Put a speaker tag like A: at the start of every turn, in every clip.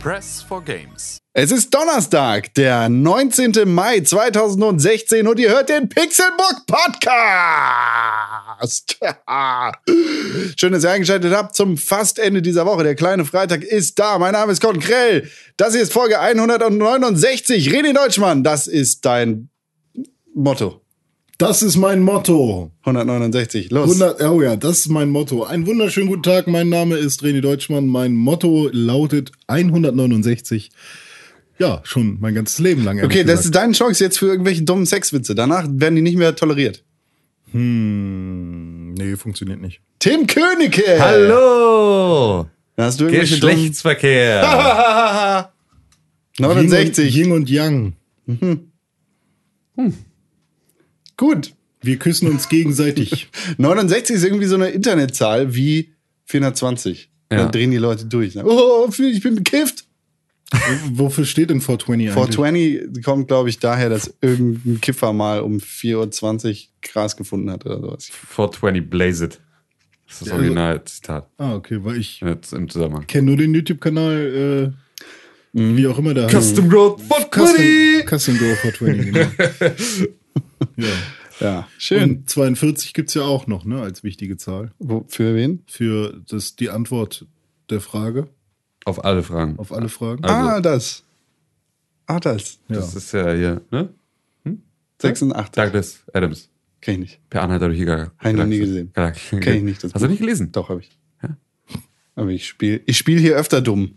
A: Press for games.
B: Es ist Donnerstag, der 19. Mai 2016 und ihr hört den Pixelbook Podcast. Schön, dass ihr eingeschaltet habt zum fast Ende dieser Woche. Der kleine Freitag ist da. Mein Name ist Con Krell. Das hier ist Folge 169. René Deutschmann, das ist dein Motto.
C: Das ist mein Motto.
B: 169, los.
C: 100, oh ja, das ist mein Motto. Einen wunderschönen guten Tag. Mein Name ist René Deutschmann. Mein Motto lautet 169. Ja, schon mein ganzes Leben lang. ehrlich
B: Okay, das
C: gesagt.
B: ist deine Chance jetzt für irgendwelche dummen Sexwitze. Danach werden die nicht mehr toleriert.
C: Hm, nee, funktioniert nicht.
B: Tim Königke.
D: Hallo!
B: Da hast du irgendwelche dummen
D: Geschlechtsverkehr.
B: 69.
C: Ying und, Yin und Yang.
B: Gut.
C: Wir küssen uns gegenseitig.
B: 69 ist irgendwie so eine Internetzahl wie 420.
D: Ja.
B: Dann drehen die Leute durch. Oh, ich bin bekifft.
C: Wofür steht denn 420 eigentlich?
B: 420 kommt, glaube ich, daher, dass irgendein Kiffer mal um 4.20 Uhr Gras gefunden hat oder sowas.
D: 420 Blaze it. Das ist das Originalzitat
C: Ah, okay, weil ich
D: jetzt im Zusammenhang.
C: kenne nur den YouTube-Kanal, äh,
B: Mhm.
C: wie auch immer der
D: Custom Growth 420!
C: Custom, Custom Go 420, genau. ja.
B: Ja, schön.
C: Und 42 gibt's ja auch noch, ne, als wichtige Zahl
B: Wo, für wen?
C: für das, die Antwort der Frage,
D: Auf alle Fragen.
C: auf alle Fragen.
D: Also-
B: ah, das. Ah, das.
C: ja.
D: Das ist ja hier, ne?
B: 86.
D: Douglas Adams.
B: Kenn ich nicht.
D: Per Anhalter durch die Gal-
B: Hab ich noch nie
D: Galaxis.
B: gesehen.
D: Galaxis.
B: Kenn ich nicht, das
D: Hast du
B: Buch.
D: nicht gelesen?
B: Doch, habe ich.
D: Ja.
B: Aber ich spiele ich spiel hier öfter dumm.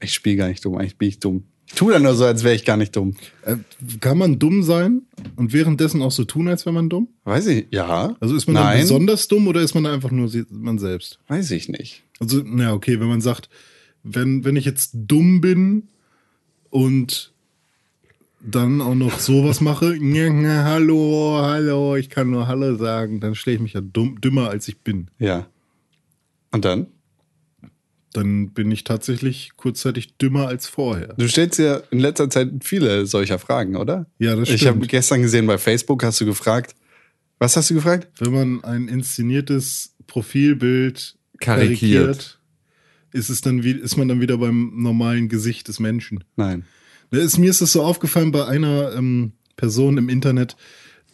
B: Ich spiele gar nicht dumm, eigentlich bin ich dumm. Ich tue dann nur so, als wäre ich gar nicht dumm.
C: Äh, Kann man dumm sein und währenddessen auch so tun, als wäre man dumm?
B: Weiß ich, ja.
C: Also ist man dann
B: Nein,
C: besonders dumm oder ist man einfach nur se- man selbst?
B: weiß ich nicht.
C: Also, na okay, wenn man sagt, wenn, wenn ich jetzt dumm bin und dann auch noch sowas mache, nha, nha, hallo, hallo, ich kann nur Hallo sagen, dann stelle ich mich ja dumm, dümmer, als ich bin.
B: Ja. Und dann?
C: dann bin ich tatsächlich kurzzeitig dümmer als vorher.
B: Du stellst ja in letzter Zeit viele solcher Fragen, oder?
C: Ja, das
B: Ich habe
C: stimmt.
B: gestern gesehen, bei Facebook hast du gefragt, was hast du gefragt?
C: Wenn man ein inszeniertes Profilbild
D: Karikiert.
C: karikiert, ist, es dann wie, ist man dann wieder beim normalen Gesicht des Menschen.
B: Nein.
C: Da Ist, mir ist es so aufgefallen bei einer ähm, Person im Internet,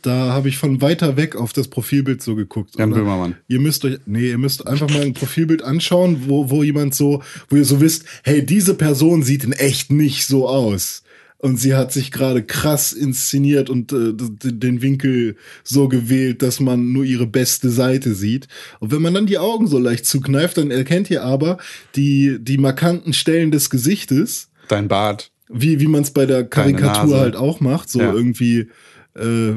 C: da habe ich von weiter weg auf das Profilbild so geguckt.
B: Jan
C: Und dann-
B: Böhmermann.
C: Ihr müsst euch, nee, ihr müsst einfach mal ein Profilbild anschauen, wo, wo jemand so, wo ihr so wisst, hey, diese Person sieht in echt nicht so aus. Und sie hat sich gerade krass inszeniert und äh, d- d- den Winkel so gewählt, dass man nur ihre beste Seite sieht. Und wenn man dann die Augen so leicht zukneift, dann erkennt ihr aber die, die markanten Stellen des Gesichtes,
B: Dein Bart.
C: wie, wie man es bei der
B: Keine Nase.
C: Karikatur halt auch macht. So
B: Ja.
C: irgendwie äh,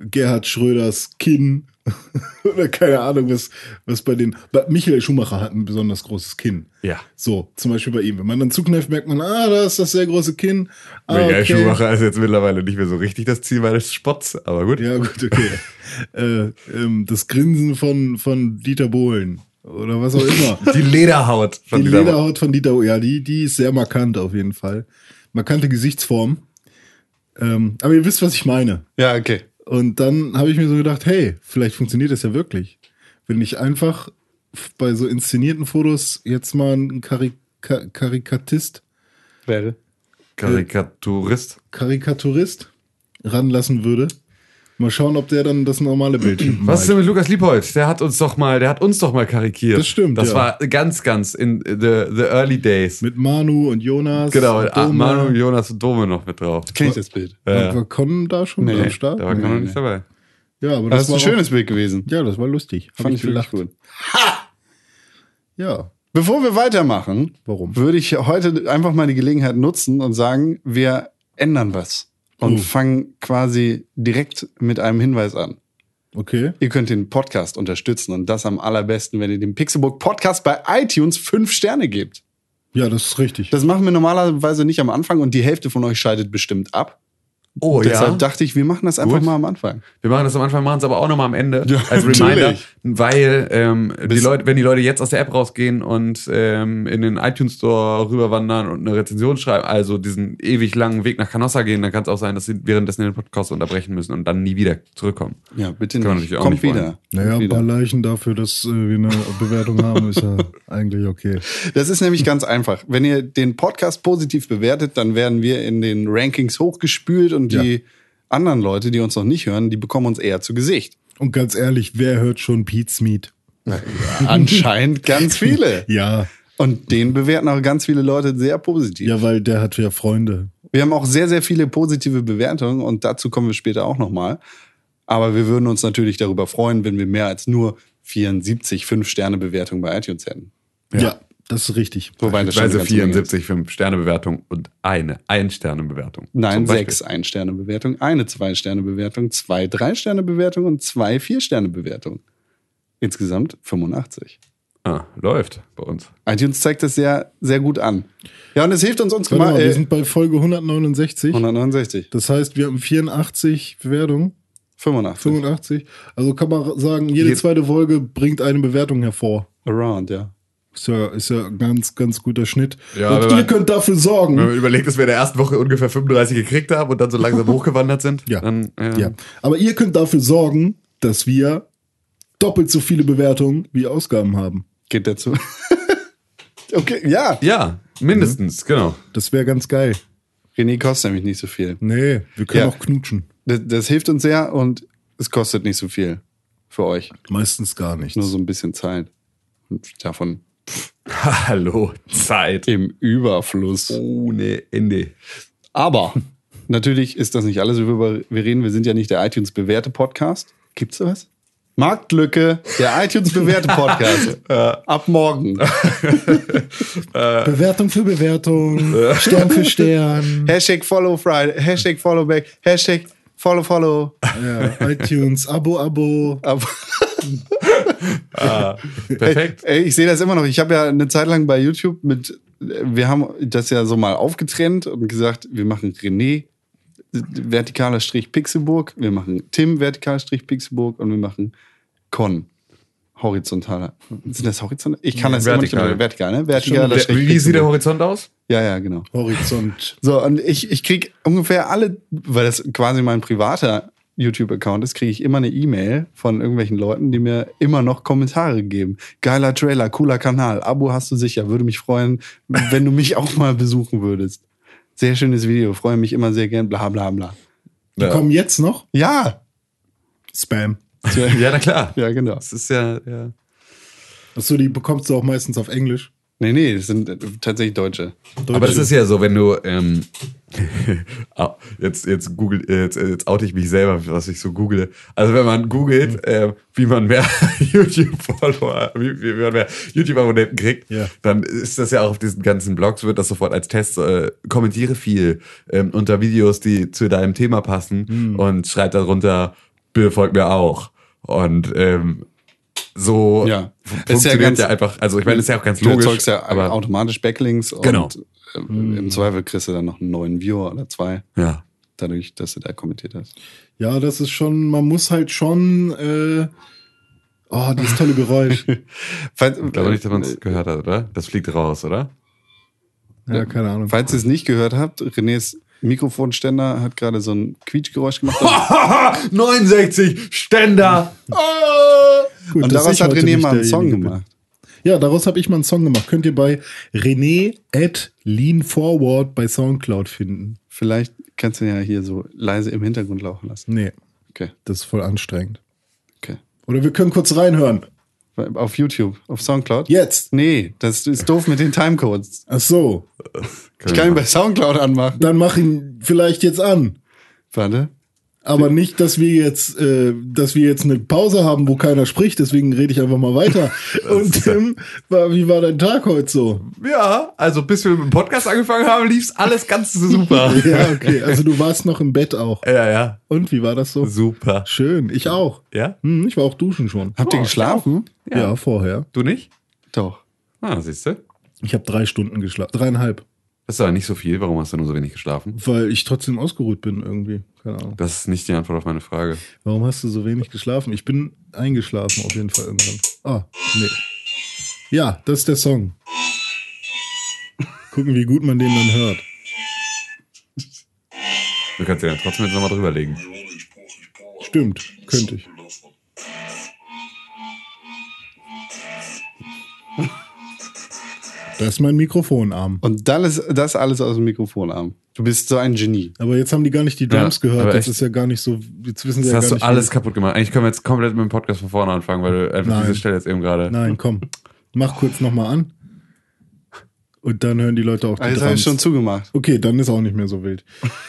C: Gerhard Schröders Kinn oder keine Ahnung, was, was bei den. Bei Michael Schumacher hat ein besonders großes Kinn.
D: Ja.
C: So, zum Beispiel bei ihm. Wenn man dann zukneift, merkt man, ah, da ist das sehr große Kinn. Ah,
D: Michael
C: okay.
D: Schumacher ist jetzt mittlerweile nicht mehr so richtig das Ziel meines Spots, aber gut.
C: Ja, gut, okay. äh, ähm, das Grinsen von, von Dieter Bohlen oder was auch immer.
D: Die Lederhaut von
C: die
D: dieser-
C: Lederhaut von Dieter, ja, die, die ist sehr markant auf jeden Fall. Markante Gesichtsform. Ähm, aber ihr wisst, was ich meine.
B: Ja, okay.
C: Und dann habe ich mir so gedacht, hey, vielleicht funktioniert das ja wirklich. Wenn ich einfach f- bei so inszenierten Fotos jetzt mal einen Karik Ka- Karikatist,
B: Werde.
D: Karikaturist.
C: Karikaturist ranlassen würde. Mal schauen, ob der dann das normale Bild
D: Was ist denn
C: malt.
D: mit Lukas Liebold? Der hat uns doch mal, der hat uns doch mal karikiert.
C: Das stimmt,
D: Das
C: ja.
D: war ganz, ganz in the, the early days.
C: Mit Manu und Jonas.
D: genau,
C: und
D: und ah,
C: Doma.
D: Manu, Jonas und Dome noch mit drauf.
B: Kenn ich das Bild.
C: Und war Con da schon
B: Nee,
C: am Start?
D: Da war Conor
B: Nee, nee.
D: nicht dabei.
C: Ja, aber
B: Das ist
C: das,
B: ein
C: war
B: schönes Bild gewesen.
C: Auch, ja, das war lustig. Hab
B: Fand ich wirklich
C: gelacht.
B: gut.
C: Ja.
B: Bevor wir weitermachen,
C: Warum?
B: würde ich heute einfach mal die Gelegenheit nutzen und sagen, wir ändern was und
C: Oh.
B: fangen quasi direkt mit einem Hinweis an.
C: Okay.
B: Ihr könnt den Podcast unterstützen und das am allerbesten, wenn ihr dem Pixelbook Podcast bei iTunes fünf Sterne gebt.
C: Ja, das ist richtig.
B: Das machen wir normalerweise nicht am Anfang und die Hälfte von euch scheidet bestimmt ab.
D: Oh
B: Deshalb
D: ja.
B: dachte ich, wir machen das einfach
D: Gut.
B: mal am Anfang.
D: Wir machen das am Anfang, machen es aber auch nochmal am Ende
B: Ja,
D: als Reminder,
B: natürlich.
D: weil ähm, die Leute, wenn die Leute jetzt aus der App rausgehen und ähm, in den iTunes Store rüberwandern und eine Rezension schreiben, also diesen ewig langen Weg nach Canossa gehen, dann kann es auch sein, dass sie währenddessen den Podcast unterbrechen müssen und dann nie wieder zurückkommen.
B: Ja, bitte
D: Kann man
B: nicht.
D: natürlich auch
B: Kommt
D: nicht wollen.
B: wieder.
C: Naja,
B: Kommt
C: ein paar
B: wieder.
C: Leichen dafür, dass äh, wir eine Bewertung haben, ist ja eigentlich okay.
B: Das ist nämlich ganz einfach. Wenn ihr den Podcast positiv bewertet, dann werden wir in den Rankings hochgespült und
C: Ja.
B: die anderen Leute, die uns noch nicht hören, die bekommen uns eher zu Gesicht.
C: Und ganz ehrlich, wer hört schon Pete's Meat?
B: Anscheinend ganz viele.
C: Ja,
B: Und den bewerten auch ganz viele Leute sehr positiv.
C: ja, weil der hat ja Freunde.
B: Wir haben auch sehr, sehr viele positive Bewertungen und dazu kommen wir später auch nochmal. Aber wir würden uns natürlich darüber freuen, wenn wir mehr als nur 74 5-Sterne-Bewertungen bei iTunes hätten.
C: Ja, das ist richtig.
B: Wobei das schon eine
D: Beispielsweise
B: ganze Menge ist.
D: 74 fünf Sterne Bewertung und eine ein Sterne Bewertung.
B: Nein,
D: Zum Beispiel.
B: sechs Ein-Sterne-Bewertungen, eine Zwei-Sterne-Bewertung, zwei Drei-Sterne-Bewertungen und zwei Vier-Sterne-Bewertungen. Insgesamt 85.
D: Ah, läuft bei uns.
B: iTunes zeigt das sehr, sehr gut an. Ja, und es hilft uns uns
C: Warte mal,
B: mal.
C: wir
B: Äh,
C: sind bei Folge 169.
B: 169,
C: Das heißt, wir haben 84 Bewertungen,
B: 85,
C: 85. Also kann man sagen, jede
D: Je-
C: zweite Folge bringt eine Bewertung hervor.
B: around, ja.
C: Ist ja, ist ja ein ganz, ganz guter Schnitt.
D: Ja,
C: Und
D: wenn
C: ihr
D: man-
C: könnt dafür
D: Wenn
C: sorgen.
D: man überlegt, dass wir in der ersten Woche ungefähr 35 gekriegt haben und dann so langsam hochgewandert sind,
C: Ja.
D: dann äh,
C: Ja. Aber ihr könnt dafür sorgen, dass wir doppelt so viele Bewertungen wie Ausgaben haben.
B: Geht dazu. okay, ja.
D: ja, mindestens, genau.
C: Das wäre ganz geil.
B: René kostet nämlich nicht so viel.
C: Nee, wir können
B: Ja.
C: auch knutschen.
B: Das, das hilft uns sehr und es kostet nicht so viel für euch.
C: Meistens gar nichts.
B: Nur so ein bisschen Zeit. Und davon
D: Hallo, Zeit.
B: im Überfluss.
D: Ohne Ende.
B: Aber natürlich ist das nicht alles, worüber wir reden. Wir sind ja nicht der iTunes-Bewährte-Podcast. Gibt's sowas? Marktlücke, der iTunes-Bewährte-Podcast. Ab morgen.
C: Bewertung für Bewertung, Stern für Stern,
B: Hashtag Follow Friday, Hashtag Follow Back, Hashtag Follow Follow.
C: ja, iTunes, Abo, Abo.
B: Ab
D: Perfekt.
B: Ey, ich sehe das immer noch. Ich habe ja eine Zeit lang bei YouTube mit, wir haben das ja so mal aufgetrennt und gesagt, wir machen René vertikaler Strich Pixelburg, wir machen Tim vertikaler Strich Pixelburg und wir machen Con horizontaler. Sind das horizontal? Ich kann das
D: vertikal.
B: immer nicht mehr. Vertikal, ne? Vertikaler
D: Wer-
B: Strich
D: Wie sieht der
B: Pixelburg.
D: Horizont aus?
B: Ja, ja, genau.
C: Horizont.
B: So, und ich, ich krieg ungefähr alle, weil das quasi mein privater YouTube-Account ist, kriege ich immer eine E-Mail von irgendwelchen Leuten, die mir immer noch Kommentare geben. Geiler Trailer, cooler Kanal, Abo hast du sicher, würde mich freuen, wenn du mich auch mal besuchen würdest. Sehr schönes Video, freue mich immer sehr gern, bla bla bla.
C: Die kommen jetzt noch.
B: Ja,
C: Spam.
D: Ja, na klar.
B: ja, genau.
D: Das ist ja, ja.
C: Achso, die bekommst du auch meistens auf Englisch.
B: Nee, nee, das sind äh, tatsächlich Deutsche.
D: Aber das ist ja so, wenn du ähm, ah, jetzt jetzt Google äh, jetzt, äh, jetzt oute ich mich selber, was ich so google. Also wenn man
B: Mhm.
D: googelt, äh, wie man mehr YouTube-Follower, wie, wie man mehr YouTube-Abonnenten kriegt,
C: Ja.
D: dann ist das ja auch auf diesen ganzen Blogs wird das sofort als Test. Äh, kommentiere viel ähm, unter Videos, die zu deinem Thema passen
B: Mhm.
D: und schreib darunter, befolgt mir auch und ähm, so
B: Ja.
D: fun-
B: Ist ja
D: funktioniert
B: ganz-
D: ja, einfach. Also ich meine, ist ja auch ganz
B: Du
D: logisch.
B: erzeugst ja
D: aber,
B: automatisch Backlinks
D: Genau.
B: und äh, im Zweifel kriegst du dann noch einen neuen Viewer oder zwei,
D: ja.
B: dadurch, dass du da kommentiert hast.
C: Ja, das ist schon, man muss halt schon. Äh, oh, dieses tolle Geräusch.
B: Falls, äh,
D: Ich glaube nicht, dass man es gehört hat, oder? Das fliegt raus, oder?
C: ja, keine Ahnung.
B: Falls ihr es nicht gehört habt, Renés Mikrofonständer hat gerade so ein Quietschgeräusch gemacht. Und,
D: 69 Ständer. Ah.
C: Gut,
B: und
C: dass
B: daraus
C: ich
B: hat
C: heute
B: René
C: nicht
B: mal einen
C: derjenige
B: Song
C: bin.
B: gemacht.
C: Ja, daraus habe ich mal einen Song gemacht. Könnt ihr bei René at Lean Forward bei Soundcloud finden.
B: Vielleicht kannst du ihn ja hier so leise im Hintergrund laufen lassen.
C: Nee,
B: Okay,
C: das ist voll anstrengend.
B: okay.
C: Oder wir können kurz reinhören.
B: Auf YouTube, auf Soundcloud?
C: Jetzt.
B: Nee, das ist doof mit den Timecodes.
C: Ach so,
B: Ich kann ihn bei Soundcloud anmachen.
C: dann mach ihn vielleicht jetzt an.
B: Warte.
C: Aber nicht, dass wir jetzt, äh, dass wir jetzt eine Pause haben, wo keiner spricht. Deswegen rede ich einfach mal weiter. Und Tim, war, wie war dein Tag heute so?
D: Ja, also bis wir mit dem Podcast angefangen haben, lief's alles ganz super.
C: Ja, okay. Also du warst noch im Bett auch.
D: ja, ja,
C: Und wie war das so?
D: super.
C: Schön. Ich auch.
D: Ja?
C: Hm, ich war auch duschen schon.
B: Habt ihr geschlafen?
C: Oh, Ja, vorher.
D: Du nicht?
B: Doch.
D: Ah, siehst du?
C: Ich habe drei Stunden geschlafen. Dreieinhalb.
D: Das ist aber nicht so viel. Warum hast du nur so wenig geschlafen?
C: Weil ich trotzdem ausgeruht bin irgendwie. Keine Ahnung.
D: Das ist nicht die Antwort auf meine Frage.
C: Warum hast du so wenig geschlafen? Ich bin eingeschlafen auf jeden Fall irgendwann. Ah, nee. Ja, das ist der Song. Gucken, wie gut man den dann hört.
D: Du kannst ja trotzdem jetzt nochmal drüberlegen.
C: Stimmt, könnte ich. Das ist mein Mikrofonarm.
B: Und dann ist das alles aus dem Mikrofonarm. Du bist so ein Genie.
C: Aber jetzt haben die gar nicht die
D: Ja,
C: Drums gehört.
D: aber
C: Das
D: echt.
C: ist ja gar nicht so. Jetzt wissen sie
D: Jetzt
C: ja
D: hast
C: gar
D: du
C: nicht.
D: alles kaputt gemacht. Eigentlich können wir jetzt komplett mit dem Podcast von vorne anfangen, weil du einfach
C: Nein.
D: diese Stelle jetzt eben gerade.
C: Nein, komm. Mach kurz nochmal an. Und dann hören die Leute auch die
B: Jetzt habe ich
C: Drums.
B: Also schon zugemacht.
C: Okay, dann ist auch nicht mehr so wild.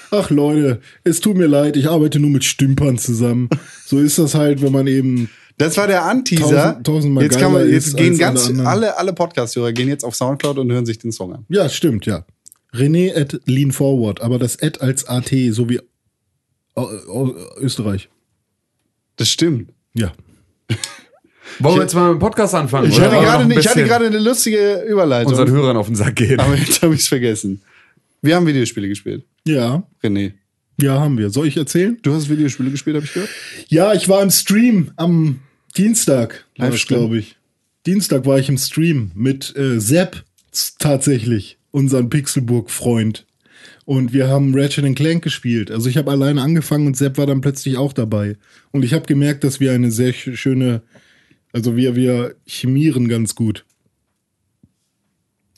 C: Ach Leute, es tut mir leid, ich arbeite nur mit Stümpern zusammen. So ist das halt, wenn man eben.
B: Das war der Anteaser.
C: Tausend- tausendmal
B: jetzt kann
C: geiler
B: man,
C: ist
B: jetzt gehen
C: als
B: ganz
C: alle anderen.
B: alle, alle Podcast-Hörer gehen jetzt auf Soundcloud und hören sich den Song an.
C: Ja, stimmt, ja. René at Lean Forward, aber das at als AT, so wie Au- Au- Österreich.
B: Das stimmt.
C: Ja.
D: Wollen wir jetzt mal mit dem Podcast anfangen?
B: Ich
D: oder?
B: hatte
D: Wollen wir noch
B: gerade
D: ein
B: ne- ich hatte
D: bisschen
B: gerade eine lustige Überleitung,
D: unseren Hörern auf den Sack gehen.
B: aber jetzt habe ich es vergessen. Wir haben Videospiele gespielt.
C: Ja.
B: René,
C: Ja, haben wir. Soll ich erzählen?
B: du hast Videospiele gespielt, habe ich gehört?
C: Ja, ich war im Stream am Dienstag, war es,
B: Livestream?
C: glaube ich. Dienstag war ich im Stream mit äh, Sepp z- tatsächlich, unseren Pixelburg-Freund. Und wir haben Ratchet and Clank gespielt. Also ich habe alleine angefangen und Sepp war dann plötzlich auch dabei. Und ich habe gemerkt, dass wir eine sehr sch- schöne, also wir, wir chemieren ganz gut.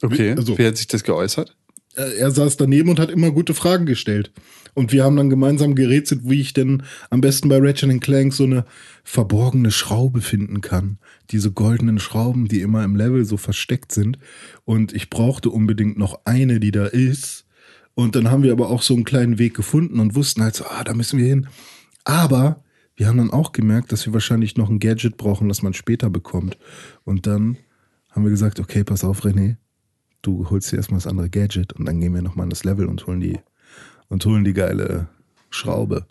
B: Okay.
C: Also-
B: Wie hat sich das geäußert?
C: äh, er saß daneben und hat immer gute Fragen gestellt. Und wir haben dann gemeinsam gerätselt, wie ich denn am besten bei Ratchet Clank so eine verborgene Schraube finden kann. Diese goldenen Schrauben, die immer im Level so versteckt sind. Und ich brauchte unbedingt noch eine, die da ist. Und dann haben wir aber auch so einen kleinen Weg gefunden und wussten halt so, ah, da müssen wir hin. Aber wir haben dann auch gemerkt, dass wir wahrscheinlich noch ein Gadget brauchen, das man später bekommt. Und dann haben wir gesagt, okay, pass auf, René, du holst dir erstmal das andere Gadget und dann gehen wir nochmal in das Level und holen die und holen die geile Schraube.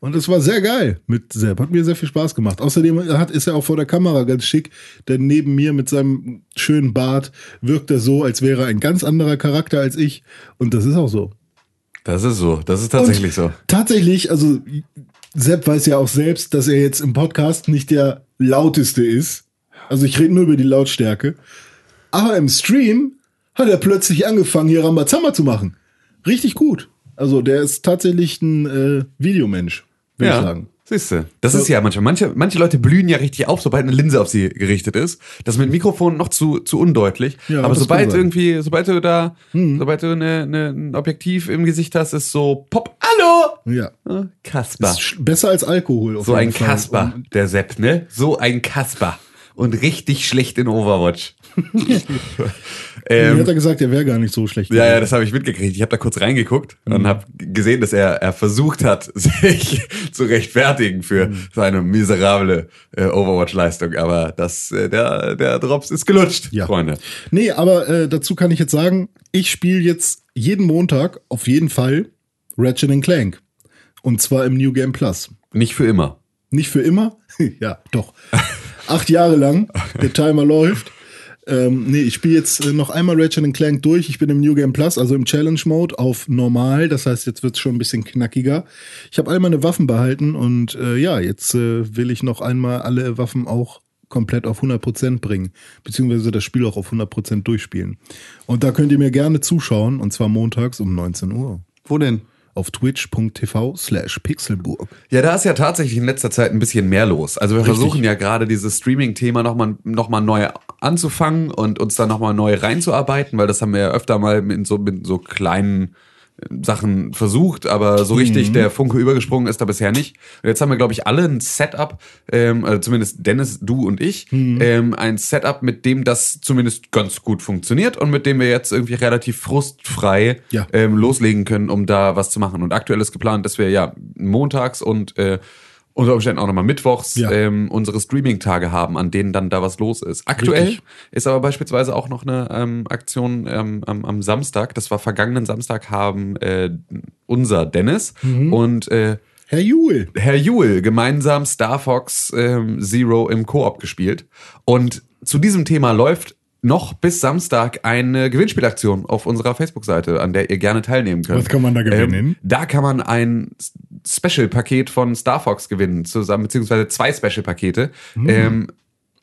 C: Und es war sehr geil mit Sepp. Hat mir sehr viel Spaß gemacht. Außerdem hat, ist er auch vor der Kamera ganz schick, denn neben mir mit seinem schönen Bart wirkt er so, als wäre er ein ganz anderer Charakter als ich. Und das ist auch so.
D: Das ist so. Das ist tatsächlich
C: Und
D: so.
C: Tatsächlich, also Sepp weiß ja auch selbst, dass er jetzt im Podcast nicht der lauteste ist. Also ich rede nur über die Lautstärke. Aber im Stream hat er plötzlich angefangen, hier Rambazamba zu machen. Richtig gut. Also der ist tatsächlich ein äh, Videomensch, würde ich sagen.
D: Siehst du, das ist ja manchmal. Manche, manche Leute blühen ja richtig auf, sobald eine Linse auf sie gerichtet ist. Das ist mit Mikrofon noch zu, zu undeutlich.
C: Ja,
D: Aber
C: das kann
D: sobald
C: sein. Hm.
D: irgendwie, sobald du da, sobald du eine, eine, ein Objektiv im Gesicht hast, ist so Pop. Hallo!
C: Ja.
D: Ja, Kasper.
C: Ist sch- besser als Alkohol. auf
D: So
C: jeden
D: ein
C: Fall.
D: Kasper, der Sepp, ne? So ein Kasper. Und richtig schlecht in Overwatch.
C: Und Mir hat
D: ähm,
C: er gesagt, er wäre gar nicht so Mhm. schlecht.
D: ja, ja, das habe ich mitgekriegt. Ich habe da kurz reingeguckt und habe gesehen, dass er, er versucht hat, sich zu rechtfertigen für
C: Mhm.
D: seine miserable äh, Overwatch-Leistung. Aber das, äh, der, der Drops ist gelutscht,
C: Ja.
D: Freunde.
C: Nee, aber äh, dazu kann ich jetzt sagen, ich spiele jetzt jeden Montag auf jeden Fall Ratchet and Clank. Und zwar im New Game Plus.
D: Nicht für immer.
C: Nicht für immer. ja, doch. Acht Jahre lang. Der Timer läuft. Ähm, nee, ich spiele jetzt äh, noch einmal Ratchet and Clank durch. Ich bin im New Game Plus, also im Challenge Mode auf normal. Das heißt, jetzt wird es schon ein bisschen knackiger. Ich habe all meine Waffen behalten und äh, ja, jetzt äh, will ich noch einmal alle Waffen auch komplett auf 100% bringen. Beziehungsweise das Spiel auch auf 100% durchspielen. Und da könnt ihr mir gerne zuschauen und zwar montags um 19 Uhr
B: Wo denn?
C: auf twitch.tv slash pixelburg.
D: Ja, da ist ja tatsächlich in letzter Zeit ein bisschen mehr los. Also wir versuchen ja gerade dieses Streaming-Thema nochmal noch mal neu anzufangen und uns da nochmal neu reinzuarbeiten, weil das haben wir ja öfter mal mit so, mit so kleinen äh, Sachen versucht, aber so richtig der Funke übergesprungen ist da bisher nicht. Und jetzt haben wir, glaube ich, alle ein Setup, ähm, also zumindest Dennis, du und ich, ähm, ein Setup, mit dem das zumindest ganz gut funktioniert und mit dem wir jetzt irgendwie relativ frustfrei
C: Ja.
D: ähm, loslegen können, um da was zu machen. Und aktuell ist geplant, dass wir ja montags und äh, unter Umständen auch nochmal mittwochs
C: Ja.
D: ähm, unsere Streaming-Tage haben, an denen dann da was los ist. Aktuell
C: Richtig.
D: ist aber beispielsweise auch noch eine ähm, Aktion ähm, am, am Samstag. Das war vergangenen Samstag haben äh, unser Dennis
C: Mhm.
D: und äh,
C: Herr Juhl.
D: Herr Juhl gemeinsam Star Fox ähm, Zero im Koop gespielt. Und zu diesem Thema läuft noch bis Samstag eine Gewinnspielaktion auf unserer Facebook-Seite, an der ihr gerne teilnehmen könnt. Ähm,
C: Was kann man da gewinnen?
D: da kann man ein S- Special-Paket von Star Fox gewinnen, zusammen, beziehungsweise zwei Special-Pakete.
C: Mhm.
D: Ähm,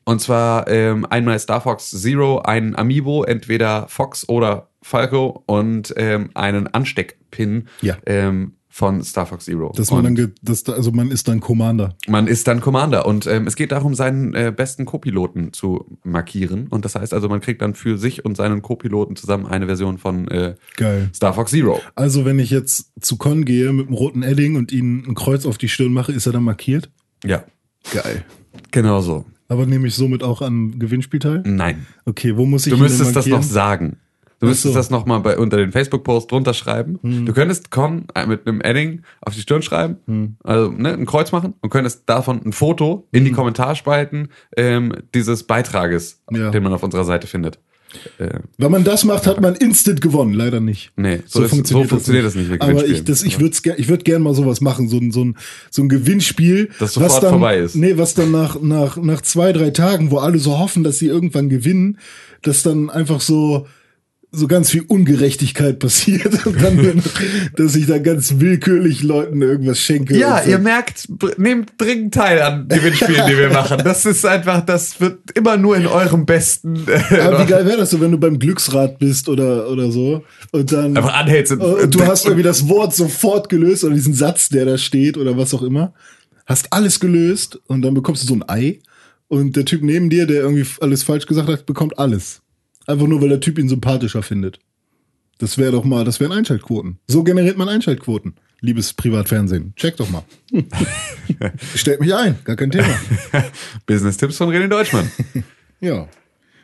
D: und zwar ähm, einmal Star Fox Zero, ein Amiibo, entweder Fox oder Falco und ähm, einen Ansteckpin
C: Ja.
D: ähm, von Star Fox Zero.
C: Dass man
D: und
C: dann, ge- dass da, also man ist dann Commander.
D: man ist dann Commander und ähm, es geht darum, seinen äh, besten Co-Piloten zu markieren. Und das heißt also, man kriegt dann für sich und seinen Co-Piloten zusammen eine Version von äh,
C: Geil.
D: Star Fox Zero.
C: Also wenn ich jetzt zu Con gehe mit dem roten Edding und ihnen ein Kreuz auf die Stirn mache, ist er dann markiert?
D: Ja,
C: Geil.
D: genau so.
C: Aber nehme ich somit auch am Gewinnspiel teil?
D: Nein.
C: Okay, wo muss ich
D: Hm. Du
C: ihn denn
D: müsstest das noch
C: markieren?
D: sagen. Du
C: Ach
D: müsstest
C: so. Hm.
D: das nochmal bei unter den Facebook-Post drunter schreiben. Du könntest Con äh, mit einem Edding auf die Stirn schreiben,
C: Hm.
D: also ne, ein Kreuz machen und könntest davon ein Foto in die Kommentarspalten ähm, dieses Beitrages,
C: Ja.
D: den man auf unserer Seite findet. Äh,
C: Wenn man das macht, hat man instant gewonnen. Leider nicht.
D: Nee, so ist- so funktioniert das nicht mit
C: Aber ich,
D: Gewinnspielen.
C: das, ich würde ich würd gerne mal sowas machen, so ein, so ein, so ein Gewinnspiel.
D: Das sofort
C: was dann,
D: vorbei ist.
C: Nee, was dann nach, nach, nach zwei, drei Tagen, wo alle so hoffen, dass sie irgendwann gewinnen, dass dann einfach so so ganz viel Ungerechtigkeit passiert und dann, dass ich da ganz willkürlich Leuten irgendwas schenke.
D: Ja,
C: und so.
D: ihr merkt, br- nehmt dringend teil an Gewinnspielen, die wir machen. Das ist einfach, das wird immer nur in eurem besten.
C: Aber wie
D: Äh,
C: geil wäre das so, wenn du beim Glücksrad bist oder, oder so und dann
D: einfach anhältst. und-
C: Und Oh, Äh, du hast irgendwie das Wort sofort gelöst oder diesen Satz, der da steht oder was auch immer. Hast alles gelöst und dann bekommst du so ein Ei. Und der Typ neben dir, der irgendwie alles falsch gesagt hat, bekommt alles. Einfach nur, weil der Typ ihn sympathischer findet. Das wäre doch mal, das wären Einschaltquoten. So generiert man Einschaltquoten. Liebes Privatfernsehen, check doch mal. Stellt mich ein, gar kein Thema.
D: Business-Tipps von René Deutschmann.
C: Ja.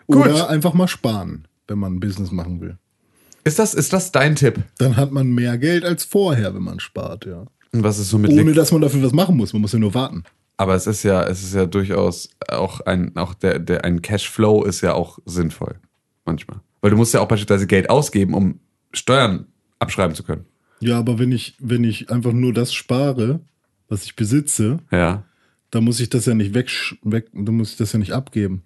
D: Gut.
C: Oder einfach mal sparen, wenn man ein Business machen will.
D: Ist das, ist das dein Tipp?
C: Dann hat man mehr Geld als vorher, wenn man spart, ja.
D: Und was ist so mit
C: Ohne
D: Lick?
C: dass man dafür was machen muss. Man muss ja nur warten.
D: Aber es ist ja, es ist ja durchaus auch ein, auch der, der, ein Cashflow ist ja auch sinnvoll. Manchmal. Weil du musst ja auch beispielsweise Geld ausgeben, um Steuern abschreiben zu können.
C: Ja, aber wenn ich, wenn ich einfach nur das spare, was ich besitze,
D: Ja.
C: dann muss ich das ja nicht weg, weg dann muss ich das ja nicht abgeben.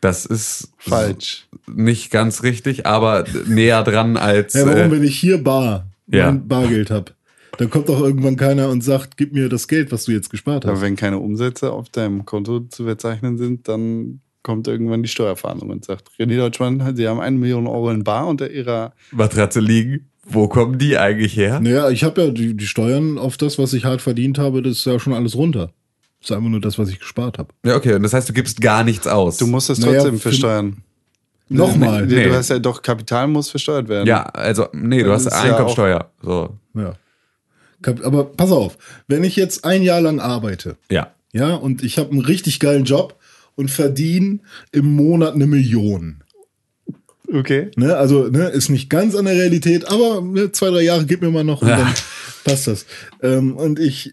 D: Das ist
B: Falsch.
D: nicht ganz richtig, aber näher dran als.
C: Ja, warum,
D: äh,
C: wenn ich hier bar,
D: ja.
C: mein Bargeld habe? Dann kommt doch irgendwann keiner und sagt, gib mir das Geld, was du jetzt gespart
B: Aber
C: hast.
B: wenn keine Umsätze auf deinem Konto zu verzeichnen sind, dann kommt irgendwann die Steuerfahndung und sagt, René Deutschmann, Sie haben eine Million Euro in Bar unter Ihrer...
D: Matratze liegen. Wo kommen die eigentlich her?
C: Naja, ich habe ja die, die Steuern auf das, was ich hart verdient habe, das ist ja schon alles runter. Das ist einfach nur das, was ich gespart habe.
D: Ja, okay. Und das heißt, du gibst gar nichts aus.
B: Du musst es
C: Naja,
B: trotzdem
C: für-
B: versteuern.
C: Nochmal.
B: Nee,
D: Nee.
B: Du hast ja doch, Kapital muss versteuert werden.
D: ja, also, nee, du
B: Das
D: hast
B: ist ja
D: Einkommensteuer. so.
C: Ja. Kap- Aber pass auf, wenn ich jetzt ein Jahr lang arbeite,
D: Ja.
C: Ja, und ich habe einen richtig geilen Job und verdiene im Monat eine Million.
B: Okay.
C: Ne? Also ne, ist nicht ganz an der Realität, aber ne, zwei, drei Jahre gib mir mal noch und
D: Ja.
C: dann passt das. Ähm, und ich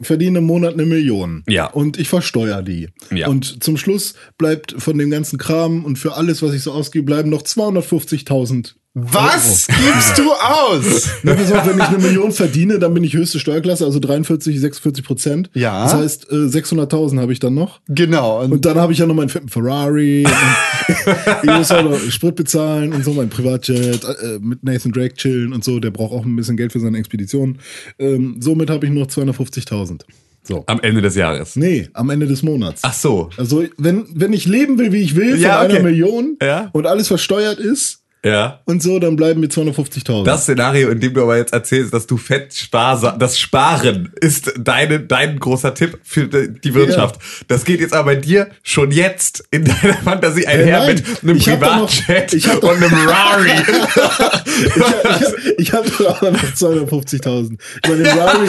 C: verdiene im Monat eine Million.
D: Ja.
C: Und ich versteuere die.
D: Ja.
C: Und zum Schluss bleibt von dem ganzen Kram und für alles, was ich so ausgebe, bleiben noch 250.000.
B: Was gibst du aus?
C: Ne, pass auf, wenn ich eine Million verdiene, dann bin ich höchste Steuerklasse, also 43, 46 Prozent.
B: Ja.
C: Das heißt, äh, 600.000 habe ich dann noch.
B: genau. Und,
C: Und dann habe ich ja noch meinen fetten Ferrari. und ich muss auch noch Sprit bezahlen und so, mein Privatjet. Äh, mit Nathan Drake chillen und so. Der braucht auch ein bisschen Geld für seine Expedition. Ähm, somit habe ich nur noch 250.000. So.
D: Am Ende des Jahres.
C: Nee, am Ende des Monats.
D: Ah. Ach so.
C: Also, wenn, wenn ich leben will, wie ich will, von
D: Ja, okay.
C: einer Million
D: Ja.
C: und alles versteuert ist
D: Ja.
C: und so, dann bleiben mir 250.000.
D: Das Szenario, in dem du aber jetzt erzählst, dass du fett sparsam, das Sparen ist deine, dein großer Tipp für de- die Wirtschaft. Das geht jetzt aber bei dir schon jetzt in deiner Fantasie einher
C: nein.
D: mit einem
C: Ich hab doch noch-
D: Privatjet
C: ich hab
D: und
C: doch-
D: einem Rari.
C: ich habe doch aber noch 250.000. Ich meine, den Ferrari-
D: Aber ein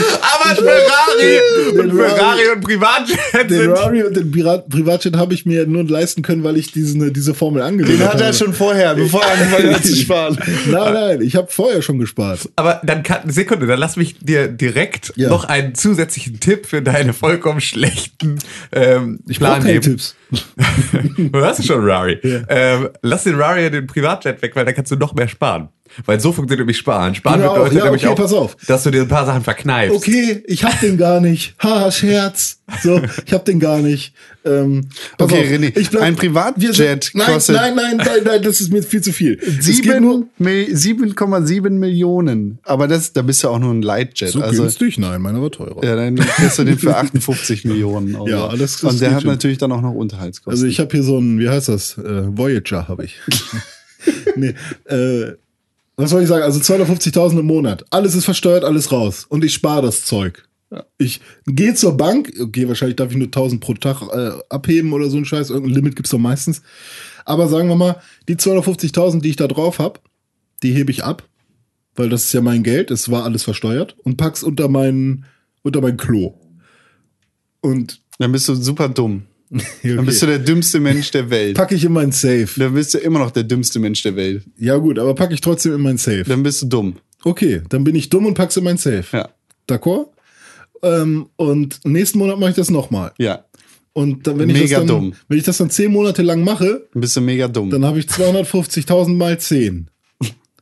C: ich-
D: Ferrari
C: Den
D: und Ferrari und Privatjet
C: Den
D: sind
C: Rari und den Pirat Privatjet habe ich mir nur leisten können, weil ich diese, diese Formel angelegt
B: den
C: habe.
B: hat er schon also vorher, bevor er angefangen hat zu sparen.
C: Nein, nein, ich habe vorher schon gespart.
D: Aber dann kann, Sekunde, dann lass mich dir direkt
C: Ja.
D: noch einen zusätzlichen Tipp für deine vollkommen schlechten ähm,
C: Ich
D: Plan
C: brauche keine
D: geben.
C: Tipps.
D: du hast schon Rari.
C: Ja.
D: Ähm, lass den Rari ja den Privatjet weg, weil da kannst du noch mehr sparen. Weil so funktioniert nämlich Sparen. Sparen
C: Genau,
D: bedeutet
C: ja,
D: nämlich
C: okay,
D: auch,
C: pass auf.
D: dass du dir ein paar Sachen verkneifst.
C: Okay, ich hab den gar nicht. Haha, Scherz. So, ich hab den gar nicht. Ähm, pass
B: Okay, René,
C: ich bleib-
B: ein Privatjet
C: Wir sind- nein,
B: kostet-
C: nein, nein, nein, nein, das ist mir viel zu viel. Es geht nur-
B: Sieben Mi- 7,7 Millionen. Aber das, da bist du auch nur ein Lightjet.
C: So
B: also,
C: günstig? Nein, meiner war teurer.
B: ja, dann kriegst du den für 58 Millionen. Euro.
C: Ja, das- das
B: Und der
C: geht
B: hat
C: schon.
B: natürlich dann auch noch Unterhaltskosten.
C: Also ich habe hier so einen, wie heißt das? Äh, Voyager habe ich. nee, äh, was soll ich sagen? Also 250.000 im Monat. Alles ist versteuert, alles raus. Und ich spare das Zeug. Ich gehe zur Bank, okay, wahrscheinlich darf ich nur 1000 pro Tag äh, abheben oder so ein Scheiß. Irgendein Limit gibt's doch meistens. Aber sagen wir mal, die 250.000, die ich da drauf habe, die hebe ich ab, weil das ist ja mein Geld, es war alles versteuert und pack's unter meinen unter mein Klo. Und
B: dann bist du super dumm.
C: okay,
B: Dann bist du der dümmste Mensch der Welt.
C: packe ich in meinen Safe.
B: Dann bist du immer noch der dümmste Mensch der Welt.
C: Ja, gut, aber packe ich trotzdem in mein Safe.
B: Dann bist du dumm.
C: Okay, dann bin ich dumm und pack's in mein Safe.
B: Ja.
C: D'accord? Ähm, und nächsten Monat mache ich das nochmal.
B: Ja.
C: Und dann, wenn, ich das
B: Mega
C: dann,
B: dumm.
C: wenn ich das dann zehn Monate lang mache,
B: Dann bist du mega dumm.
C: dann habe ich 250.000 mal 10.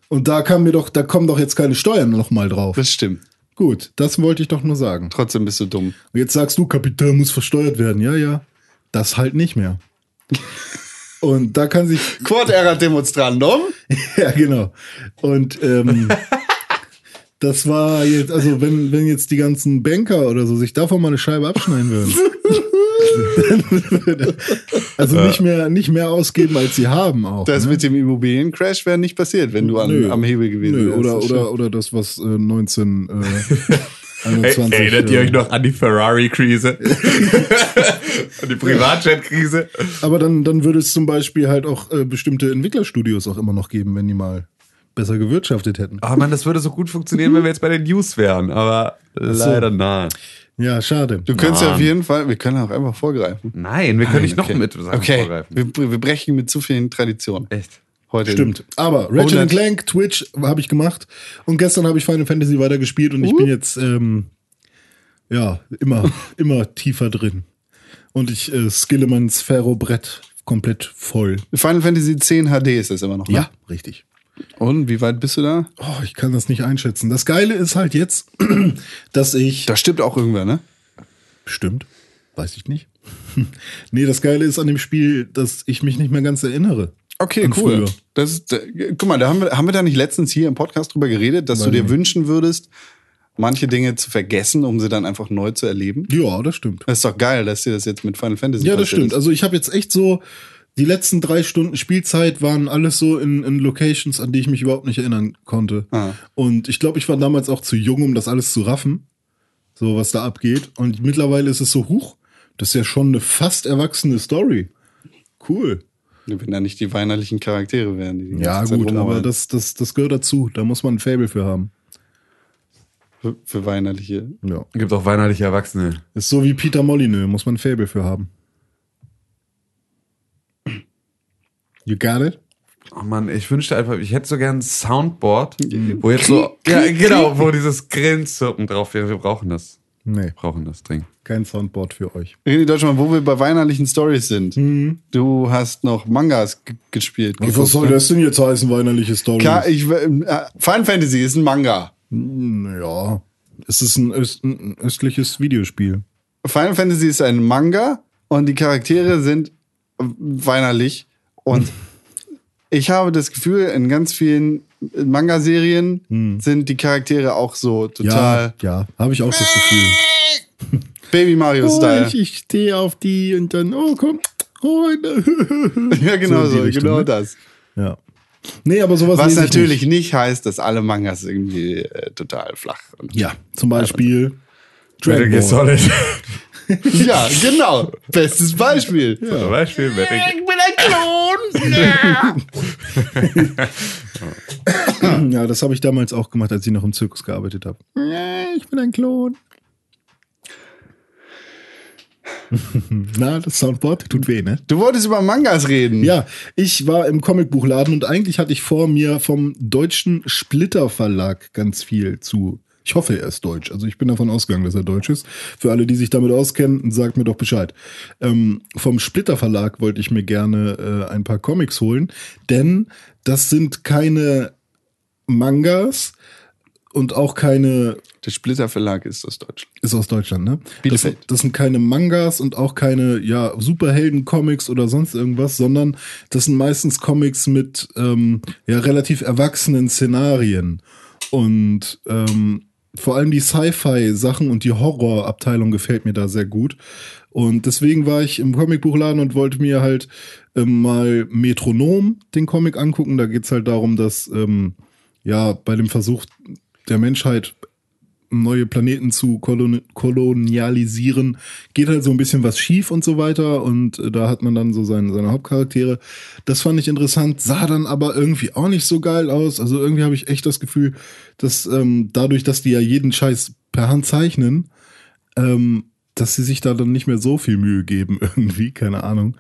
C: Und da kann mir doch, da kommen doch jetzt keine Steuern nochmal drauf.
B: das stimmt.
C: Gut, das wollte ich doch nur sagen.
B: Trotzdem bist du dumm.
C: Und jetzt sagst du, Kapital muss versteuert werden. Ja, ja. Das halt nicht mehr. Und da kann sich,
B: Quod erat demonstrandum.
C: Ja, genau. Und ähm, das war jetzt, also wenn, wenn jetzt die ganzen Banker oder so sich davon mal eine Scheibe abschneiden würden. dann würde- also nicht mehr, nicht mehr ausgeben, als sie haben auch.
B: Das mit dem Immobiliencrash wäre nicht passiert, wenn du an,
C: Nö.
B: am Hebel gewesen
C: Nö,
B: wärst.
C: oder,
B: Das
C: oder, oder das, was äh, 19. Äh,
D: Ey,
C: 21,
D: erinnert
C: äh,
D: ihr euch noch an die Ferrari-Krise? an die Privatjet-Krise?
C: Aber dann, dann würde es zum Beispiel halt auch äh, bestimmte Entwicklerstudios auch immer noch geben, wenn die mal besser gewirtschaftet hätten.
B: Ah.
D: Oh Mann, das würde so gut funktionieren, wenn wir jetzt bei den News wären, aber leider nein.
C: Ja, schade.
B: Du könntest ja auf
D: Mann.
B: jeden Fall, wir können auch einfach vorgreifen.
D: Nein, wir können nicht noch mit Sachen
B: Okay,
D: vorgreifen. Äh,
B: wir, wir brechen mit zu vielen Traditionen.
D: Echt.
B: Heute
C: Stimmt. Aber Ratchet
B: Ohne-
C: and Clank, Twitch habe ich gemacht. Und gestern habe ich Final Fantasy weitergespielt und ich bin jetzt ähm, ja immer, immer tiefer drin. Und ich äh, skille mein Sphero-Brett komplett voll.
B: Final Fantasy 10 HD ist das immer noch. Ne?
C: richtig.
B: Und wie weit bist du da?
C: Oh, ich kann das nicht einschätzen. Das Geile ist halt jetzt, dass ich.
B: Da stimmt auch irgendwer, ne?
C: Stimmt. Weiß ich nicht. nee, das Geile ist an dem Spiel, dass ich mich nicht mehr ganz erinnere.
B: Okay,
C: An
B: cool.
C: früher.
B: Das ist, da, guck mal, da haben wir, haben wir da nicht letztens hier im Podcast drüber geredet, dass du dir wünschen würdest, manche Dinge zu vergessen, um sie dann einfach neu zu erleben?
C: Ja, das stimmt.
B: Das ist doch geil, dass dir das jetzt mit Final Fantasy
C: Ja, das
B: passiert
C: stimmt.
B: ist.
C: Also ich habe jetzt echt so, die letzten drei Stunden Spielzeit waren alles so in, in Locations, an die ich mich überhaupt nicht erinnern konnte.
B: Ah.
C: Und ich glaube, ich war damals auch zu jung, um das alles zu raffen, so was da abgeht. Und mittlerweile ist es so, huch, das ist ja schon eine fast erwachsene Story. Cool.
B: Wenn da nicht die weinerlichen Charaktere wären, die, die
C: Ja,
B: ganze Zeit
C: gut, aber
B: rumheulen.
C: das, das, das gehört dazu. Da muss man ein Fable für haben.
B: für, für weinerliche.
C: Ja.
D: Gibt auch weinerliche Erwachsene.
C: Ist so wie Peter Molyneux, muss man ein Fable für haben. You got it?
D: Oh Mann, ich wünschte einfach, ich hätte so gern ein Soundboard, wo jetzt so, ja, genau, wo dieses Grillenzirpen drauf wäre. Wir brauchen das.
C: Nee,
D: Wir brauchen das Ding.
C: kein Soundboard für euch.
B: René Deutschmann, wo wir bei weinerlichen Stories sind. Du hast noch Mangas g- gespielt.
C: Mhm. Was,
B: geguckt,
C: soll
B: ne?
C: das denn jetzt heißen, weinerliche Story?
B: Klar, ich, äh, Final Fantasy ist ein Manga.
C: ja, es ist ein, Öst, ein östliches Videospiel.
B: Final Fantasy ist ein Manga und die Charaktere sind weinerlich. Und
C: Mhm.
B: ich habe das Gefühl, in ganz vielen Manga-Serien sind die Charaktere auch so total
C: Mhm. Ja, ja habe ich auch das Gefühl.
B: Baby Mario-Style.
C: ich stehe auf die und dann, oh, komm, Freunde.
B: ja, genau
C: so in die
B: so,
C: Richtung,
B: genau
C: ne?
B: das.
C: ja. Nee, aber sowas
B: Was
C: lese ich
B: natürlich
C: Nicht.
B: nicht. heißt, dass alle Mangas irgendwie äh, total flach und
C: Ja, zum Beispiel
D: Metal
C: Dragon
D: Gear
C: Ball.
D: Solid.
B: Ja, genau. Bestes Beispiel.
D: Zum Beispiel Metal Gear.
C: Ja, das habe ich damals auch gemacht, als ich noch im Zirkus gearbeitet habe. Ich bin ein Klon. Na, das Soundboard tut weh, ne?
B: Du wolltest über Mangas reden.
C: Ja, ich war im Comicbuchladen und eigentlich hatte ich vor, mir vom deutschen Splitter Verlag ganz viel zu Ich hoffe, er ist deutsch. Also ich bin davon ausgegangen, dass er deutsch ist. Für alle, die sich damit auskennen, sagt mir doch Bescheid. Ähm, vom Splitter Verlag wollte ich mir gerne äh, ein paar Comics holen, denn das sind keine Mangas und auch keine
B: Der Splitter Verlag ist aus Deutschland.
C: ist aus Deutschland, ne? Das,
B: Bielefeld.
C: das sind keine Mangas und auch keine ja, Superhelden-Comics oder sonst irgendwas, sondern das sind meistens Comics mit ähm, ja, relativ erwachsenen Szenarien. Und ähm, vor allem die Sci-Fi-Sachen und die Horror-Abteilung gefällt mir da sehr gut. Und deswegen war ich im Comicbuchladen und wollte mir halt ähm, mal Metronom den Comic angucken. Da geht's halt darum, dass ähm, ja bei dem Versuch der Menschheit neue Planeten zu kolon kolonialisieren, geht halt so ein bisschen was schief und so weiter. Und äh, da hat man dann so seine, seine Hauptcharaktere. Das fand ich interessant, sah dann aber irgendwie auch nicht so geil aus. Also irgendwie habe ich echt das Gefühl, dass ähm, dadurch, dass die ja jeden Scheiß per Hand zeichnen, ähm, dass sie sich da dann nicht mehr so viel Mühe geben irgendwie, keine Ahnung.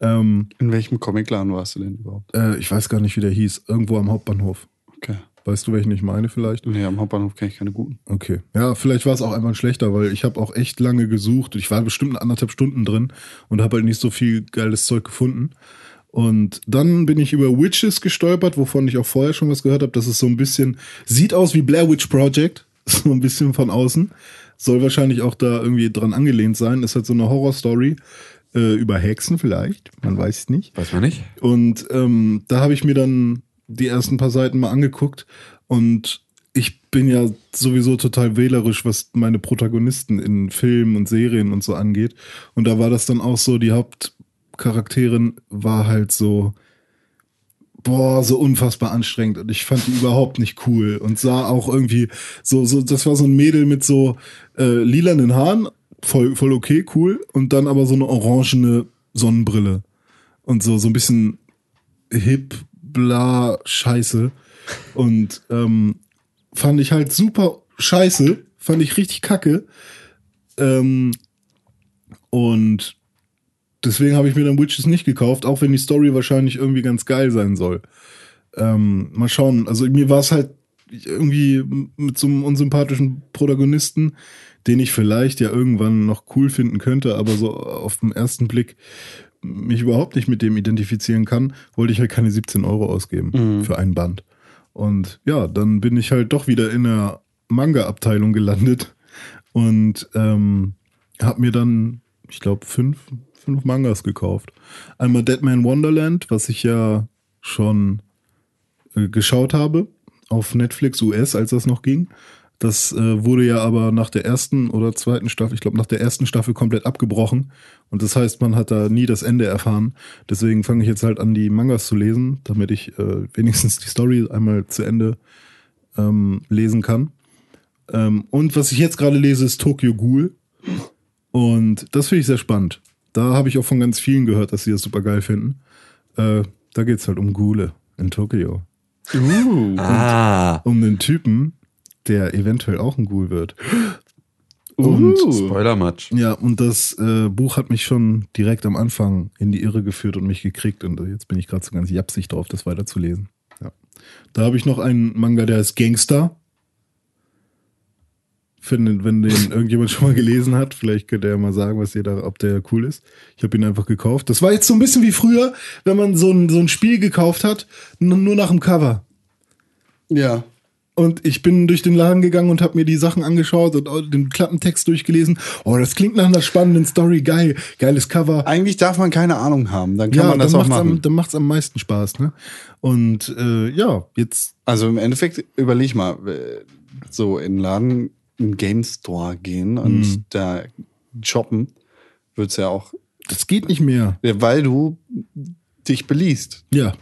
C: Ähm,
B: In welchem Comicladen warst du denn überhaupt?
C: äh, ich weiß gar nicht, wie der hieß. Irgendwo am Hauptbahnhof.
B: Okay.
C: Weißt du, welchen ich meine vielleicht?
B: Nee, am Hauptbahnhof kenne ich keine guten.
C: Okay. Ja, vielleicht war es auch einfach ein schlechter, weil ich habe auch echt lange gesucht. Ich war bestimmt anderthalb Stunden drin und habe halt nicht so viel geiles Zeug gefunden. Und dann bin ich über Witches gestolpert, wovon ich auch vorher schon was gehört habe. Das ist so ein bisschen, sieht aus wie Blair Witch Project, so ein bisschen von außen. Soll wahrscheinlich auch da irgendwie dran angelehnt sein. Ist halt so eine Horrorstory äh, über Hexen vielleicht, man weiß es nicht.
D: Weiß man nicht.
C: Und ähm, da habe ich mir dann die ersten paar Seiten mal angeguckt und ich bin ja sowieso total wählerisch, was meine Protagonisten in Filmen und Serien und so angeht. Und da war das dann auch so, die Hauptcharakterin war halt so, boah, so unfassbar anstrengend und ich fand die überhaupt nicht cool und sah auch irgendwie so, so das war so ein Mädel mit so äh, lilanen Haaren, voll, voll okay, cool und dann aber so eine orangene Sonnenbrille und so, so ein bisschen hip, bla, scheiße und ähm, fand ich halt super scheiße, fand ich richtig kacke ähm, und deswegen habe ich mir dann Witches nicht gekauft, auch wenn die Story wahrscheinlich irgendwie ganz geil sein soll. Ähm, mal schauen. Also mir war es halt irgendwie mit so einem unsympathischen Protagonisten, den ich vielleicht ja irgendwann noch cool finden könnte, aber so auf den ersten Blick mich überhaupt nicht mit dem identifizieren kann, wollte ich halt keine 17 Euro ausgeben für ein Band. Und ja, dann bin ich halt doch wieder in der Manga-Abteilung gelandet und ähm, habe mir dann, ich glaube, fünf, fünf Mangas gekauft. Einmal Deadman Wonderland, was ich ja schon äh, geschaut habe auf Netflix US, als das noch ging. Das äh, wurde ja aber nach der ersten oder zweiten Staffel, ich glaube nach der ersten Staffel komplett abgebrochen. Und das heißt, man hat da nie das Ende erfahren. Deswegen fange ich jetzt halt an, die Mangas zu lesen, damit ich äh, wenigstens die Story einmal zu Ende ähm, lesen kann. Ähm, und was ich jetzt gerade lese, ist Tokyo Ghoul. Und das finde ich sehr spannend. Da habe ich auch von ganz vielen gehört, dass sie das super geil finden. Äh, da geht es halt um Ghule in Tokio.
B: Uh.
D: Ah.
C: Um den Typen, der eventuell auch ein Ghoul wird.
B: Und
D: Uh. Spoilermatch.
C: Ja, und das äh, Buch hat mich schon direkt am Anfang in die Irre geführt und mich gekriegt. Und jetzt bin ich gerade so ganz japsig drauf, das weiterzulesen. Ja. Da habe ich noch einen Manga, der heißt Gangster. Finde, wenn den irgendjemand schon mal gelesen hat, vielleicht könnt ihr ja mal sagen, was ihr da, ob der cool ist. Ich habe ihn einfach gekauft. Das war jetzt so ein bisschen wie früher, wenn man so ein, so ein Spiel gekauft hat, n- nur nach dem Cover.
B: ja.
C: Und ich bin durch den Laden gegangen und habe mir die Sachen angeschaut und auch den Klappentext durchgelesen. Oh, das klingt nach einer spannenden Story. Geil. Geiles Cover.
B: Eigentlich darf man keine Ahnung haben, dann kann man das
C: dann
B: auch
C: macht's
B: machen.
C: Am, dann macht's am meisten Spaß, ne? Und äh, ja, jetzt.
B: Also im Endeffekt, überleg mal, äh, so in den Laden, in den Game Store gehen und
C: Mhm.
B: da shoppen, wird's ja auch,
C: Das geht nicht mehr.
B: ja, weil du dich beliest
C: Ja.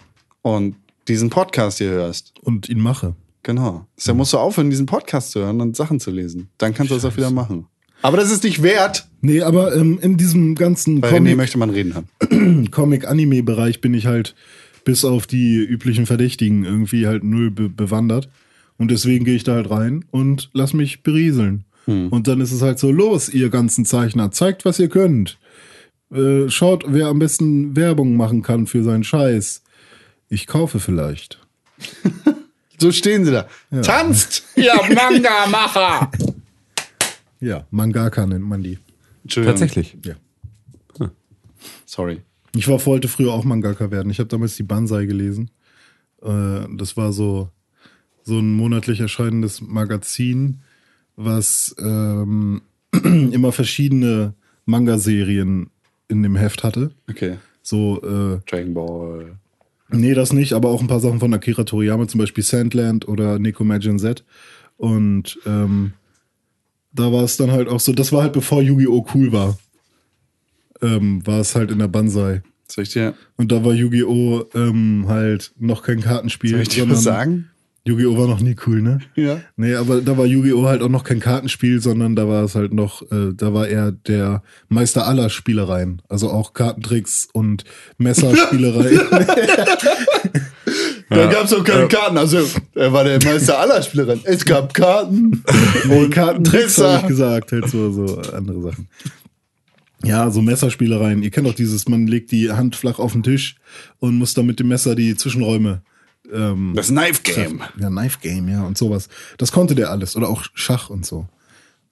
B: und diesen Podcast hier hörst.
C: Und ihn mache.
B: Genau.
C: Mhm.
B: Deshalb musst du aufhören, diesen Podcast zu hören und Sachen zu lesen. Dann kannst du das auch wieder machen. Aber das ist nicht wert,
C: Nee, aber ähm, in diesem ganzen
B: weil René möchte man reden haben.
C: Comic-Anime-Bereich bin ich halt bis auf die üblichen Verdächtigen irgendwie halt null be bewandert. Und deswegen gehe ich da halt rein und lass mich berieseln. Und dann ist es halt so, los, ihr ganzen Zeichner, zeigt, was ihr könnt. Äh, schaut, wer am besten Werbung machen kann für seinen Scheiß. Ich kaufe vielleicht.
B: So stehen sie da. Tanzt! Ja, Manga-Macher!
C: Ja, Mangaka nennt man die.
B: Entschuldigung.
D: Tatsächlich.
C: Ja.
B: Sorry.
C: Ich war, wollte früher auch Mangaka werden. Ich habe damals die Banzai gelesen. Äh, das war so, so ein monatlich erscheinendes Magazin, was ähm, immer verschiedene Manga-Serien in dem Heft hatte.
B: Okay.
C: So, äh,
B: Dragon Ball.
C: Nee, das nicht, aber auch ein paar Sachen von Akira Toriyama, zum Beispiel Sandland oder Nico Majin Z. Und ähm, da war es dann halt auch so, das war halt bevor Yu-Gi-Oh! cool war. Ähm, war es halt in der Banzai.
B: Soll ich dir,
C: Und da war Yu-Gi-Oh! Ähm, halt noch kein Kartenspiel.
B: soll ich dir was sagen?
C: Yu-Gi-Oh! war noch nie cool, ne?
B: Ja.
C: Nee, aber da war Yu-Gi-Oh! halt auch noch kein Kartenspiel, sondern da war es halt noch, äh, da war er der Meister aller Spielereien. Also auch Kartentricks und Messerspielereien.
B: Da gab es auch keine Karten. Also, er war der Meister aller Spielerinnen. Es gab Karten.
C: Nee, Kartentricks
B: Messer.
C: habe ich gesagt, halt so, so andere Sachen. Ja, so Messerspielereien. Ihr kennt doch dieses, man legt die Hand flach auf den Tisch und muss dann mit dem Messer die Zwischenräume. Ähm,
B: Das Knife Game.
C: ja, Knife Game, ja, und sowas. Das konnte der alles. Oder auch Schach und so.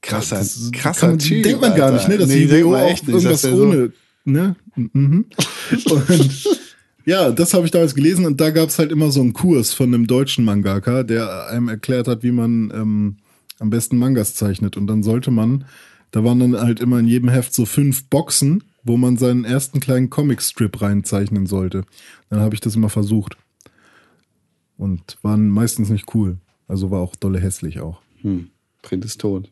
B: Krasser,
C: Das
B: krasser
C: kann man,
B: Typ.
C: Denkt man gar
B: Alter.
C: nicht, ne? Dass
B: Nee,
C: die
B: denkt
C: WO
B: man
C: auch
B: echt nicht, dass
C: irgendwas
B: der so-
C: ohne, ne? Mhm. Und ja, das habe ich damals gelesen und da gab es halt immer so einen Kurs von einem deutschen Mangaka, der einem erklärt hat, wie man ähm, am besten Mangas zeichnet. Und dann sollte man, da waren dann halt immer in jedem Heft so fünf Boxen, wo man seinen ersten kleinen Comicstrip reinzeichnen sollte. Dann habe ich das immer versucht. Und waren meistens nicht cool. Also war auch dolle hässlich auch.
B: Hm. Print ist tot.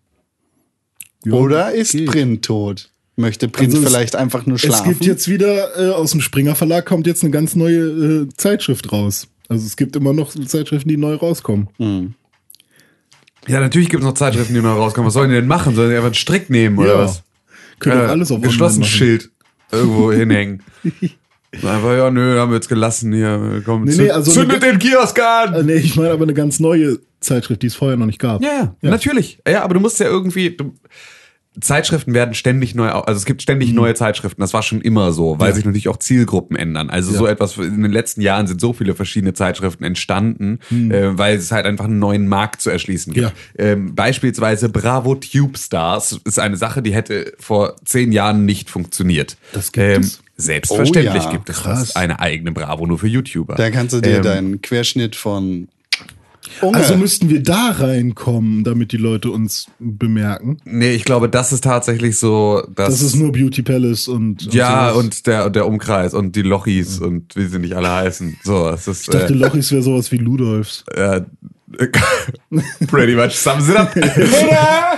C: Ja.
B: Oder ist
C: Geht.
B: Print tot? Möchte Print
C: Also es-
B: vielleicht einfach nur
C: Es
B: schlafen?
C: gibt jetzt wieder äh, aus dem Springer Verlag kommt jetzt eine ganz neue äh, Zeitschrift raus. Also es gibt immer noch Zeitschriften, die neu rauskommen.
D: Ja, natürlich gibt es noch Zeitschriften, die noch rauskommen. Was sollen die denn machen? Sollen die einfach einen Strick nehmen oder was?
C: Können auch
D: Äh,
C: alles auf
D: geschlossen
C: online machen.
D: Schild irgendwo hinhängen. So einfach, ja, nö, haben wir jetzt gelassen hier. Komm,
C: Nee,
D: zünd,
C: nee, also
D: zündet
C: eine-
D: den Kiosk an!
C: Äh, nee, ich meine aber eine ganz neue Zeitschrift, die es vorher noch nicht gab.
D: Ja, ja, natürlich. Ja, aber du musst ja irgendwie. Du, Zeitschriften werden ständig neu, au- also es gibt ständig neue Zeitschriften. Das war schon immer so, weil sich natürlich auch Zielgruppen ändern. Also so etwas in den letzten Jahren sind so viele verschiedene Zeitschriften entstanden, äh, weil es halt einfach einen neuen Markt zu erschließen gibt.
C: Ja.
D: Ähm, beispielsweise Bravo Tube Stars ist eine Sache, die hätte vor zehn Jahren nicht funktioniert. Ähm,
C: Das gibt es?
D: Selbstverständlich
B: Oh ja,
D: gibt es
C: krass.
D: das. Eine eigene Bravo nur für YouTuber.
B: Da kannst du dir
D: Ähm,
B: deinen Querschnitt von Unge.
C: Also müssten wir da reinkommen, damit die Leute uns bemerken.
D: Nee, ich glaube, das ist tatsächlich so, dass
C: Das ist nur Beauty Palace und, und
D: Ja,
C: sowas.
D: und der, der Umkreis und die Lochis und wie sie nicht alle heißen. So, es ist
C: ich dachte,
D: äh,
C: Lochis wäre sowas wie Ludolfs.
D: äh, pretty much sums it up.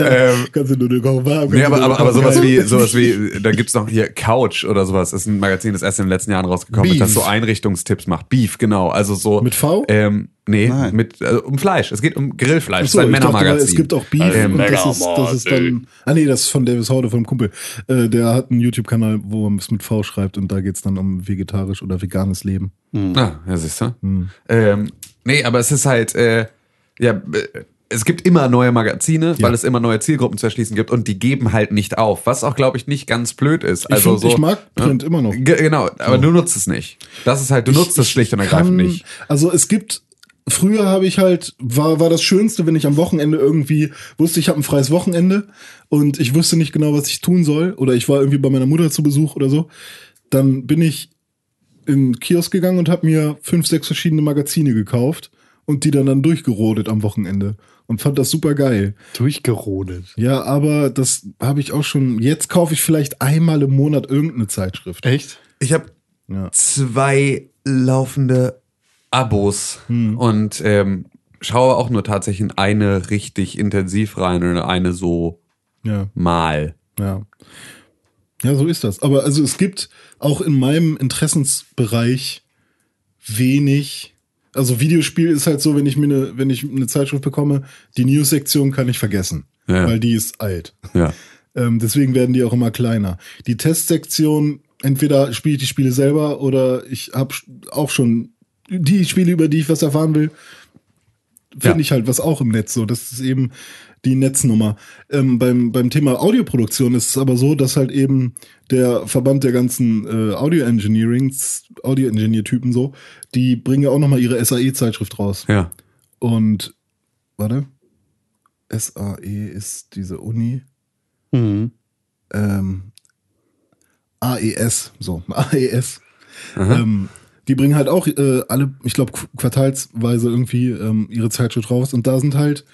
D: ähm,
C: Kannst du nur den Kopf haben.
D: nee,
C: kannst du nur
D: aber, aber,
C: den
D: aber
C: Kopf
D: sowas
C: haben.
D: wie, sowas wie, da gibt's noch hier Couch oder sowas. Ist ein Magazin, das erst in den letzten Jahren rausgekommen ist, das
B: Beef.
D: so Einrichtungstipps macht. Beef, genau. Also so.
C: Mit V?
D: Ähm, nee,
B: Nein.
D: mit, äh, um Fleisch. Es geht um Grillfleisch.
C: Ach so,
D: es ist ein
C: ich dachte,
D: Männermagazin.
C: weil es gibt auch Beef
D: Ähm,
C: und das ist, das ist dann. Ah nee, das ist von Davis Haude, vom Kumpel. Äh, der hat einen YouTube-Kanal, wo er es mit V schreibt und da geht's dann um vegetarisch oder veganes Leben.
D: Ah, ja, siehst du. Ähm, nee, aber es ist halt, äh, ja, äh, es gibt immer neue Magazine, weil es immer neue Zielgruppen zu erschließen gibt und die geben halt nicht auf, was auch, glaube ich, nicht ganz blöd ist.
C: Ich,
D: also
C: find,
D: so,
C: ich mag
D: ne?
C: Print immer noch.
D: Ge- Genau, aber du nutzt es nicht. Das ist halt, du nutzt es schlicht und
C: kann-
D: ergreifend nicht.
C: Also es gibt, früher habe ich halt, war, war das Schönste, wenn ich am Wochenende irgendwie wusste, ich habe ein freies Wochenende und ich wusste nicht genau, was ich tun soll. Oder ich war irgendwie bei meiner Mutter zu Besuch oder so. Dann bin ich in den Kiosk gegangen und habe mir fünf, sechs verschiedene Magazine gekauft und die dann dann durchgerodet am Wochenende und fand das super geil.
B: durchgerodet.
C: Ja, aber das habe ich auch schon. Jetzt kaufe ich vielleicht einmal im Monat irgendeine Zeitschrift.
B: Echt?
D: Ich habe
C: Ja.
D: zwei laufende Abos und ähm, schaue auch nur tatsächlich in eine richtig intensiv rein und in eine so
C: Ja.
D: mal.
C: Ja. Ja, so ist das. Aber also es gibt auch in meinem Interessensbereich wenig. Also Videospiel ist halt so, wenn ich mir eine, wenn ich eine Zeitschrift bekomme, die News-Sektion kann ich vergessen,
D: Ja.
C: weil die ist alt.
D: Ja.
C: Ähm, deswegen werden die auch immer kleiner. Die Testsektion, entweder spiele ich die Spiele selber oder ich habe auch schon die Spiele, über die ich was erfahren will, finde
D: Ja.
C: ich halt was auch im Netz so. Das ist eben, die Netznummer. Ähm, beim, beim Thema Audioproduktion ist es aber so, dass halt eben der Verband der ganzen äh, Audio Engineerings, Audio Engineer Typen so, die bringen ja auch nochmal ihre SAE Zeitschrift raus.
D: Ja.
C: Und warte, SAE ist diese Uni.
B: Mhm.
C: ähm, AES, so, AES. Ähm, die bringen halt auch äh, alle, ich glaube, quartalsweise irgendwie ähm, ihre Zeitschrift raus und da sind halt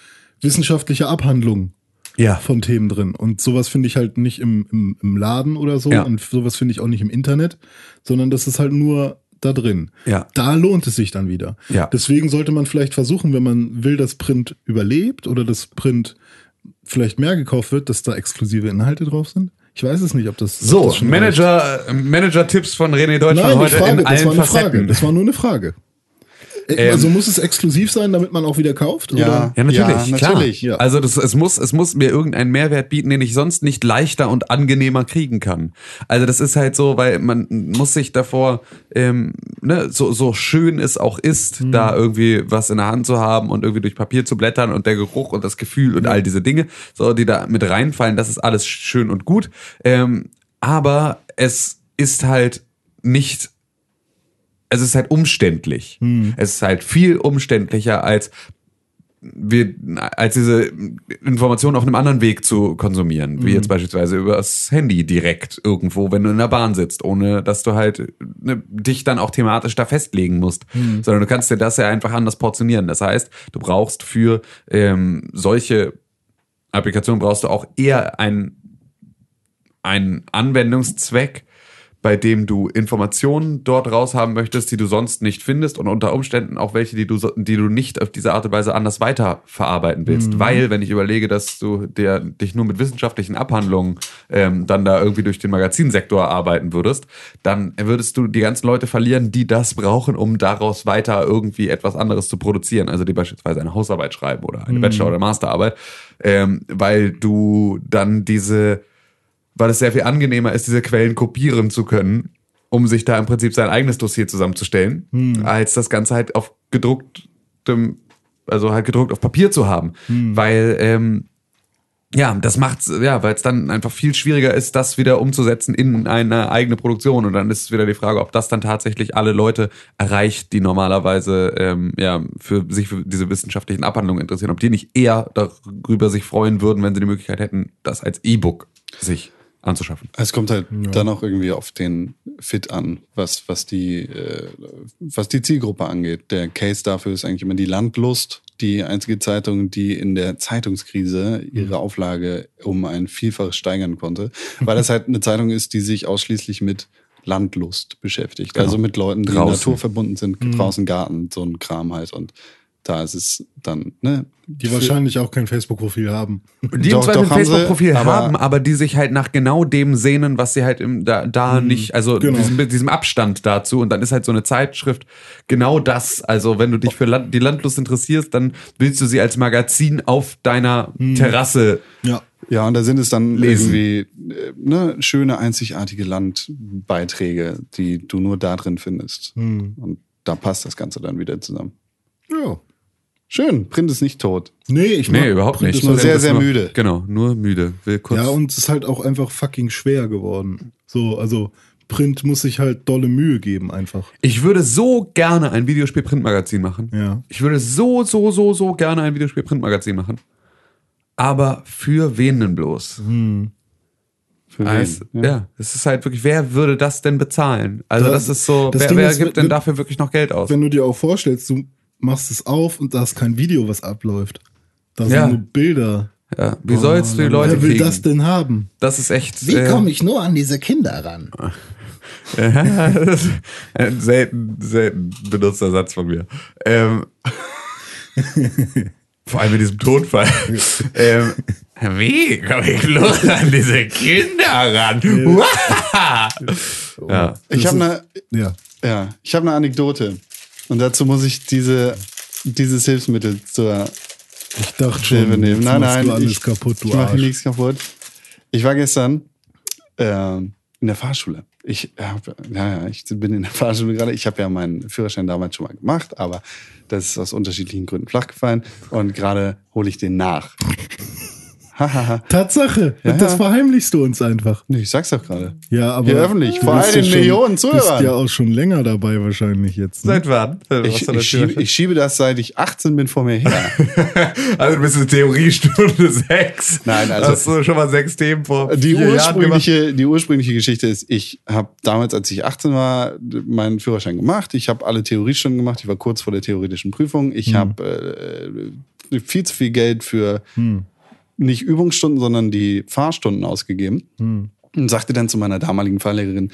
C: wissenschaftliche Abhandlungen
D: Ja.
C: von Themen drin. Und sowas finde ich halt nicht im, im, im Laden oder so
D: Ja.
C: und sowas finde ich auch nicht im Internet, sondern das ist halt nur da drin.
D: Ja.
C: Da lohnt es sich dann wieder.
D: Ja.
C: Deswegen sollte man vielleicht versuchen, wenn man will, dass Print überlebt oder dass Print vielleicht mehr gekauft wird, dass da exklusive Inhalte drauf sind. Ich weiß es nicht, ob das ob
D: So,
C: das schon
D: Manager, äh, Manager-Tipps von René
C: reicht.
D: Deutschmann
C: Nein, eine Frage,
D: heute in
C: das war
D: allen
C: eine Frage.
D: Facetten.
C: Das war nur eine Frage. Äh,
D: Ähm.
C: also muss es exklusiv sein, damit man auch wieder kauft?
B: Ja.
C: Oder?
D: Ja, natürlich,
B: Ja,
D: klar.
B: natürlich,
C: ja.
D: Also das, es, muss, es muss mir irgendeinen Mehrwert bieten, den ich sonst nicht leichter und angenehmer kriegen kann. Also das ist halt so, weil man muss sich davor, ähm, ne, so, so schön es auch ist,
B: Mhm.
D: da irgendwie was in der Hand zu haben und irgendwie durch Papier zu blättern und der Geruch und das Gefühl und all diese Dinge, so, die da mit reinfallen, das ist alles schön und gut. Ähm, aber es ist halt nicht es ist halt umständlich.
B: Mhm.
D: Es ist halt viel umständlicher als wir, als diese Information auf einem anderen Weg zu konsumieren, wie jetzt beispielsweise übers Handy direkt irgendwo, wenn du in der Bahn sitzt, ohne dass du halt ne, dich dann auch thematisch da festlegen musst, sondern du kannst dir das ja einfach anders portionieren. Das heißt, du brauchst für ähm, solche Applikationen brauchst du auch eher einen einen Anwendungszweck, bei dem du Informationen dort raushaben möchtest, die du sonst nicht findest und unter Umständen auch welche, die du, so- die du nicht auf diese Art und Weise anders weiterverarbeiten willst. Weil, wenn ich überlege, dass du der, dich nur mit wissenschaftlichen Abhandlungen ähm, dann da irgendwie durch den Magazinsektor arbeiten würdest, dann würdest du die ganzen Leute verlieren, die das brauchen, um daraus weiter irgendwie etwas anderes zu produzieren. Also die beispielsweise eine Hausarbeit schreiben oder eine Bachelor- oder Masterarbeit, ähm, weil du dann diese weil es sehr viel angenehmer ist, diese Quellen kopieren zu können, um sich da im Prinzip sein eigenes Dossier zusammenzustellen, als das Ganze halt auf gedrucktem, also halt gedruckt auf Papier zu haben. Weil, ähm, ja, das macht's, ja, weil es dann einfach viel schwieriger ist, das wieder umzusetzen in eine eigene Produktion. Und dann ist wieder die Frage, ob das dann tatsächlich alle Leute erreicht, die normalerweise ähm, ja, für sich für diese wissenschaftlichen Abhandlungen interessieren, ob die nicht eher darüber sich freuen würden, wenn sie die Möglichkeit hätten, das als E-Book sich anzuschaffen.
B: Es kommt halt dann auch irgendwie auf den Fit an, was, was, die, äh, was die Zielgruppe angeht. Der Case dafür ist eigentlich immer die Landlust, die einzige Zeitung, die in der Zeitungskrise
C: Mhm.
B: ihre Auflage um ein Vielfaches steigern konnte, weil das halt eine Zeitung ist, die sich ausschließlich mit Landlust beschäftigt.
C: Genau.
B: Also mit Leuten, die
D: Draußen.
B: naturverbunden sind,
C: Mhm.
B: draußen Garten, so ein Kram halt. Und da ist es dann, ne?
C: Die wahrscheinlich auch kein Facebook-Profil haben.
D: Die
B: Doch,
D: im Zweifel
B: doch,
D: ein
B: haben sie,
D: Facebook-Profil
B: aber-
D: haben, aber die sich halt nach genau dem sehnen, was sie halt im, da, da
B: Mhm.
D: nicht, also
C: genau.
D: diesem, mit diesem Abstand dazu. Und dann ist halt so eine Zeitschrift genau das. Also wenn du dich für Land, die Landlust interessierst, dann willst du sie als Magazin auf deiner
B: Mhm.
D: Terrasse.
C: Ja.
B: Ja, und da sind es dann
D: Lesen.
B: irgendwie äh, ne, schöne, einzigartige Landbeiträge, die du nur da drin findest. Und da passt das Ganze dann wieder zusammen.
C: Ja.
B: Schön, Print ist nicht tot.
C: Nee, ich
D: Nee,
C: mag
D: überhaupt
C: Print
D: nicht.
C: ist nur
B: nur sehr, sehr
D: nur-
B: müde.
D: Genau, nur müde. Will kurz.
C: Ja, und es ist halt auch einfach fucking schwer geworden. So, also Print muss sich halt dolle Mühe geben einfach.
D: ich würde so gerne ein Videospiel-Printmagazin machen.
C: Ja.
D: Ich würde so, so, so, so gerne ein Videospiel-Printmagazin machen. Aber für wen denn bloß?
B: Für
D: Also,
B: wen?
D: ja. es ist halt wirklich, wer würde das denn bezahlen? Also
C: Da-
D: das ist so,
C: das
D: wer,
C: Ding
D: wer
C: ist,
D: gibt denn
C: wenn-
D: dafür wirklich noch Geld aus?
C: Wenn du dir auch vorstellst, du machst es auf und da ist kein Video, was abläuft. Da
D: Ja.
C: sind nur Bilder.
D: Ja, wie sollst du die
C: Oh,
D: Leute
C: Wer will
D: kriegen?
C: das denn haben?
D: Das ist echt
E: Wie
D: äh,
E: komme ich nur an diese Kinder ran?
D: ein selten, selten benutzter Satz von mir. Ähm, vor allem in diesem Tonfall. ähm, wie komme ich bloß an diese Kinder ran? ja.
B: Ich habe eine
C: Ja.
B: ja, ich hab ne Anekdote. Und dazu muss ich diese, dieses Hilfsmittel zur
C: Ich dachte
B: Hilfe
C: schon,
B: nehmen.
C: jetzt
B: Nein,
C: machst
B: nein,
C: du alles
B: ich,
C: kaputt, du
B: ich mache
C: Arsch.
B: nichts kaputt. Ich war gestern ähm, in der Fahrschule. Ich, hab, ja, ja, ich bin in der Fahrschule gerade. Ich habe ja meinen Führerschein damals schon mal gemacht, aber das ist aus unterschiedlichen Gründen flachgefallen. Und gerade hole ich den nach. Hahaha.
C: Tatsache.
B: Ja,
C: Und das
B: ja.
C: verheimlichst du uns einfach.
B: nee, ich sag's doch gerade.
C: Ja, aber.
B: Hier öffentlich,
C: du
B: vor
C: bist
B: all den
C: ja schon-
B: Millionen
C: bist
B: Zuhörern.
C: ja auch schon länger dabei wahrscheinlich jetzt. Ne?
D: Seit wann? Was
B: Ich,
D: hat das
B: ich, schiebe,
D: für-
B: ich schiebe das, seit ich 18 bin, vor mir her.
D: also du bist in Theoriestunde 6.
B: Nein, also-
D: Hast du schon mal sechs Themen vor
B: Die
D: vier Jahren gemacht?
B: ursprüngliche, die ursprüngliche Geschichte ist, ich habe damals, als ich 18 war, d- meinen Führerschein gemacht. Ich habe alle Theoriestunden gemacht. Ich war kurz vor der theoretischen Prüfung. Ich habe äh, viel zu viel Geld für nicht Übungsstunden, sondern die Fahrstunden ausgegeben. Und sagte dann zu meiner damaligen Fahrlehrerin,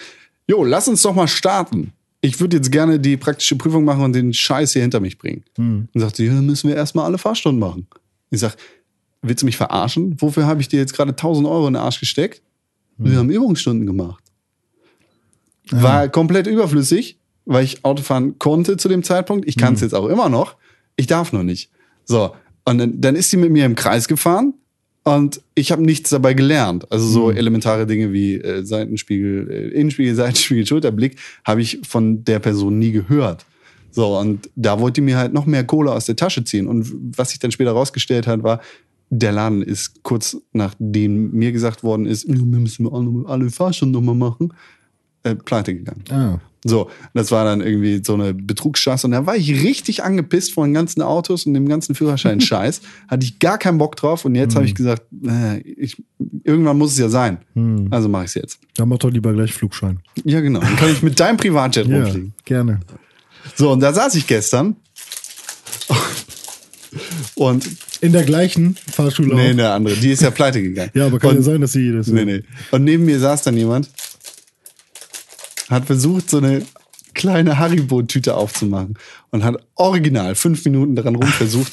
B: Jo, lass uns doch mal starten. Ich würde jetzt gerne die praktische Prüfung machen und den Scheiß hier hinter mich bringen. Und sagte, ja, dann müssen wir erstmal alle Fahrstunden machen. Ich sag, willst du mich verarschen? Wofür habe ich dir jetzt gerade 1000 Euro in den Arsch gesteckt? Wir haben Übungsstunden gemacht. War komplett überflüssig, weil ich Autofahren konnte zu dem Zeitpunkt. Ich kann es jetzt auch immer noch. Ich darf nur nicht. So, und dann, dann ist sie mit mir im Kreis gefahren und ich habe nichts dabei gelernt. Also so elementare Dinge wie äh, Seitenspiegel, äh, Innenspiegel, Seitenspiegel, Schulterblick habe ich von der Person nie gehört. So, und da wollte die mir halt noch mehr Kohle aus der Tasche ziehen. Und was sich dann später rausgestellt hat, war, der Laden ist kurz nachdem mir gesagt worden ist, "Ja, wir müssen alle, alle Fahrstunden nochmal machen, äh, pleite gegangen.
C: Ah.
B: So, das war dann irgendwie so eine Betrugsscheiße. Und da war ich richtig angepisst von den ganzen Autos und dem ganzen Führerschein-Scheiß. Hatte ich gar keinen Bock drauf. Und jetzt habe
C: Hm.
B: ich gesagt, äh, ich, irgendwann muss es ja sein.
C: Hm.
B: Also mache ich es jetzt.
C: Dann mach doch lieber gleich Flugschein.
B: Ja, genau. Dann kann ich mit deinem Privatjet
C: Ja,
B: rumfliegen.
C: gerne.
B: So, und da saß ich gestern. Und
C: In der gleichen Fahrschule
B: nee,
C: auch.
B: eine andere. Die ist ja pleite gegangen.
C: Ja, aber kann
B: und,
C: ja sein, dass sie das.
B: Nee, nee. Und neben mir saß dann jemand, hat versucht, so eine kleine Haribo-Tüte aufzumachen und hat original fünf Minuten daran rumversucht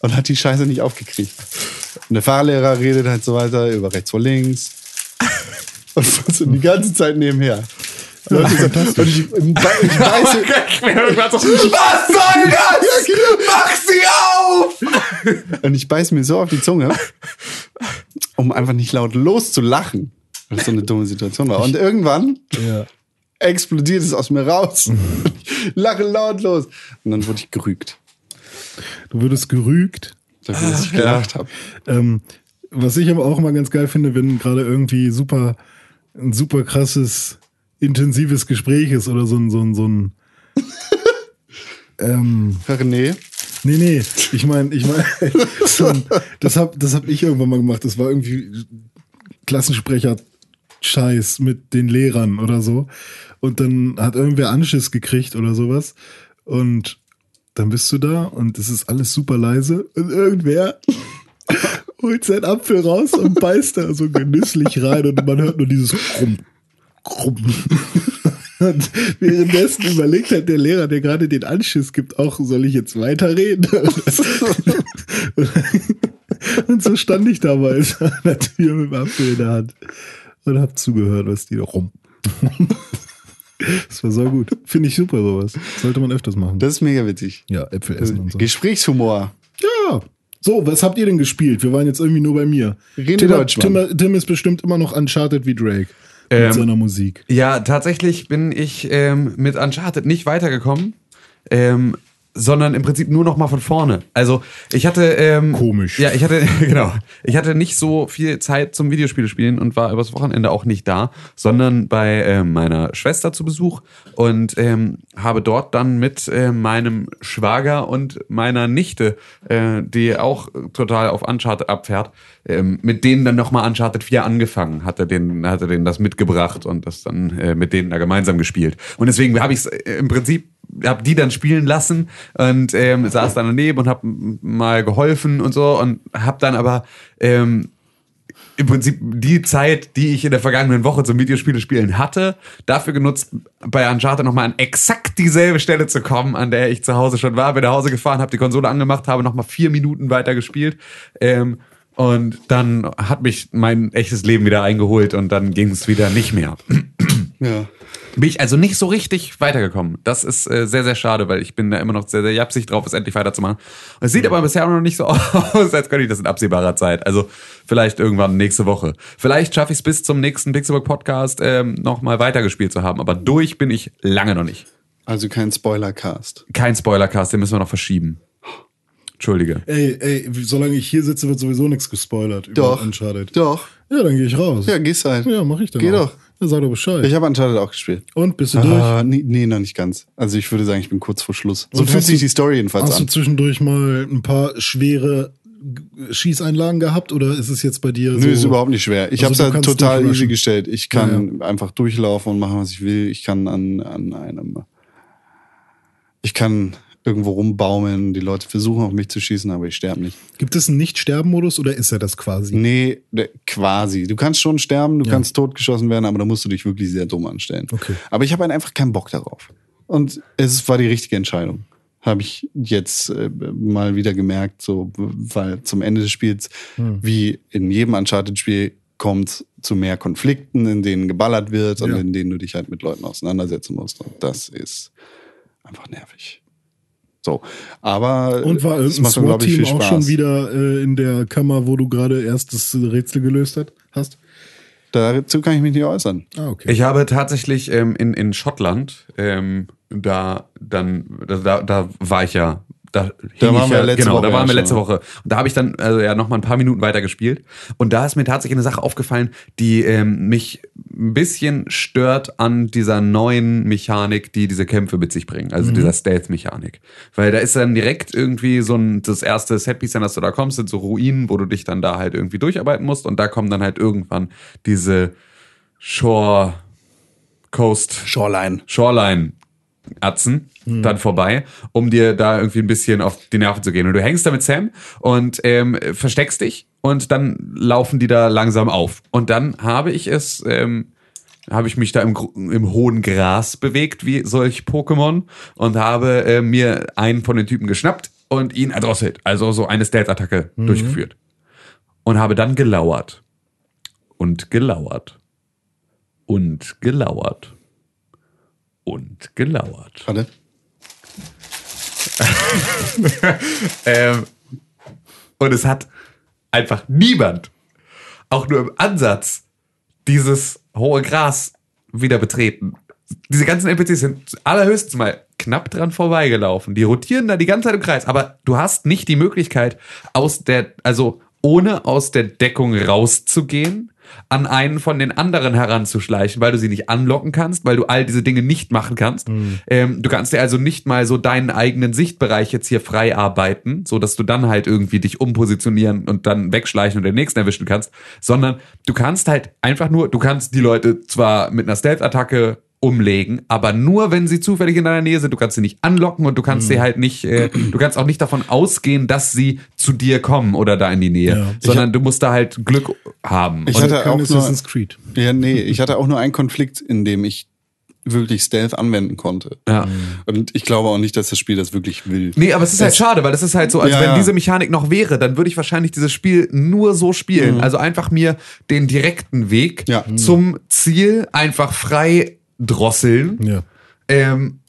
B: und hat die Scheiße nicht aufgekriegt. Und der Fahrlehrer redet halt so weiter über rechts vor links und so die ganze Zeit nebenher. Leute, und ich, ich weiß,
D: Was soll das? Mach sie auf!
B: Und ich beiß mir so auf die Zunge, um einfach nicht laut loszulachen. Weil es so eine dumme Situation war. Und irgendwann
C: Ja.
B: explodiert es aus mir raus. Ich lache laut los. Und dann wurde ich gerügt,
C: Du würdest gerügt.
B: dafür, dass ich gelacht habe.
C: Ähm, was ich aber auch immer ganz geil finde, wenn gerade irgendwie super, ein super krasses, intensives Gespräch ist oder so ein, so ein, so ein. ähm,
B: René,
C: Nee, nee, ich meine, ich meine, so ein- das hab, das hab ich irgendwann mal gemacht. Das war irgendwie Klassensprecher-Scheiß mit den Lehrern oder so. Und dann hat irgendwer Anschiss gekriegt oder sowas. Und dann bist du da und es ist alles super leise und irgendwer holt seinen Apfel raus und beißt da so genüsslich rein und man hört nur dieses Krumm, Krumm. Und währenddessen überlegt hat der Lehrer, der gerade den Anschiss gibt, auch, soll ich jetzt weiterreden? Und so stand ich damals an der Tür mit dem Apfel in der Hand und hab zugehört, was die da rum. Das war so gut. Finde ich super, sowas. Sollte man öfters machen.
B: das ist mega witzig.
C: ja, Äpfel essen und so.
B: Gesprächshumor.
C: Ja. So, was habt ihr denn gespielt? Wir waren jetzt irgendwie nur bei mir.
B: René
C: Tim, hat-
B: Deutschmann.
C: Tim, hat- Tim ist bestimmt immer noch uncharted wie Drake.
D: Ähm,
C: mit seiner Musik.
D: Ja, tatsächlich bin ich ähm, mit Uncharted nicht weitergekommen, ähm, sondern im Prinzip nur noch mal von vorne. Also ich hatte ähm,
C: Komisch.
D: Ja, ich hatte genau. Ich hatte nicht so viel Zeit zum Videospiele spielen und war übers Wochenende auch nicht da, sondern bei ähm, meiner Schwester zu Besuch und ähm, habe dort dann mit äh, meinem Schwager und meiner Nichte, äh, die auch total auf Uncharted abfährt, ähm, mit denen dann nochmal Uncharted 4 angefangen, hatte den, hatte denen das mitgebracht und das dann äh, mit denen da gemeinsam gespielt. Und deswegen habe ich es im Prinzip, habe die dann spielen lassen und ähm, saß dann daneben und habe mal geholfen und so und habe dann aber ähm, im Prinzip die Zeit, die ich in der vergangenen Woche zum Videospiele spielen hatte, dafür genutzt, bei Uncharted nochmal an exakt dieselbe Stelle zu kommen, an der ich zu Hause schon war. Bin nach Hause gefahren, habe die Konsole angemacht, habe nochmal vier Minuten weiter gespielt. Ähm, und dann hat mich mein echtes Leben wieder eingeholt und dann ging es wieder nicht mehr.
B: Ja.
D: bin ich also nicht so richtig weitergekommen. Das ist äh, sehr, sehr schade, weil ich bin da immer noch sehr, sehr japsig drauf, es endlich weiterzumachen. Und es sieht aber bisher auch noch nicht so aus, als könnte ich das in absehbarer Zeit. Also vielleicht irgendwann nächste Woche. Vielleicht schaffe ich es bis zum nächsten Pixelbook Podcast ähm, nochmal weitergespielt zu haben. Aber durch bin ich lange noch nicht.
B: Also kein Spoilercast.
D: Kein Spoilercast, den müssen wir noch verschieben. Entschuldige.
C: Ey, ey, wie- solange ich hier sitze, wird sowieso nichts gespoilert. über
B: Doch.
C: Uncharted.
B: Doch.
C: Ja, dann gehe ich raus.
B: Ja, gehst halt.
C: Ja, mach ich dann.
B: Geh
C: auch.
B: doch.
C: Ja, sag doch Bescheid.
B: Ich habe Uncharted auch gespielt.
C: Und bist du durch?
B: Ah, nee, nee, noch nicht ganz. Also ich würde sagen, ich bin kurz vor Schluss. So
C: Und
B: fühlt
C: hast
B: sich
C: du-
B: die Story jedenfalls
C: Hast du
B: an.
C: zwischendurch mal ein paar schwere G- Schießeinlagen gehabt oder ist es jetzt bei dir so?
B: Nö, ist überhaupt nicht schwer. Ich
C: Also
B: habe es
C: du
B: halt
C: kannst
B: total
C: durchrushen.
B: easy gestellt. Ich kann einfach durchlaufen und machen, was ich will. Ich kann an, an einem. Ich kann irgendwo rumbaumeln. Die Leute versuchen auf mich zu schießen, aber ich sterbe nicht.
C: Gibt es einen Nicht-Sterben-Modus oder ist er das quasi?
B: Nee, ne, quasi. Du kannst schon sterben, du
C: Ja.
B: kannst totgeschossen werden, aber da musst du dich wirklich sehr dumm anstellen.
C: Okay.
B: Aber ich habe halt einfach keinen Bock darauf. Und es war die richtige Entscheidung. Habe ich jetzt äh, mal wieder gemerkt, so, weil zum Ende des Spiels,
C: Hm.
B: wie in jedem Uncharted-Spiel, kommt zu mehr Konflikten, in denen geballert wird und
C: Ja.
B: in denen du dich halt mit Leuten auseinandersetzen musst. Und das ist einfach nervig. So, aber
C: Und war
B: es
C: irgendein
B: macht unglaublich
C: SWAT-Team
B: viel
C: auch
B: Spaß.
C: schon wieder äh, in der Kammer, wo du gerade erst das Rätsel gelöst hat, hast?
B: Dazu kann ich mich nicht äußern.
C: Ah, okay.
D: Ich habe tatsächlich ähm, in, in Schottland, ähm, da dann, da, da, da war ich ja. Da, hing
B: Da waren
D: ich
B: wir
D: ja,
B: letzte
D: genau,
B: Woche
D: Da waren
B: ja
D: wir letzte
B: schon.
D: Woche. Und da habe ich dann also ja noch mal ein paar Minuten weitergespielt. Und da ist mir tatsächlich eine Sache aufgefallen, die ähm, mich ein bisschen stört an dieser neuen Mechanik, die diese Kämpfe mit sich bringen.
B: Mhm.
D: Also dieser Stealth-Mechanik. Weil da ist dann direkt irgendwie so ein, das erste Setpiece, an das du da kommst, sind so Ruinen, wo du dich dann da halt irgendwie durcharbeiten musst. Und da kommen dann halt irgendwann diese Shore Coast
B: Shoreline.
D: Shoreline Atzen dann vorbei, um dir da irgendwie ein bisschen auf die Nerven zu gehen. Und du hängst da mit Sam und ähm, versteckst dich und dann laufen die da langsam auf. Und dann habe ich es, ähm, habe ich mich da im, Gro- im hohen Gras bewegt, wie solch Pokémon, und habe äh, mir einen von den Typen geschnappt und ihn erdrosselt, also so eine Stealth-Attacke durchgeführt. Und habe dann gelauert. Und gelauert. Und gelauert und gelauert.
B: Warte.
D: Ähm, und es hat einfach niemand, auch nur im Ansatz, dieses hohe Gras wieder betreten. Diese ganzen NPCs sind allerhöchstens mal knapp dran vorbeigelaufen. Die rotieren da die ganze Zeit im Kreis, aber du hast nicht die Möglichkeit, aus der, also ohne aus der Deckung rauszugehen, an einen von den anderen heranzuschleichen, weil du sie nicht anlocken kannst, weil du all diese Dinge nicht machen kannst. Ähm, du kannst dir also nicht mal so deinen eigenen Sichtbereich jetzt hier frei arbeiten, so dass du dann halt irgendwie dich umpositionieren und dann wegschleichen und den nächsten erwischen kannst, sondern du kannst halt einfach nur, du kannst die Leute zwar mit einer Stealth-Attacke umlegen, aber nur wenn sie zufällig in deiner Nähe sind. Du kannst sie nicht anlocken und du kannst sie halt nicht, äh, du kannst auch nicht davon ausgehen, dass sie zu dir kommen oder da in die Nähe,
C: Ja.
D: sondern du musst da halt Glück haben.
B: Ich
D: Und-
B: hatte auch
C: Kein
B: nur-
C: Assassin's Creed.
B: Ja, nee, ich hatte auch nur einen Konflikt, in dem ich wirklich Stealth anwenden konnte.
D: Ja.
B: Und ich glaube auch nicht, dass das Spiel das wirklich will.
D: Nee, aber es ist halt schade, weil das ist halt so, als
B: Ja,
D: wenn
B: ja.
D: diese Mechanik noch wäre, dann würde ich wahrscheinlich dieses Spiel nur so spielen. Also einfach mir den direkten Weg
B: Mhm. Ja.
D: zum Ziel einfach frei drosseln.
C: Ja.
D: Ähm,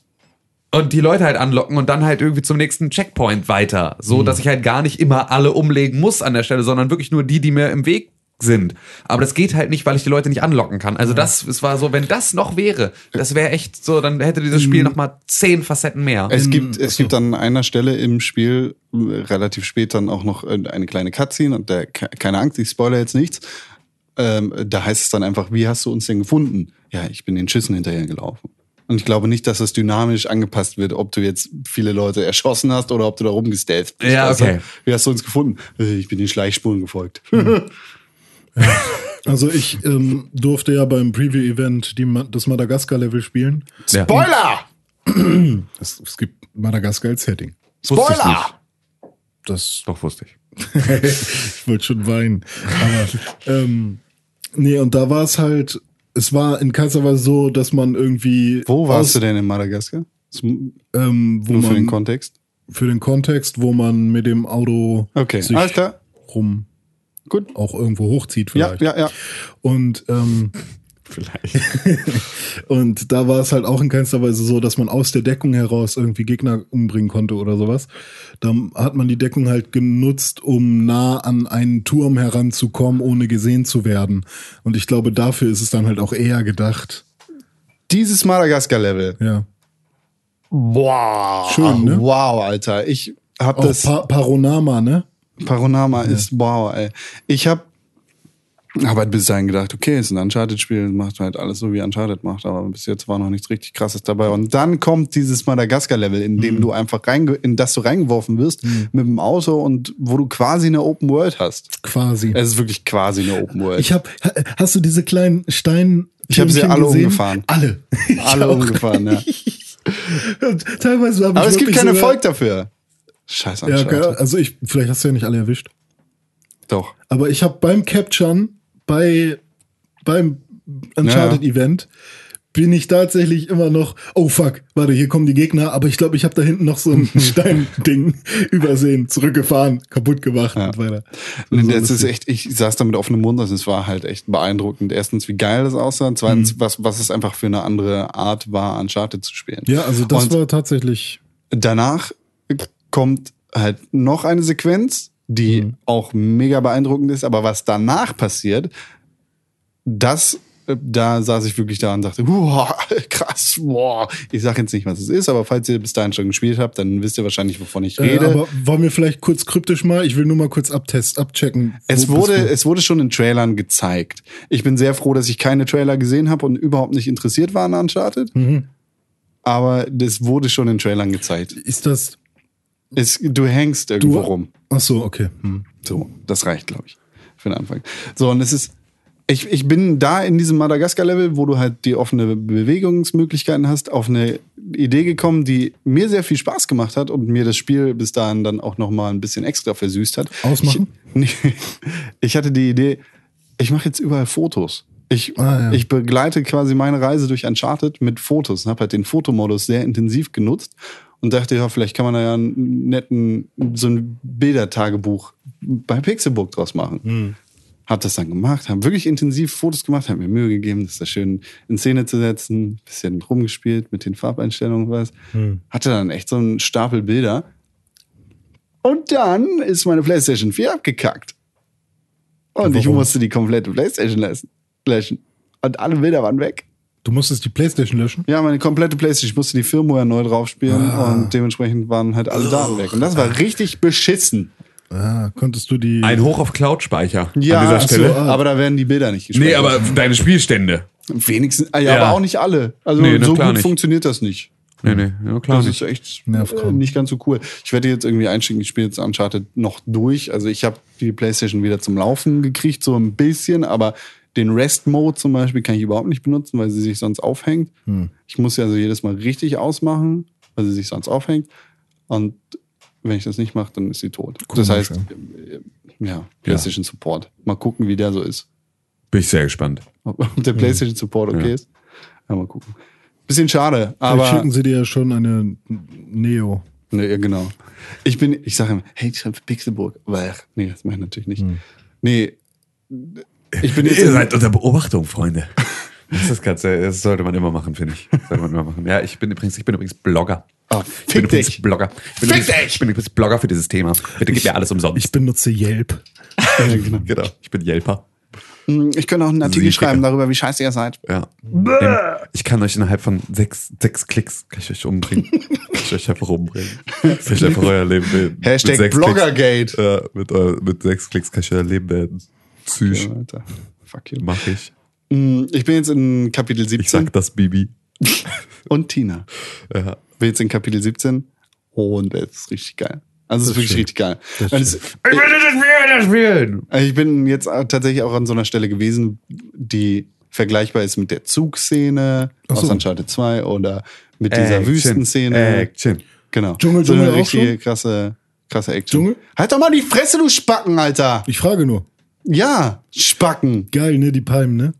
D: und die Leute halt anlocken und dann halt irgendwie zum nächsten Checkpoint weiter. So,
B: Mhm.
D: dass ich halt gar nicht immer alle umlegen muss an der Stelle, sondern wirklich nur die, die mir im Weg sind. Aber das geht halt nicht, weil ich die Leute nicht anlocken kann. Also das, es war so, wenn das noch wäre, das wäre echt so, dann hätte
B: Mhm.
D: dieses Spiel nochmal zehn Facetten mehr.
B: Es gibt,
D: Hm,
B: es gibt an einer Stelle im Spiel äh, relativ spät dann auch noch äh, eine kleine Cutscene und der, ke- keine Angst, ich spoiler jetzt nichts. Ähm, da heißt es dann einfach, wie hast du uns denn gefunden? Ja, ich bin den Schüssen hinterhergelaufen. Und ich glaube nicht, dass das dynamisch angepasst wird, ob du jetzt viele Leute erschossen hast oder ob du da rumgestellt bist.
D: Ja,
B: Also,
D: okay.
B: wie hast du uns gefunden? Äh, Ich bin den Schleichspuren gefolgt.
C: Also ich ähm, durfte ja beim Preview-Event die Ma das Madagaskar-Level spielen.
D: Ja.
B: Spoiler!
C: Es, es gibt Madagaskar als Setting.
D: Wusste ich nicht.
C: Das
D: Doch, wusste ich.
C: ich wollte schon weinen. Aber, ähm, nee, und da war es halt, es war in keinster Weise so, dass man irgendwie.
B: Wo warst du
C: aus-
B: denn in Madagaskar? Zum,
C: Ähm, wo
B: nur
C: man,
B: für den Kontext.
C: für den Kontext, wo man mit dem Auto
B: Okay,
C: sich
B: alles klar.
C: rum
B: Gut.
C: auch irgendwo hochzieht
B: Ja,
C: vielleicht.
B: ja, ja.
C: Und ähm,
D: Vielleicht.
C: Und da war es halt auch in keinster Weise so, dass man aus der Deckung heraus irgendwie Gegner umbringen konnte oder sowas. Da hat man die Deckung halt genutzt, um nah an einen Turm heranzukommen, ohne gesehen zu werden. Und ich glaube, dafür ist es dann halt auch eher gedacht.
B: Dieses Madagaskar-Level.
C: Ja.
B: Wow.
C: Schön, ne?
B: Wow, Alter. Ich hab
C: Auch
B: das.
C: pa Paronama, ne?
B: Oh, Paronama ist wow, ey. Ich hab hab halt bis dahin gedacht, okay, ist ein Uncharted-Spiel, macht halt alles so, wie Uncharted macht, aber bis jetzt war noch nichts richtig krasses dabei. Und dann kommt dieses Madagaskar-Level, in dem du einfach reinge in das du reingeworfen wirst mit dem Auto und wo du quasi eine Open World hast.
C: Quasi.
B: Es ist wirklich quasi eine Open World.
C: Ich hab, ha- hast du diese kleinen Stein?
B: Ich hab sie
C: Türmchen
B: alle
C: gesehen?
B: umgefahren.
C: Alle. Ich
B: alle
C: auch.
B: umgefahren, ja.
C: Teilweise hab
B: Aber
C: ich
B: es gibt
C: wirklich
B: kein
C: sogar-
B: Erfolg dafür. Scheiß
C: Ja,
B: Uncharted.
C: okay. also ich, vielleicht hast du ja nicht alle erwischt.
B: Doch.
C: Aber ich habe beim Capturen, bei, beim Uncharted-Event, bin ich tatsächlich immer noch, oh fuck, warte, hier kommen die Gegner, aber ich glaube, ich habe da hinten noch so ein Steinding übersehen, zurückgefahren, kaputt gemacht und weiter. So,
B: Nee,
C: Also so
B: das ist
C: lustig.
B: echt, ich saß da mit offenem Mund, also es war halt echt beeindruckend. Erstens, wie geil das aussah, zweitens,
C: Mhm.
B: was, was es einfach für eine andere Art war, Uncharted zu spielen.
C: Ja, also das
B: Und
C: war tatsächlich
B: danach kommt halt noch eine Sequenz, die
C: Mhm.
B: auch mega beeindruckend ist, aber was danach passiert, das, äh, da saß ich wirklich da und dachte, "Huah, krass, wow. Ich sag jetzt nicht, was es ist, aber falls ihr bis dahin schon gespielt habt, dann wisst ihr wahrscheinlich, wovon ich
C: Äh,
B: rede.
C: aber wollen wir vielleicht kurz kryptisch mal? Ich will nur mal kurz abtest, abchecken.
B: Es
C: wo
B: wurde,
C: bist
B: es wurde schon in Trailern gezeigt. Ich bin sehr froh, dass ich keine Trailer gesehen habe und überhaupt nicht interessiert war an Uncharted.
C: Mhm.
B: Aber das wurde schon in Trailern gezeigt.
C: du? ist das
B: Es, du hängst
C: du?
B: irgendwo rum.
C: Ach so, okay. Hm.
B: So, das reicht, glaube ich, für den Anfang. So, und es ist, ich, ich bin da in diesem Madagaskar-Level, wo du halt die offene Bewegungsmöglichkeiten hast, auf eine Idee gekommen, die mir sehr viel Spaß gemacht hat und mir das Spiel bis dahin dann auch nochmal ein bisschen extra versüßt hat.
C: Ausmachen?
B: Ich, ich hatte die Idee, ich mache jetzt überall Fotos. Ich,
C: Ah, ja.
B: ich begleite quasi meine Reise durch Uncharted mit Fotos und habe halt den Fotomodus sehr intensiv genutzt und dachte, ja, vielleicht kann man da ja einen netten, so ein Bildertagebuch bei Pixelbook draus machen.
C: Hm.
B: Hab das dann gemacht, hab wirklich intensiv Fotos gemacht, hab mir Mühe gegeben, das da schön in Szene zu setzen, bisschen rumgespielt mit den Farbeinstellungen und was.
C: Hm.
B: Hatte dann echt so einen Stapel Bilder. Und dann ist meine PlayStation 4 abgekackt. Und ich
C: Warum?
B: musste die komplette PlayStation lassen- löschen. Und alle Bilder waren weg.
C: Du musstest die Playstation löschen?
B: Ja, meine komplette PlayStation. Ich musste die Firmware neu draufspielen
D: Ah.
B: und dementsprechend waren halt alle Daten weg. Und das war richtig beschissen.
C: Ah, konntest du die.
D: Ein Hoch auf Cloud-Speicher
B: Ja,
D: an dieser
B: ach so,
D: Stelle.
B: aber da werden die Bilder nicht gespielt.
D: nee, aber deine Spielstände.
B: wenigstens, ah, ja,
D: Ja.
B: aber auch nicht alle. Also
D: Nee, na
B: so
D: klar
B: gut
D: nicht.
B: funktioniert das nicht.
D: Nee, nee, ja, klar
B: Das
D: nicht.
B: ist echt äh,
C: Nervkram.
B: nicht ganz so cool. Ich werde jetzt irgendwie einschicken, ich spiele jetzt Uncharted noch durch. Also ich habe die Playstation wieder zum Laufen gekriegt, so ein bisschen, aber den Rest-Mode zum Beispiel kann ich überhaupt nicht benutzen, weil sie sich sonst aufhängt. Ich muss sie also jedes Mal richtig ausmachen, weil sie sich sonst aufhängt. Und wenn ich das nicht mache, dann ist sie tot. das heißt, äh, ja, PlayStation Support. Mal gucken, wie der so ist.
D: Bin ich sehr gespannt.
B: Ob ob der PlayStation Support okay ist. Ja, mal gucken. Bisschen schade, aber.
C: Vielleicht schicken sie dir ja schon eine Neo.
B: Ne, ja, genau. Ich bin, ich sage immer, hey, ich schreibe Pixelburg. Weil, nee, das mache ich natürlich nicht. Nee. Ich bin jetzt.
D: Hm. Ihr seid unter Beobachtung, Freunde. Das, ist ganz, sehr- das sollte man immer machen, finde ich. Das Sollte man immer machen. Ja, ich bin übrigens, ich bin übrigens Blogger.
B: Ah,
D: ich bin
B: fick
D: übrigens
B: dich.
D: Blogger. Ich bin,
B: Fick
D: übrigens,
B: dich!
D: ich bin übrigens Blogger für dieses Thema. Bitte gib mir alles umsonst.
C: Ich benutze Yelp. Äh,
B: Ja, genau.
D: genau. Ich bin Yelper.
B: Ich könnte auch einen Artikel
D: Sie-
B: schreiben darüber, wie scheiße ihr seid.
D: Ja. Dem- Ich kann euch innerhalb von sechs, sechs Klicks kann ich euch umbringen. kann ich euch einfach umbringen. Kann ich einfach euer Leben beenden.
B: Hashtag
D: Mit sechs
B: Bloggergate.
D: Klicks, Äh, ja, mit, euer- mit sechs Klicks kann ich euer Leben beenden. Psych.
B: Ja, Alter. Fuck you.
D: Mach ich.
B: Mm, Ich bin jetzt in Kapitel
D: Ich sag
B: 17
D: das, Bibi.
B: und Tina.
D: Ja.
B: Bin jetzt in Kapitel 17 und es ist richtig geil. Also es ist wirklich richtig geil. Und es, Also Ich bin jetzt tatsächlich auch an so einer Stelle gewesen, die vergleichbar ist mit der Zugszene
C: so.
B: aus Uncharted 2 oder mit dieser
D: Action,
B: Wüstenszene.
D: Action.
B: Genau.
C: Dschungel,
B: so
C: Dschungel
B: eine
C: auch
B: richtige
C: schon?
B: krasse, krasse Action.
C: Dschungel?
B: Halt doch mal die Fresse, du Spacken, Alter.
C: Ich frage nur.
B: Ja, Spacken.
C: Geil, ne? Die Palmen, ne?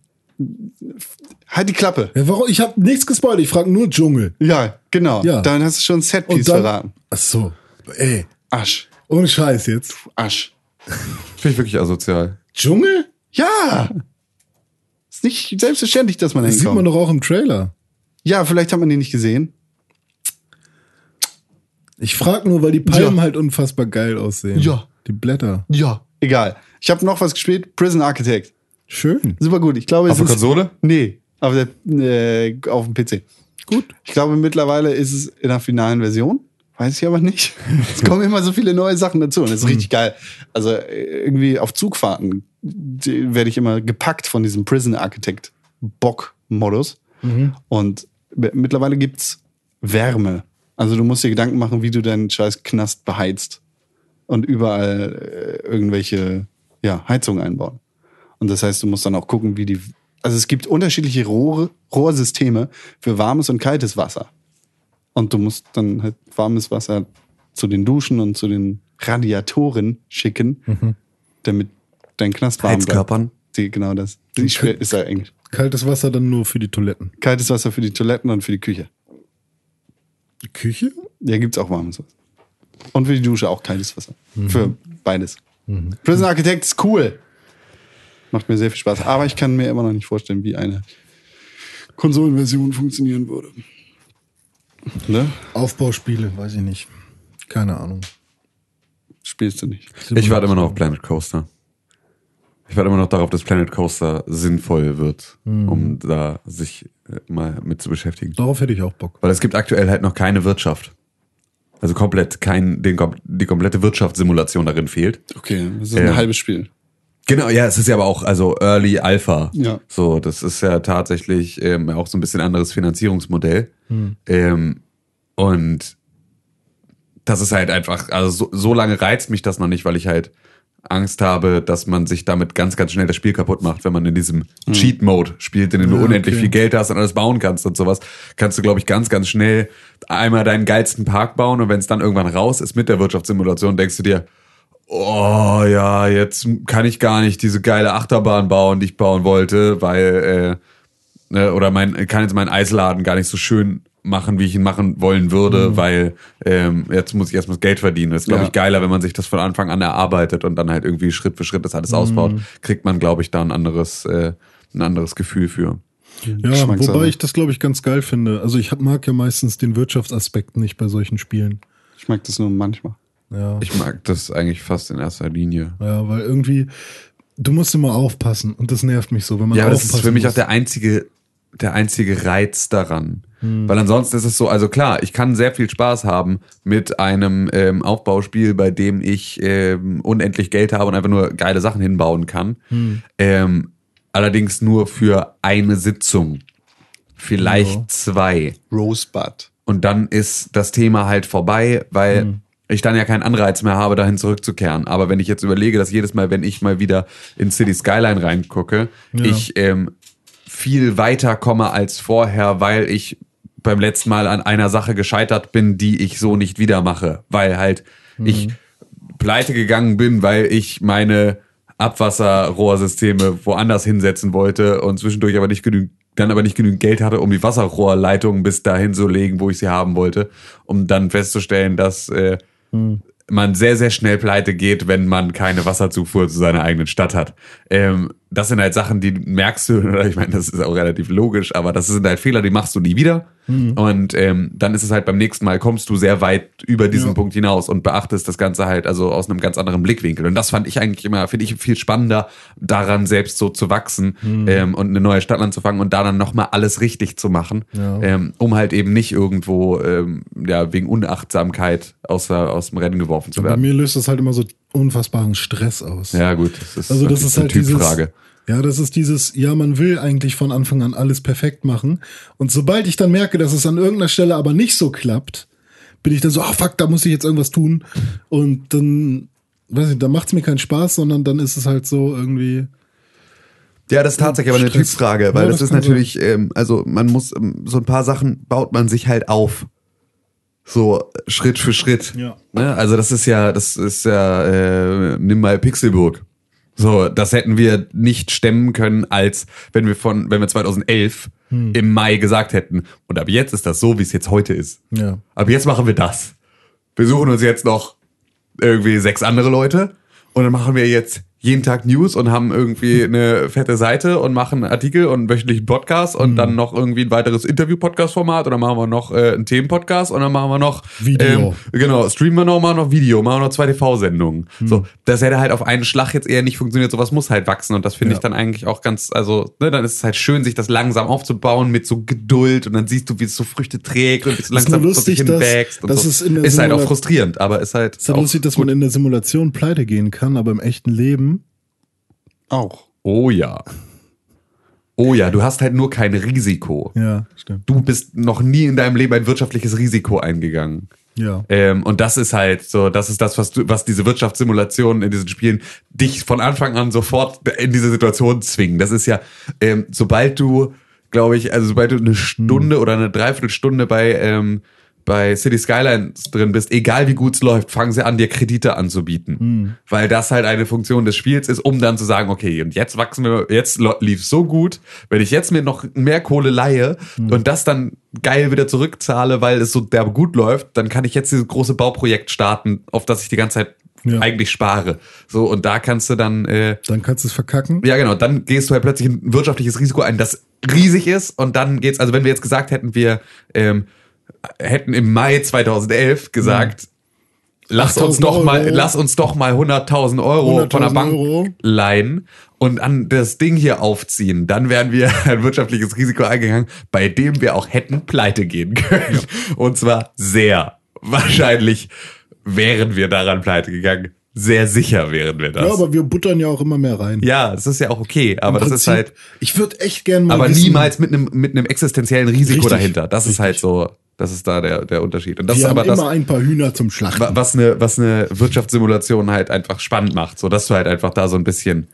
B: Halt die Klappe.
C: Ja, warum? Ich habe nichts gespoilt. Ich frage nur Dschungel.
B: Ja, genau.
C: Ja.
B: Dann hast du schon ein Setpiece
C: Und dann.
B: verraten.
C: Ach so. Ey,
B: Asch.
C: ohne Scheiß jetzt.
B: Asch.
D: Finde ich wirklich asozial.
C: Dschungel?
B: Ja. ist nicht selbstverständlich, dass man
C: Das sieht
B: hinkommt.
C: man doch auch im Trailer.
B: ja, vielleicht hat man den nicht gesehen.
C: Ich frage nur, weil die Palmen
B: Ja.
C: halt unfassbar geil aussehen.
B: Ja.
C: Die Blätter.
B: Ja. Egal. Ich habe noch was gespielt. Prison Architect.
C: Schön.
B: Super gut. Ich glaube,
D: Auf
B: es
D: der
B: ist
D: Konsole?
B: Nee, auf, der, äh, auf dem PC. Gut. Ich glaube, mittlerweile ist es in der finalen Version. Weiß ich aber nicht. Es kommen immer so viele neue Sachen dazu und das ist
D: Hm.
B: richtig geil. Also äh, irgendwie auf Zugfahrten die- werde ich immer gepackt von diesem Prison Architect Bock-Modus.
D: Mhm.
B: Und b- mittlerweile gibt's Wärme. Also du musst dir Gedanken machen, wie du deinen scheiß Knast beheizt und überall äh, irgendwelche ja, Heizungen einbauen. Und das heißt, du musst dann auch gucken, wie die. Also es gibt unterschiedliche Rohre, Rohrsysteme für warmes und kaltes Wasser. Und du musst dann halt warmes Wasser zu den Duschen und zu den Radiatoren schicken, damit dein Knast warm
D: Heizkörpern.
B: bleibt. Die, genau das. Die Schwer ist ja Englisch.
C: Kaltes Wasser dann nur für die Toiletten.
B: Kaltes Wasser für die Toiletten und für die Küche.
C: Die Küche?
B: Ja, gibt's auch warmes Wasser. Und für die Dusche auch kaltes Wasser. Für beides. Prison Architect ist cool. Macht mir sehr viel Spaß. Aber ich kann mir immer noch nicht vorstellen, wie eine Konsolenversion funktionieren würde. Ne?
C: Aufbauspiele, weiß ich nicht. Keine Ahnung.
B: Spielst du nicht.
D: Ich warte immer noch auf Planet Coaster. Ich warte immer noch darauf, dass Planet Coaster sinnvoll wird, um da sich äh, mal mit zu beschäftigen.
C: Darauf hätte ich auch Bock.
D: Weil es gibt aktuell halt noch keine Wirtschaft. Also komplett kein, den, kom- die komplette Wirtschaftssimulation darin fehlt.
B: Okay, das ist
D: Ja.
B: ein halbes Spiel.
D: Genau, ja, es ist ja aber auch also Early Alpha.
B: Ja.
D: So, das ist ja tatsächlich ähm, auch so ein bisschen anderes Finanzierungsmodell. Ähm, und das ist halt einfach, also so, so lange reizt mich das noch nicht, weil ich halt Angst habe, dass man sich damit ganz, ganz schnell das Spiel kaputt macht, wenn man in diesem Cheat-Mode spielt, in dem du
C: Hm. Ja,
D: unendlich
C: okay.
D: viel Geld hast und alles bauen kannst und sowas, kannst du, glaube ich, ganz, ganz schnell einmal deinen geilsten Park bauen und wenn es dann irgendwann raus ist mit der Wirtschaftssimulation, denkst du dir, oh ja, jetzt kann ich gar nicht diese geile Achterbahn bauen, die ich bauen wollte, weil äh, ne, oder mein kann jetzt meinen Eisladen gar nicht so schön machen, wie ich ihn machen wollen würde, weil ähm, jetzt muss ich erstmal das Geld verdienen. Das ist, glaube
B: Ja.
D: ich, geiler, wenn man sich das von Anfang an erarbeitet und dann halt irgendwie Schritt für Schritt das alles ausbaut, kriegt man, glaube ich, da ein anderes, äh, ein anderes Gefühl für.
C: Ja,
B: Geschmackssache.
C: wobei ich das, glaube ich, ganz geil finde. Also ich hab, mag ja meistens den Wirtschaftsaspekt nicht bei solchen Spielen.
B: Ich mag das nur manchmal.
C: Ja.
D: Ich mag das eigentlich fast in erster Linie.
C: ja, weil irgendwie, du musst immer aufpassen und das nervt mich so, wenn man
D: Ja, aber das
C: aufpassen
D: ist für mich
C: muss.
D: auch der einzige, der einzige Reiz daran.
C: Hm.
D: Weil ansonsten ist es so, also klar, ich kann sehr viel Spaß haben mit einem ähm, Aufbauspiel, bei dem ich ähm, unendlich Geld habe und einfach nur geile Sachen hinbauen kann.
C: Hm.
D: Ähm, allerdings nur für eine Sitzung. Vielleicht zwei.
B: Rosebud.
D: Und dann ist das Thema halt vorbei, weil ich dann ja keinen Anreiz mehr habe, dahin zurückzukehren. Aber wenn ich jetzt überlege, dass jedes Mal, wenn ich mal wieder in City Skyline reingucke, ich ähm, viel weiter komme als vorher, weil ich beim letzten Mal an einer Sache gescheitert bin, die ich so nicht wieder mache. Weil halt ich pleite gegangen bin, weil ich meine Abwasserrohrsysteme woanders hinsetzen wollte und zwischendurch aber nicht genügend dann aber nicht genügend Geld hatte, um die Wasserrohrleitungen bis dahin zu legen, wo ich sie haben wollte, um dann festzustellen, dass äh, man sehr, sehr schnell pleite geht, wenn man keine Wasserzufuhr zu seiner eigenen Stadt hat. Ähm, das sind halt Sachen, die merkst du, oder ich meine, das ist auch relativ logisch, aber das sind halt Fehler, die machst du nie wieder. Und ähm, dann ist es halt beim nächsten Mal, kommst du sehr weit über diesen Punkt hinaus und beachtest das Ganze halt also aus einem ganz anderen Blickwinkel. Und das fand ich eigentlich immer, finde ich viel spannender, daran selbst so zu wachsen ähm, und eine neue Stadt anzufangen und da dann nochmal alles richtig zu machen, ähm, um halt eben nicht irgendwo ähm, ja, wegen Unachtsamkeit aus, der, aus dem Rennen geworfen zu
C: Bei
D: werden.
C: mir löst das halt immer so unfassbaren Stress aus.
D: Ja, gut, das ist,
C: Also das
D: natürlich
C: ist halt
D: eine
C: dieses,
D: Typfrage.
C: ja, das ist dieses, ja, man will eigentlich von Anfang an alles perfekt machen. Und sobald ich dann merke, dass es an irgendeiner Stelle aber nicht so klappt, bin ich dann so, ah fuck, da muss ich jetzt irgendwas tun. Und dann, weiß ich, dann macht's mir keinen Spaß, sondern dann ist es halt so irgendwie,
D: Ja, das ist tatsächlich aber eine
C: Stress.
D: Typfrage, weil
C: Ja,
D: das,
C: das
D: ist
C: kann sein.
D: natürlich, ähm, also man muss, ähm, so ein paar Sachen baut man sich halt auf. So Schritt für Schritt.
C: Ja.
D: Ne? Also das ist ja, das ist ja, äh, nimm mal Pixelburg. So, das hätten wir nicht stemmen können, als wenn wir von, wenn wir 2011
C: Hm.
D: im Mai gesagt hätten. Und ab jetzt ist das so, wie es jetzt heute ist.
C: ja.
D: Ab jetzt machen wir das. Wir suchen uns jetzt noch irgendwie sechs andere Leute und dann machen wir jetzt jeden Tag News und haben irgendwie eine fette Seite und machen einen Artikel und einen wöchentlichen Podcast und
C: Mhm.
D: dann noch irgendwie ein weiteres Interview-Podcast-Format und dann machen wir noch äh, einen Themen-Podcast und dann machen wir noch
C: Video.
D: Ähm, genau, streamen wir noch, machen noch Video, machen noch zwei TV-Sendungen.
C: Mhm.
D: So, das hätte halt auf einen Schlag jetzt eher nicht funktioniert. Sowas muss halt wachsen und das finde
C: Ja.
D: ich dann eigentlich auch ganz, also ne, dann ist es halt schön, sich das langsam aufzubauen mit so Geduld und dann siehst du, wie es so Früchte trägt und wie es langsam
C: nur
D: vor sich
C: lustig, dass-
D: hinwächst und
C: dass
D: so.
C: es in der
D: ist halt auch
C: Simula-
D: frustrierend, aber ist halt
C: Es ist ja
D: auch
C: lustig, dass man in der Simulation pleite gehen kann, aber im echten Leben.
B: Auch.
D: Oh ja. Oh ja, du hast halt nur kein Risiko.
C: Ja, stimmt.
D: Du bist noch nie in deinem Leben ein wirtschaftliches Risiko eingegangen.
C: Ja.
D: Ähm, und das ist halt so, das ist das, was du, was diese Wirtschaftssimulationen in diesen Spielen dich von Anfang an sofort in diese Situation zwingen. Das ist ja, ähm, sobald du, glaube ich, also sobald du eine Stunde oder eine Dreiviertelstunde bei ähm, bei City Skylines drin bist, egal wie gut's läuft, fangen sie an, dir Kredite anzubieten. Weil das halt eine Funktion des Spiels ist, um dann zu sagen, okay, und jetzt wachsen wir, jetzt lo- lief's so gut, wenn ich jetzt mir noch mehr Kohle leihe und das dann geil wieder zurückzahle, weil es so derbe gut läuft, dann kann ich jetzt dieses große Bauprojekt starten, auf das ich die ganze Zeit
C: Ja.
D: eigentlich spare. So, und da kannst du dann, äh,
C: Dann kannst du es verkacken.
D: ja, genau. Dann gehst du halt plötzlich ein wirtschaftliches Risiko ein, das riesig ist. Und dann geht's, also wenn wir jetzt gesagt hätten, wir ähm, hätten im Mai 2011 gesagt, lasst uns
C: 8.000
D: doch mal,
C: Euro.
D: lasst uns doch mal 100.000 Euro von der
C: 100.000
D: Bank
C: Euro.
D: leihen und an das Ding hier aufziehen, dann wären wir ein wirtschaftliches Risiko eingegangen, bei dem wir auch hätten pleite gehen können. Und zwar sehr. Wahrscheinlich wären wir daran pleite gegangen. Sehr sicher wären wir das.
C: Ja, aber wir buttern ja auch immer mehr rein.
D: Ja, es ist ja auch okay, aber
C: Im
D: das ist
C: Prinzip,
D: halt,
C: Ich würde echt gerne mal.
D: aber
C: wissen,
D: niemals mit einem mit einem existenziellen Risiko
C: Richtig,
D: dahinter. Das ist
C: richtig.
D: halt so, das ist da der der Unterschied. Und das
C: Wir
D: ist
C: haben
D: aber
C: immer
D: das,
C: ein paar Hühner zum Schlachten.
D: wa- was eine was eine Wirtschaftssimulation halt einfach spannend macht, so dass du halt einfach da so ein bisschen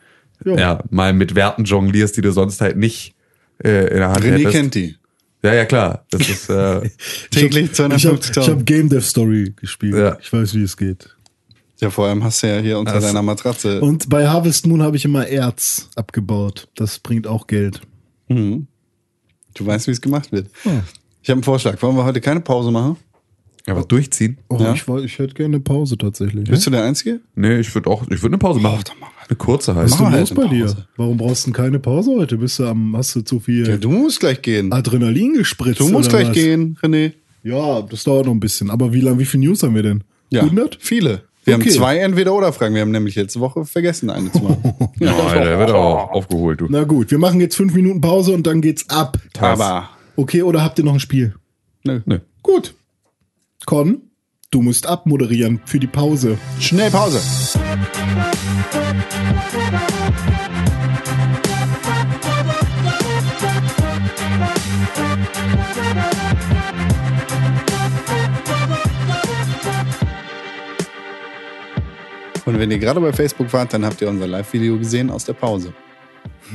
C: Ja.
D: ja, mal mit Werten jonglierst, die du sonst halt nicht äh, in der Hand
B: René
D: hättest.
B: kennt die.
D: Ja, ja klar, das ist äh,
B: Täglich
C: ich habe hab ich
B: 250.000.
C: hab Game Dev Story gespielt.
D: Ja.
C: Ich weiß, wie es geht.
B: Ja, vor allem hast du ja hier unter
D: Das-
B: deiner Matratze.
C: Und bei Harvest Moon habe ich immer Erz abgebaut. Das bringt auch Geld.
B: Du weißt, wie es gemacht wird. Ich habe einen Vorschlag. Wollen wir heute keine Pause machen?
D: aber durchziehen.
C: Oh,
B: Ja.
C: ich, woll- ich hätte gerne eine Pause tatsächlich.
B: Bist du der Einzige?
D: Nee, ich würde auch ich würde eine Pause machen. Eine kurze
C: Was
D: heißt.
C: ist
B: Mach
C: denn
B: halt
C: los
B: eine
C: bei dir?
B: Pause.
C: Warum brauchst du denn keine Pause heute? Bist du am, hast du zu viel
B: Ja, du musst gleich gehen.
C: Adrenalin gespritzt?
B: Du musst
C: oder
B: gleich
C: was?
B: gehen, René.
C: Ja, das dauert noch ein bisschen. Aber wie lang, wie viele News haben wir denn?
B: Ja,
C: 100?
B: Viele. Wir
C: Okay.
B: haben zwei Entweder-Oder-Fragen. Wir haben nämlich letzte Woche vergessen, eine zu machen.
D: Oh, der wird auch aufgeholt, du.
C: Na gut, wir machen jetzt fünf Minuten Pause und dann geht's ab.
B: Aber.
C: Okay, oder habt ihr noch ein Spiel?
B: Nö.
C: Gut. Con, du musst abmoderieren für die Pause.
B: Schnell Pause. Und wenn ihr gerade bei Facebook wart, dann habt ihr unser Live-Video gesehen aus der Pause.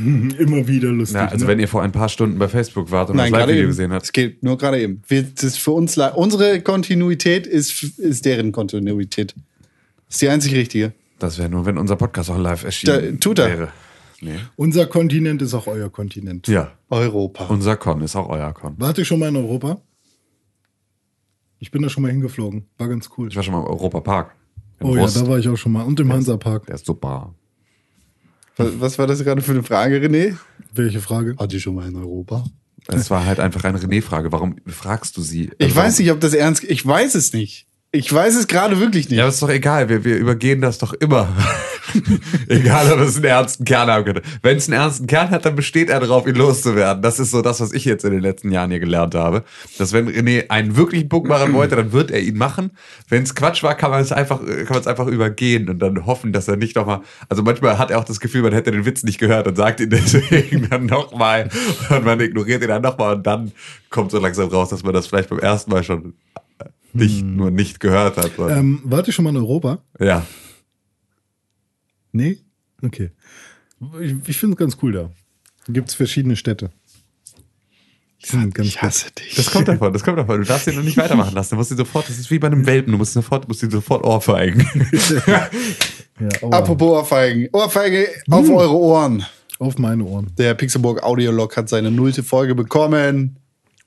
C: Immer wieder lustig.
D: Ja, also
C: ne?
D: wenn ihr vor ein paar Stunden bei Facebook wart und
B: Nein,
D: das
B: gerade
D: Live-Video
B: eben.
D: gesehen habt.
B: Es geht nur gerade eben. Wir, das ist für uns li- unsere Kontinuität ist, ist deren Kontinuität. Ist die einzig richtige.
D: Das wäre nur, wenn unser Podcast auch live erschienen
B: Da- tut er.
D: wäre.
C: Unser Kontinent ist auch euer Kontinent.
D: Ja,
B: Europa.
D: unser Con ist auch euer Con.
C: Wart ihr schon mal in Europa? Ich bin da schon mal hingeflogen. War ganz cool.
D: Ich war schon mal im Europa-Park. In
C: Oh
D: Rust.
C: ja, da war ich auch schon mal. Und im Hansapark.
D: Der ist super.
B: Was, was war das gerade für eine Frage, René?
C: Welche Frage?
B: Hat die schon mal in Europa?
D: Es war halt einfach eine René-Frage. Warum fragst du sie?
B: Ich
D: Also
B: weiß
D: warum-
B: nicht, ob das ernst. Ich weiß es nicht. Ich weiß es gerade wirklich nicht.
D: Ja, aber ist doch egal. Wir, wir übergehen das doch immer. egal, ob es einen ernsten Kern haben könnte. Wenn es einen ernsten Kern hat, dann besteht er darauf, ihn loszuwerden. Das ist so das, was ich jetzt in den letzten Jahren hier gelernt habe. Dass wenn René einen wirklichen Punkt machen wollte, dann wird er ihn machen. Wenn es Quatsch war, kann man es einfach, kann man es einfach übergehen und dann hoffen, dass er nicht nochmal, also manchmal hat er auch das Gefühl, man hätte den Witz nicht gehört und sagt ihn deswegen dann nochmal und man ignoriert ihn dann nochmal und dann kommt so langsam raus, dass man das vielleicht beim ersten Mal schon nicht, nur nicht gehört hat. sondern-
C: Ähm, wart ihr schon mal in Europa?
D: ja.
C: Nee? Okay. Ich, ich finde es ganz cool da. Gibt es verschiedene Städte. Die sind ganz
B: Ich hasse dich.
D: Das kommt davon, das kommt davon. Du darfst ihn noch nicht weitermachen lassen. Du musst ihn sofort, das ist wie bei einem Welpen, du musst ihn sofort, musst ihn sofort ohrfeigen.
C: Ja, aua.
B: Apropos Ohrfeigen. Ohrfeige auf eure Ohren.
C: Auf meine Ohren.
B: Der Pixelburg Audiolog hat seine nullte Folge bekommen.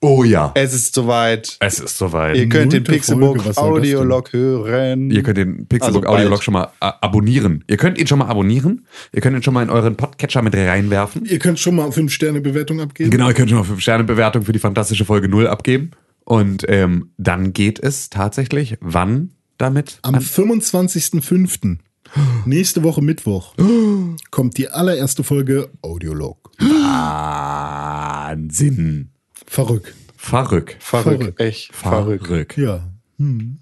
D: Oh ja.
B: Es ist soweit.
D: Es ist soweit.
B: Ihr
D: Ihr,
B: könnt den
C: Nullte Folge,
B: Pixelbook
C: was soll das denn?
B: Audiolog hören.
D: könnt den Pixelbook
B: Also
D: Audio
B: bald.
D: Log schon mal äh, abonnieren. Ihr könnt ihn schon mal abonnieren. Ihr könnt ihn schon mal in euren Podcatcher mit reinwerfen.
C: Ihr könnt schon mal 5-Sterne-Bewertung abgeben.
D: Genau, ihr könnt schon mal 5-Sterne-Bewertung für die fantastische Folge 0 abgeben. Und ähm, dann geht es tatsächlich wann damit?
C: Am 25.05. nächste Woche Mittwoch kommt die allererste Folge Audiolog.
D: Wahnsinn.
C: Verrückt.
D: Verrückt.
B: Verrückt.
C: Verrückt.
B: Echt verrückt.
C: Ja.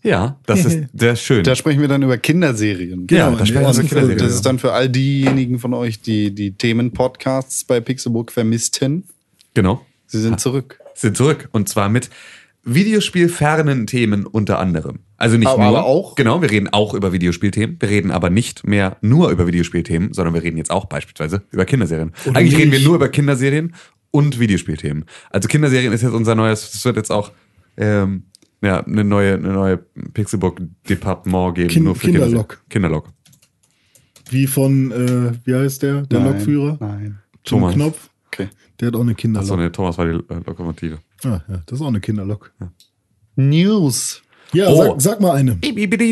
D: Ja, das ist sehr schön.
B: Da sprechen wir dann über Kinderserien.
D: ja,
C: genau,
D: da
C: in der
D: sprechen wir über
C: ersten
D: Kinderserien.
C: Folge.
B: Das ist dann für all diejenigen von euch, die die Themenpodcasts bei Pixelbook vermissten.
D: Genau.
B: Sie sind zurück.
D: Sind zurück. Und zwar mit Videospielfernen Themen unter anderem. Also nicht
B: Aber-
D: nur.
B: aber auch?
D: Genau, wir reden auch über Videospielthemen. Wir reden aber nicht mehr nur über Videospielthemen, sondern wir reden jetzt auch beispielsweise über Kinderserien. Eigentlich reden wir nur über Kinderserien und Videospielthemen. Also Kinderserien ist jetzt unser neues, es wird jetzt auch ähm, ja, eine neue, eine neue Pixelbook-Departement geben.
C: Kin-
D: Kinderserien.
C: Kinderlock.
D: Kinderlock.
C: Wie von, äh, wie heißt der? Der
B: Nein,
C: Lokführer?
B: Nein.
C: Tim
D: Thomas.
C: Knopf.
B: Okay.
C: Der hat auch eine
D: Achso,
C: Kinderlok.
D: nee, Thomas war die äh, Lokomotive.
C: ah, ja, das ist auch eine Kinderlok.
B: News.
C: Ja,
D: Oh.
C: sag, sag mal eine.
D: Ich finde,
B: finde,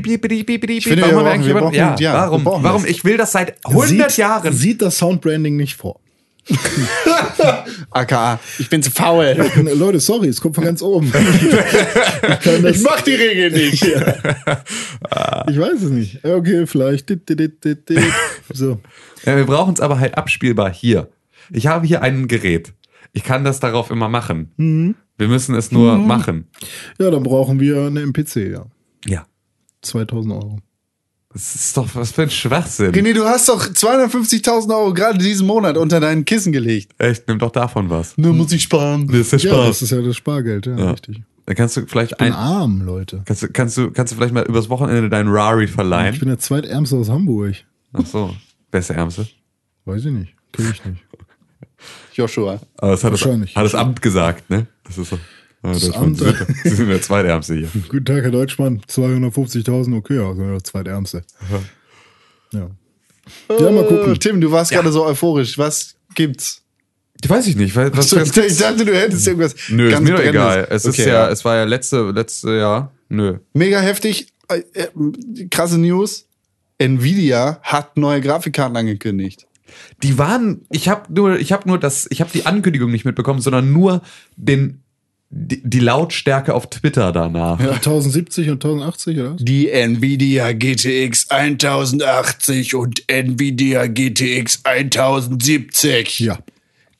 B: wir brauchen- wir brauchen-
D: ja,
B: ja, wir
D: warum?
B: brauchen
D: Warum?
B: das.
D: Ich will das seit 100
C: sieht,
D: Jahren.
C: Sieht das Soundbranding nicht vor.
B: AKA, ich bin zu faul.
C: Leute, sorry, es kommt von ganz oben. ich, kann das,
B: Ich mach die Regel nicht.
C: ich weiß es nicht. Okay, vielleicht. Dit, dit, dit, dit, dit. So.
D: Ja, wir brauchen es aber halt abspielbar hier. Ich habe hier ein Gerät. Ich kann das darauf immer machen. Wir müssen es nur
C: Mhm.
D: machen.
C: Ja, dann brauchen wir eine MPC, ja.
D: Ja.
C: 2000 Euro.
D: Das ist doch was für ein Schwachsinn.
B: René, du hast doch 250.000 Euro gerade diesen Monat unter deinen Kissen gelegt.
D: Echt, nimm doch davon was.
B: Nur muss ich sparen.
D: Das ist der
C: Ja, das ist ja das Spargeld, ja,
D: Ja.
C: richtig.
D: Dann kannst du vielleicht
C: Ich bin
D: ein,
C: arm, Leute.
D: kannst du, kannst du, kannst du vielleicht mal übers Wochenende deinen Rari
C: Ich
D: verleihen.
C: bin der zweitärmste aus Hamburg.
D: Ach so. Beste Ärmste.
C: Weiß ich nicht. Kenn ich nicht.
B: Joshua.
D: Aber das hat, das,
C: Wahrscheinlich.
D: hat das Amt gesagt, ne? Das ist so. Das
C: Amt. äh.
D: Sie sind der Zweitärmste hier.
C: Guten Tag, Herr Deutschmann. 250.0uld, okay, also der zweitärmste. Ja. Ja, mal gucken.
B: Äh, Tim, du warst gerade so euphorisch. Was gibt's?
D: Ich weiß ich nicht. Weil, was
B: So, ich dachte, du hättest irgendwas.
D: nö, ist mir doch
B: Brennendes.
D: egal. Es ist
B: Okay,
D: ja, es war ja letzte, letzte Jahr. Nö.
B: Mega heftig. Äh, äh, Krasse News. Nvidia hat neue Grafikkarten angekündigt.
D: Die waren, ich habe nur, ich habe nur das, ich habe die Ankündigung nicht mitbekommen, sondern nur den die, die Lautstärke auf Twitter danach.
C: 1070 und 1080, oder? was?
B: Die Nvidia GTX 1080 und Nvidia GTX 1070.
C: Ja.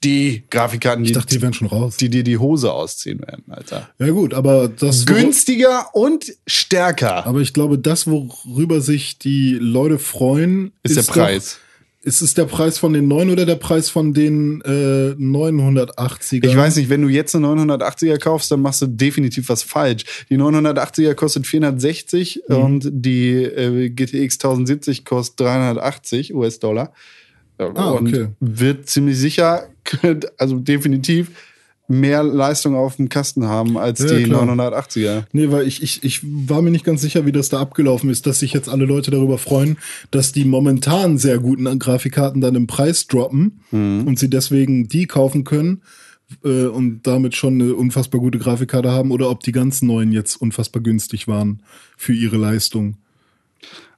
B: Die Grafikkarten, die,
C: Ich dachte, die wären schon raus.
B: die dir die Hose ausziehen werden, Alter.
C: Ja, gut, aber das.
B: Günstiger und stärker
C: Aber ich glaube, das, worüber sich die Leute freuen,
B: ist, der Preis.
C: Doch, ist es der Preis von den neuen oder der Preis von den äh, 980er?
B: Ich weiß nicht, wenn du jetzt eine 980er kaufst, dann machst du definitiv was falsch. Die 980er kostet 460
C: Mhm.
B: und die äh, GTX 1070 kostet 380 US-Dollar.
C: Ah, okay.
B: Und wird ziemlich sicher, also definitiv mehr Leistung auf dem Kasten haben als
C: Ja,
B: die
C: klar.
B: 980er.
C: Nee, weil ich, ich, ich war mir nicht ganz sicher, wie das da abgelaufen ist, dass sich jetzt alle Leute darüber freuen, dass die momentan sehr guten Grafikkarten dann im Preis droppen
D: Mhm.
C: und sie deswegen die kaufen können äh, und damit schon eine unfassbar gute Grafikkarte haben oder ob die ganz neuen jetzt unfassbar günstig waren für ihre Leistung.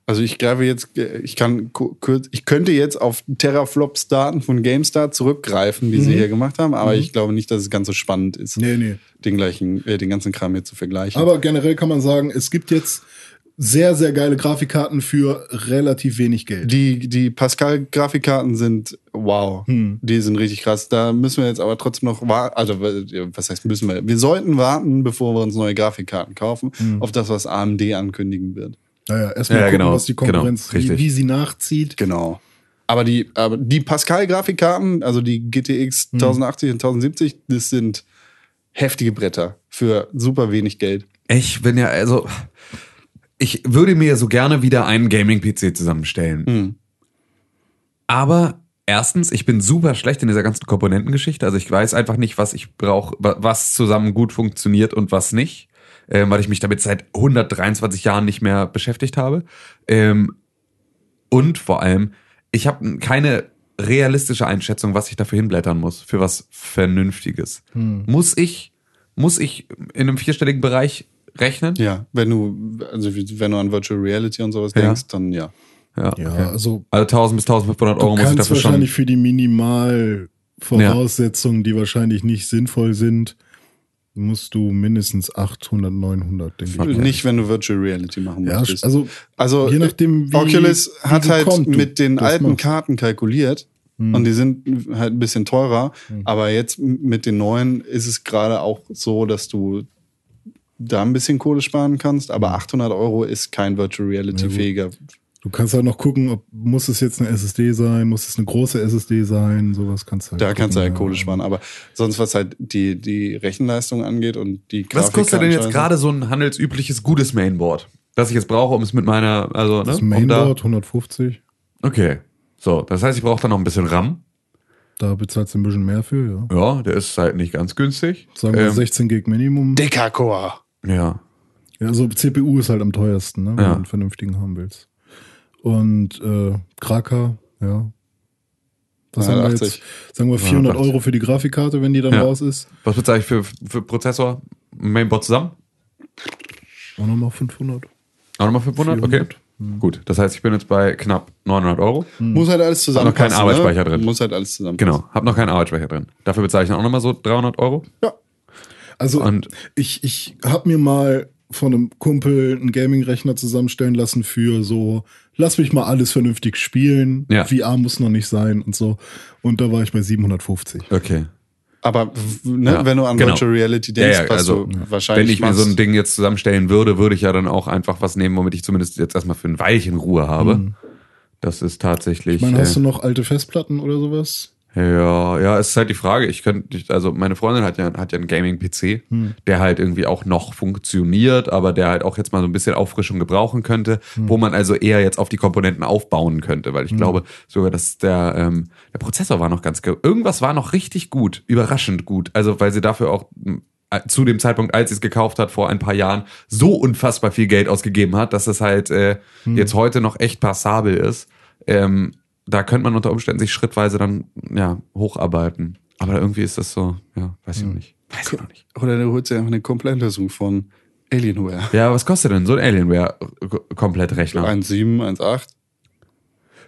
B: Also ich greife jetzt, ich kann ku- kurz, ich könnte jetzt auf Teraflops Daten von GameStar zurückgreifen, die sie hier gemacht haben, aber ich glaube nicht, dass es ganz so spannend ist,
C: Mhm. Nee, nee.
B: den gleichen, äh, den ganzen Kram hier zu vergleichen.
C: Aber generell kann man sagen, es gibt jetzt sehr, sehr geile Grafikkarten für relativ wenig Geld.
B: Die, die Pascal-Grafikkarten sind wow. Die sind richtig krass. Da müssen wir jetzt aber trotzdem noch warten. Also, was heißt müssen wir? Wir sollten warten, bevor wir uns neue Grafikkarten kaufen, auf das, was AMD ankündigen wird.
C: Naja, erstmal
D: Ja,
C: gucken,
D: genau,
C: was die Konkurrenz,
D: genau, richtig.
C: wie, wie sie nachzieht.
B: Genau. Aber die, aber die Pascal-Grafikkarten, also die GTX 1080 und 1070, das sind heftige Bretter für super wenig Geld.
D: Ich bin ja, also, ich würde mir so gerne wieder einen Gaming-PC zusammenstellen.
B: Hm.
D: Aber erstens, ich bin super schlecht in dieser ganzen Komponentengeschichte. Also ich weiß einfach nicht, was ich brauche, wa- was zusammen gut funktioniert und was nicht. Ähm, weil ich mich damit seit 123 Jahren nicht mehr beschäftigt habe. Ähm, und vor allem, ich habe keine realistische Einschätzung, was ich dafür hinblättern muss, für was Vernünftiges. Muss ich muss ich in einem vierstelligen Bereich rechnen?
B: Ja, wenn du, also wenn du an Virtual Reality und sowas
D: Ja.
B: denkst, dann ja.
D: Ja.
C: Ja, also
D: Also 1000 bis 1500
C: du
D: Euro muss ich
C: kannst
D: dafür schon.
C: wahrscheinlich für die Minimalvoraussetzungen, die wahrscheinlich nicht sinnvoll sind, musst du mindestens 800, 900, denke ich.
B: Nicht, wenn du Virtual Reality machen
C: Ja,
B: möchtest.
C: also
B: Also
C: Je nachdem, wie-
B: Oculus
C: wie
B: hat
C: du
B: halt
C: kommt, du
B: mit den
C: das
B: alten
C: machst. Hm.
B: Karten kalkuliert und die sind halt ein bisschen teurer, aber jetzt m- mit den neuen ist es gerade auch so, dass du da ein bisschen Kohle sparen kannst,
C: Hm.
B: aber 800 Euro ist kein Virtual Reality fähiger.
C: du kannst halt noch gucken, ob muss es jetzt eine SSD sein, muss es eine große SSD sein, sowas kannst du halt
B: Da kannst du halt
C: ja.
B: Kohle sparen, aber sonst was halt die, die Rechenleistung angeht und die
D: Was kostet denn jetzt
B: Grafikkartenscheiße-
D: gerade so ein handelsübliches gutes Mainboard? Das ich jetzt brauche, um es mit meiner, also, ne?
C: Das
D: um da-
C: Mainboard 150,
D: okay. So, das heißt, ich brauche dann noch ein bisschen RAM.
C: da bezahlst du ein bisschen mehr für, ja.
D: Ja, der ist halt nicht ganz günstig.
C: Sagen wir
D: Ähm,
C: 16 Gig Minimum.
B: Dicker Core.
D: Ja.
C: Ja, also CPU ist halt am teuersten, ne, wenn
D: Ja.
C: du einen vernünftigen haben willst. Und äh, Kraka, ja. Was haben wir
B: 380.
C: jetzt? Sagen wir 400
D: 380.
C: Euro für die Grafikkarte, wenn die dann
D: Ja.
C: raus ist.
D: Was bezahle ich für, für Prozessor, Mainboard zusammen?
C: Auch nochmal 500.
D: Auch nochmal 500? Okay.
C: 400.
D: Gut. Das heißt, ich bin jetzt bei knapp 900 Euro.
C: Mhm.
B: Muss halt alles
D: noch
B: zusammenpassen.
D: keinen Arbeitsspeicher
B: ne?
D: drin.
B: Muss halt alles zusammen.
D: Genau. Hab noch keinen Arbeitsspeicher drin. Dafür bezahle ich dann auch nochmal so 300 Euro.
C: Also
D: Und-
C: ich, ich habe mir mal von einem Kumpel einen Gaming-Rechner zusammenstellen lassen für so, lass mich mal alles vernünftig spielen.
D: Ja.
C: VR muss noch nicht sein und so. Und da war ich bei 750.
D: Okay.
B: Aber w- ne,
D: Ja,
B: wenn du an
D: genau.
B: Virtual Reality denkst,
D: Ja, ja,
B: was
D: also,
B: du
D: Wenn
B: wahrscheinlich
D: ich mir so ein
B: machst.
D: Ding jetzt zusammenstellen würde, würde ich ja dann auch einfach was nehmen, womit ich zumindest jetzt erstmal für ein Weilchen Ruhe habe.
B: Mhm.
D: Das ist tatsächlich.
C: Ich meine, hast du
D: äh,
C: noch alte Festplatten oder sowas?
D: ja, ja, es ist halt die Frage. Ich könnte, nicht- also meine Freundin hat ja, hat ja einen Gaming-PC, der halt irgendwie auch noch funktioniert, aber der halt auch jetzt mal so ein bisschen Auffrischung gebrauchen könnte, wo man also eher jetzt auf die Komponenten aufbauen könnte, weil ich glaube sogar, dass der, ähm, der Prozessor war noch ganz, ge- irgendwas war noch richtig gut, überraschend gut. Also, weil sie dafür auch m, äh, zu dem Zeitpunkt, als sie es gekauft hat, vor ein paar Jahren, so unfassbar viel Geld ausgegeben hat, dass es halt äh, jetzt heute noch echt passabel ist. Ähm, da könnte man unter Umständen sich schrittweise dann ja, hocharbeiten. Aber irgendwie ist das so, ja, weiß ich noch nicht. Weiß ich noch nicht.
B: Oder du holst dir einfach eine Komplettlösung von Alienware.
D: Ja, was kostet denn so ein äh, Alienware-Komplett-Rechner?
B: 1,7, 1,8.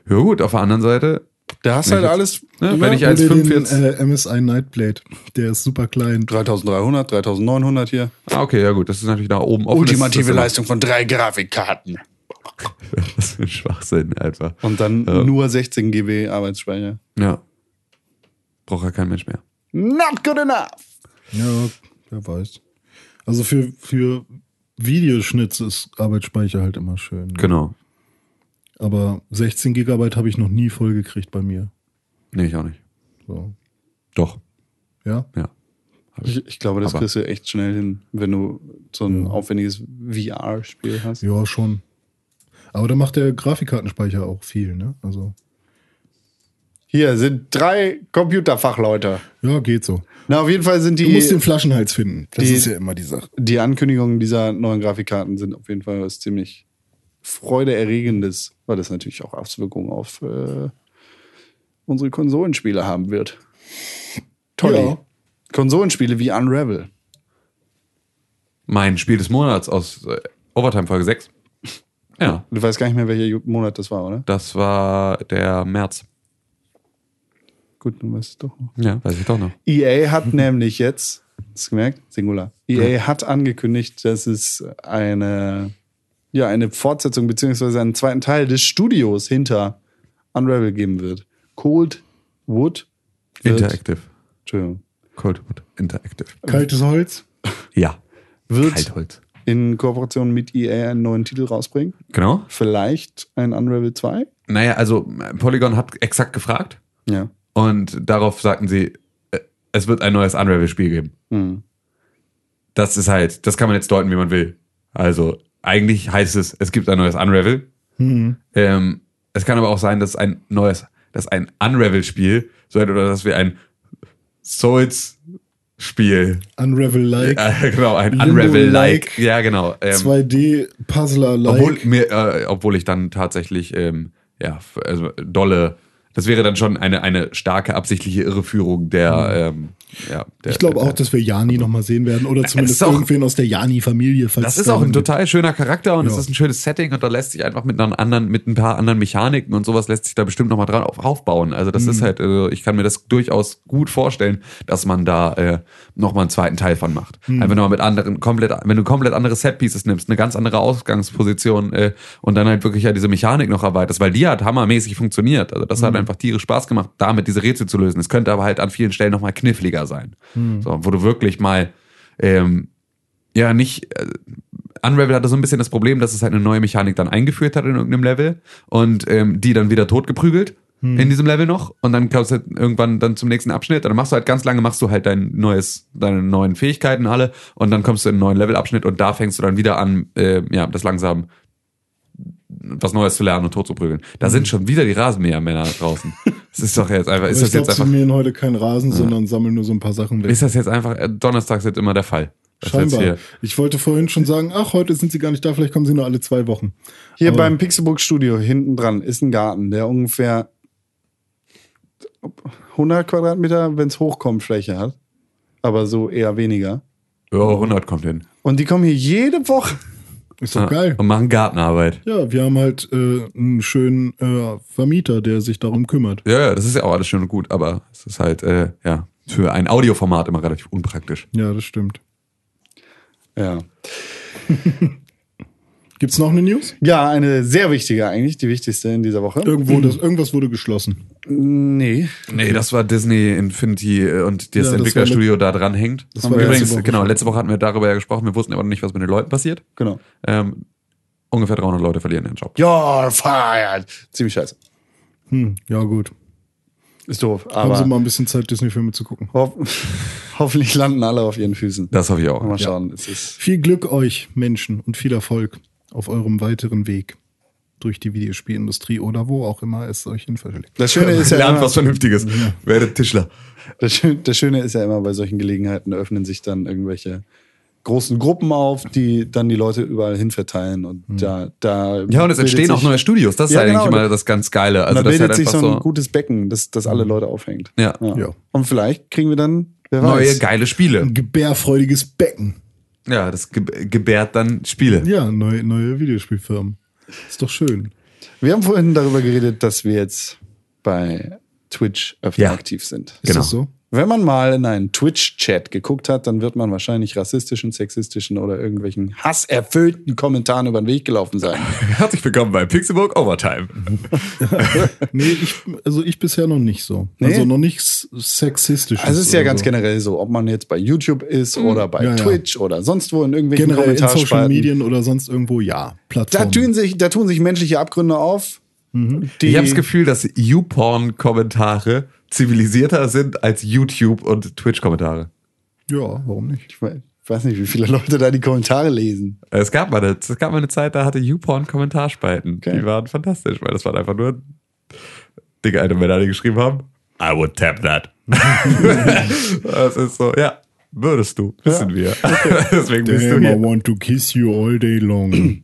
D: Ja gut, auf der anderen Seite,
B: Da hast du
D: Wenn
B: halt
D: ich
B: alles
D: ne,
B: Ja,
D: wenn ich
C: Hol
D: als
C: dir
D: 5
C: den,
D: jetzt...
C: Äh, MSI Nightblade, der ist super klein.
B: 3300, 3900 hier.
D: ah, okay, ja gut, das ist natürlich da oben offen.
B: Ultimative
D: das ist
B: Leistung von drei Grafikkarten.
D: das ist- Das ist ein Schwachsinn einfach.
B: Und dann
D: Ja.
B: nur 16 GB Arbeitsspeicher.
D: Ja. Braucht ja kein Mensch mehr.
B: Not good enough.
C: Ja, wer weiß. Also für, für Videoschnitt ist Arbeitsspeicher halt immer schön.
D: Genau.
C: Aber 16 Gigabyte habe ich noch nie voll gekriegt bei mir.
D: Nee, ich auch nicht.
C: So.
D: Doch,
C: Ja.
D: ja.
B: Ich, ich glaube, das
D: Aber-
B: kriegst du echt schnell hin, wenn du so ein aufwendiges VR-Spiel hast.
C: Ja, schon. Aber da macht der Grafikkartenspeicher auch viel, ne? Also,
B: Hier sind drei Computerfachleute.
C: ja, geht so.
B: Na, auf jeden Fall sind die.
C: Du musst den Flaschenhals finden. Das
B: die-
C: ist ja immer die Sache.
B: die Ankündigungen dieser neuen Grafikkarten sind auf jeden Fall was ziemlich freudeerregendes, weil das natürlich auch Auswirkungen auf äh, unsere Konsolenspiele haben wird. Toll.
C: Ja.
B: Konsolenspiele wie Unravel.
D: Mein Spiel des Monats aus äh, Overtime Folge 6. Ja,
B: Du weißt gar nicht mehr, welcher Ju- Monat das war, oder?
D: das war der März.
B: Gut, du weißt es doch noch.
D: Ja, weiß ich doch noch.
B: EA E hat nämlich jetzt, hast du gemerkt? Singular. EA hat angekündigt, dass es eine, ja, eine Fortsetzung beziehungsweise einen zweiten Teil des Studios hinter Unravel geben wird. Cold Wood wird-
D: Interactive.
B: Entschuldigung.
D: Coldwood Interactive.
C: Kaltes Holz.
D: Ja.
B: Wird
D: Kaltholz.
B: in Kooperation mit EA einen neuen Titel rausbringen.
D: Genau.
B: Vielleicht ein Unravel 2.
D: Naja, also äh, Polygon hat exakt gefragt
B: Ja.
D: und darauf sagten sie, äh, es wird ein neues Unravel-Spiel geben.
B: Hm.
D: Das ist halt, das kann man jetzt deuten, wie man will. Also eigentlich heißt es, es gibt ein neues Unravel. Ähm, es kann aber auch sein, dass ein neues, dass ein Unravel-Spiel so oder dass wir ein Souls-Spiel,
C: Unravel-like.
D: äh, genau, ein
C: Limbo-like.
D: Unravel-like, ja genau. Ähm,
C: 2D-Puzzler-like.
D: Obwohl, mir, äh, obwohl ich dann tatsächlich, ähm, ja, f- also dolle, das wäre dann schon eine, eine starke absichtliche Irreführung der, ähm, Ja,
C: Mhm.
D: der-
C: Ich glaube
D: der-
C: auch, dass wir Jani nochmal sehen werden oder zumindest
D: äh, ist auch-
C: irgendwen aus der Jani-Familie. falls
D: Das
C: es
D: ist
C: da
D: auch ein
C: einen gibt.
D: total schöner Charakter und es
C: Ja.
D: ist ein schönes Setting und da lässt sich einfach mit, einer anderen, mit ein paar anderen Mechaniken und sowas lässt sich da bestimmt nochmal dran auf, aufbauen. Also das ist halt, also ich kann mir das durchaus gut vorstellen, dass man da äh, nochmal einen zweiten Teil von macht. Einfach nochmal mit anderen, komplett, wenn du komplett andere Setpieces nimmst, eine ganz andere Ausgangsposition äh, und dann halt wirklich ja diese Mechanik noch erweiterst, weil die hat hammermäßig funktioniert. Also das hat einfach tierisch Spaß gemacht, damit diese Rätsel zu lösen. Es könnte aber halt an vielen Stellen nochmal kniffliger sein. So, wo du wirklich mal ähm, ja nicht. Äh, Unravel hatte so ein bisschen das Problem, dass es halt eine neue Mechanik dann eingeführt hat in irgendeinem Level und ähm, die dann wieder totgeprügelt
C: Hm.
D: in diesem Level noch und dann kommst du halt irgendwann dann zum nächsten Abschnitt und dann machst du halt ganz lange machst du halt dein neues deine neuen Fähigkeiten alle und dann kommst du in einen neuen Levelabschnitt und da fängst du dann wieder an äh, ja das langsam was Neues zu lernen und totzuprügeln. Da sind schon wieder die Rasenmähermänner draußen. Das ist doch jetzt einfach ist
C: Hm. Aber ich
D: das
C: glaube,
D: jetzt
C: sie
D: einfach
C: mähen heute keinen Rasen, sondern sammeln nur so ein paar Sachen weg.
D: ist das jetzt einfach äh, donnerstags jetzt immer der Fall. Das ist jetzt
C: Scheinbar.
D: hier-
C: Ich wollte vorhin schon sagen, ach, heute sind sie gar nicht da, vielleicht kommen sie nur alle zwei Wochen.
B: Hier
C: Aber-
B: beim Pixelbook Studio hinten dran ist ein Garten, der ungefähr 100 Quadratmeter, wenn es hochkommt, Fläche hat. Aber so eher weniger.
D: Ja, 100 kommt hin.
B: Und die kommen hier jede Woche.
C: Ist doch geil.
D: Und machen Gartenarbeit.
C: Ja, wir haben halt äh, einen schönen äh, Vermieter, der sich darum kümmert.
D: Ja, ja, das ist ja auch alles schön und gut, aber es ist halt, äh, ja, für ein Audioformat immer relativ unpraktisch.
C: Ja, das stimmt.
B: Ja.
C: Gibt's noch eine News?
B: Ja, eine sehr wichtige eigentlich, die wichtigste in dieser Woche.
D: Hm.
C: Irgendwo, das, irgendwas wurde geschlossen.
B: Äh, Nee.
D: Nee, das war Disney Infinity äh, und das
C: Ja, das
D: Entwicklerstudio da dran hängt.
C: Das
D: Und
C: war letzte
D: Übrigens,
C: Woche
D: genau,
C: schon.
D: letzte Woche hatten wir darüber ja gesprochen, wir wussten aber noch nicht, was mit den Leuten passiert.
B: Genau.
D: Ähm, ungefähr 300 Leute verlieren ihren Job.
B: You're fired. Ziemlich scheiße.
C: Hm, ja, gut.
B: Ist doof.
C: haben sie mal
B: Aber
C: ein bisschen Zeit, Disney-Filme zu gucken.
B: hoff hoffentlich landen alle auf ihren Füßen.
D: Das hoffe ich auch.
B: Mal schauen. Es ist
C: Viel Glück euch, Menschen, und viel Erfolg auf eurem weiteren Weg durch die Videospielindustrie oder wo auch immer es euch hinverlegt.
B: das Schöne ist ja
D: Lernt
B: immer,
D: was Vernünftiges. Werdet Tischler.
B: das, Schö- das Schöne ist ja immer bei solchen Gelegenheiten öffnen sich dann irgendwelche großen Gruppen auf, die dann die Leute überall hin verteilen und da da
D: Hm. Ja, und es
B: bildet
D: entstehen auch
B: sich-
D: neue Studios. Das ist
B: Ja,
D: ja, eigentlich
B: genau.
D: immer das ganz Geile. Also
B: Da
D: das ist
B: bildet
D: halt
B: sich
D: einfach
B: so ein
D: so, Hm.
B: gutes Becken, das das alle Leute aufhängt.
D: Ja.
C: Ja.
B: Und vielleicht kriegen wir dann wer
D: neue
B: weiß.
D: geile Spiele.
C: Ein gebärfreudiges Becken.
D: Ja, das ge gebärt dann Spiele.
C: Ja, neue, neue Videospielfirmen. Ist doch schön.
B: Wir haben vorhin darüber geredet, dass wir jetzt bei Twitch öfter
D: Ja.
B: aktiv sind.
C: Ist
D: Genau.
C: das so?
B: Wenn man mal in einen Twitch-Chat geguckt hat, dann wird man wahrscheinlich rassistischen, sexistischen oder irgendwelchen hasserfüllten Kommentaren über den Weg gelaufen sein.
D: Herzlich willkommen bei Pixelburg Overtime.
C: Nee, ich, also ich bisher noch nicht so.
B: Nee?
C: Also noch nichts sexistisches.
B: Also es ist ja
C: oder
B: ganz
C: so.
B: generell so, ob man jetzt bei YouTube ist oder bei
C: Ja, ja.
B: Twitch oder sonst wo in irgendwelchen
C: generell in Social
B: Kommentarspalten.
C: Medien oder sonst irgendwo, ja.
B: da,
C: Plattformen.
B: tun sich, da tun sich menschliche Abgründe auf. Die,
C: Mhm.
D: Ich habe das Gefühl, dass YouPorn-Kommentare zivilisierter sind als YouTube- und Twitch-Kommentare.
C: ja, warum nicht?
B: ich we- ich weiß nicht, wie viele Leute da die Kommentare lesen.
D: Es gab mal eine, es gab mal eine Zeit, da hatte YouPorn Kommentarspalten. Die waren fantastisch, weil das waren einfach nur dicke alte Männer, die geschrieben haben, I would tap that. das ist so, ja, würdest du, wissen wir. Deswegen bist du
C: Damn, I
D: hier.
C: want to kiss you all day long.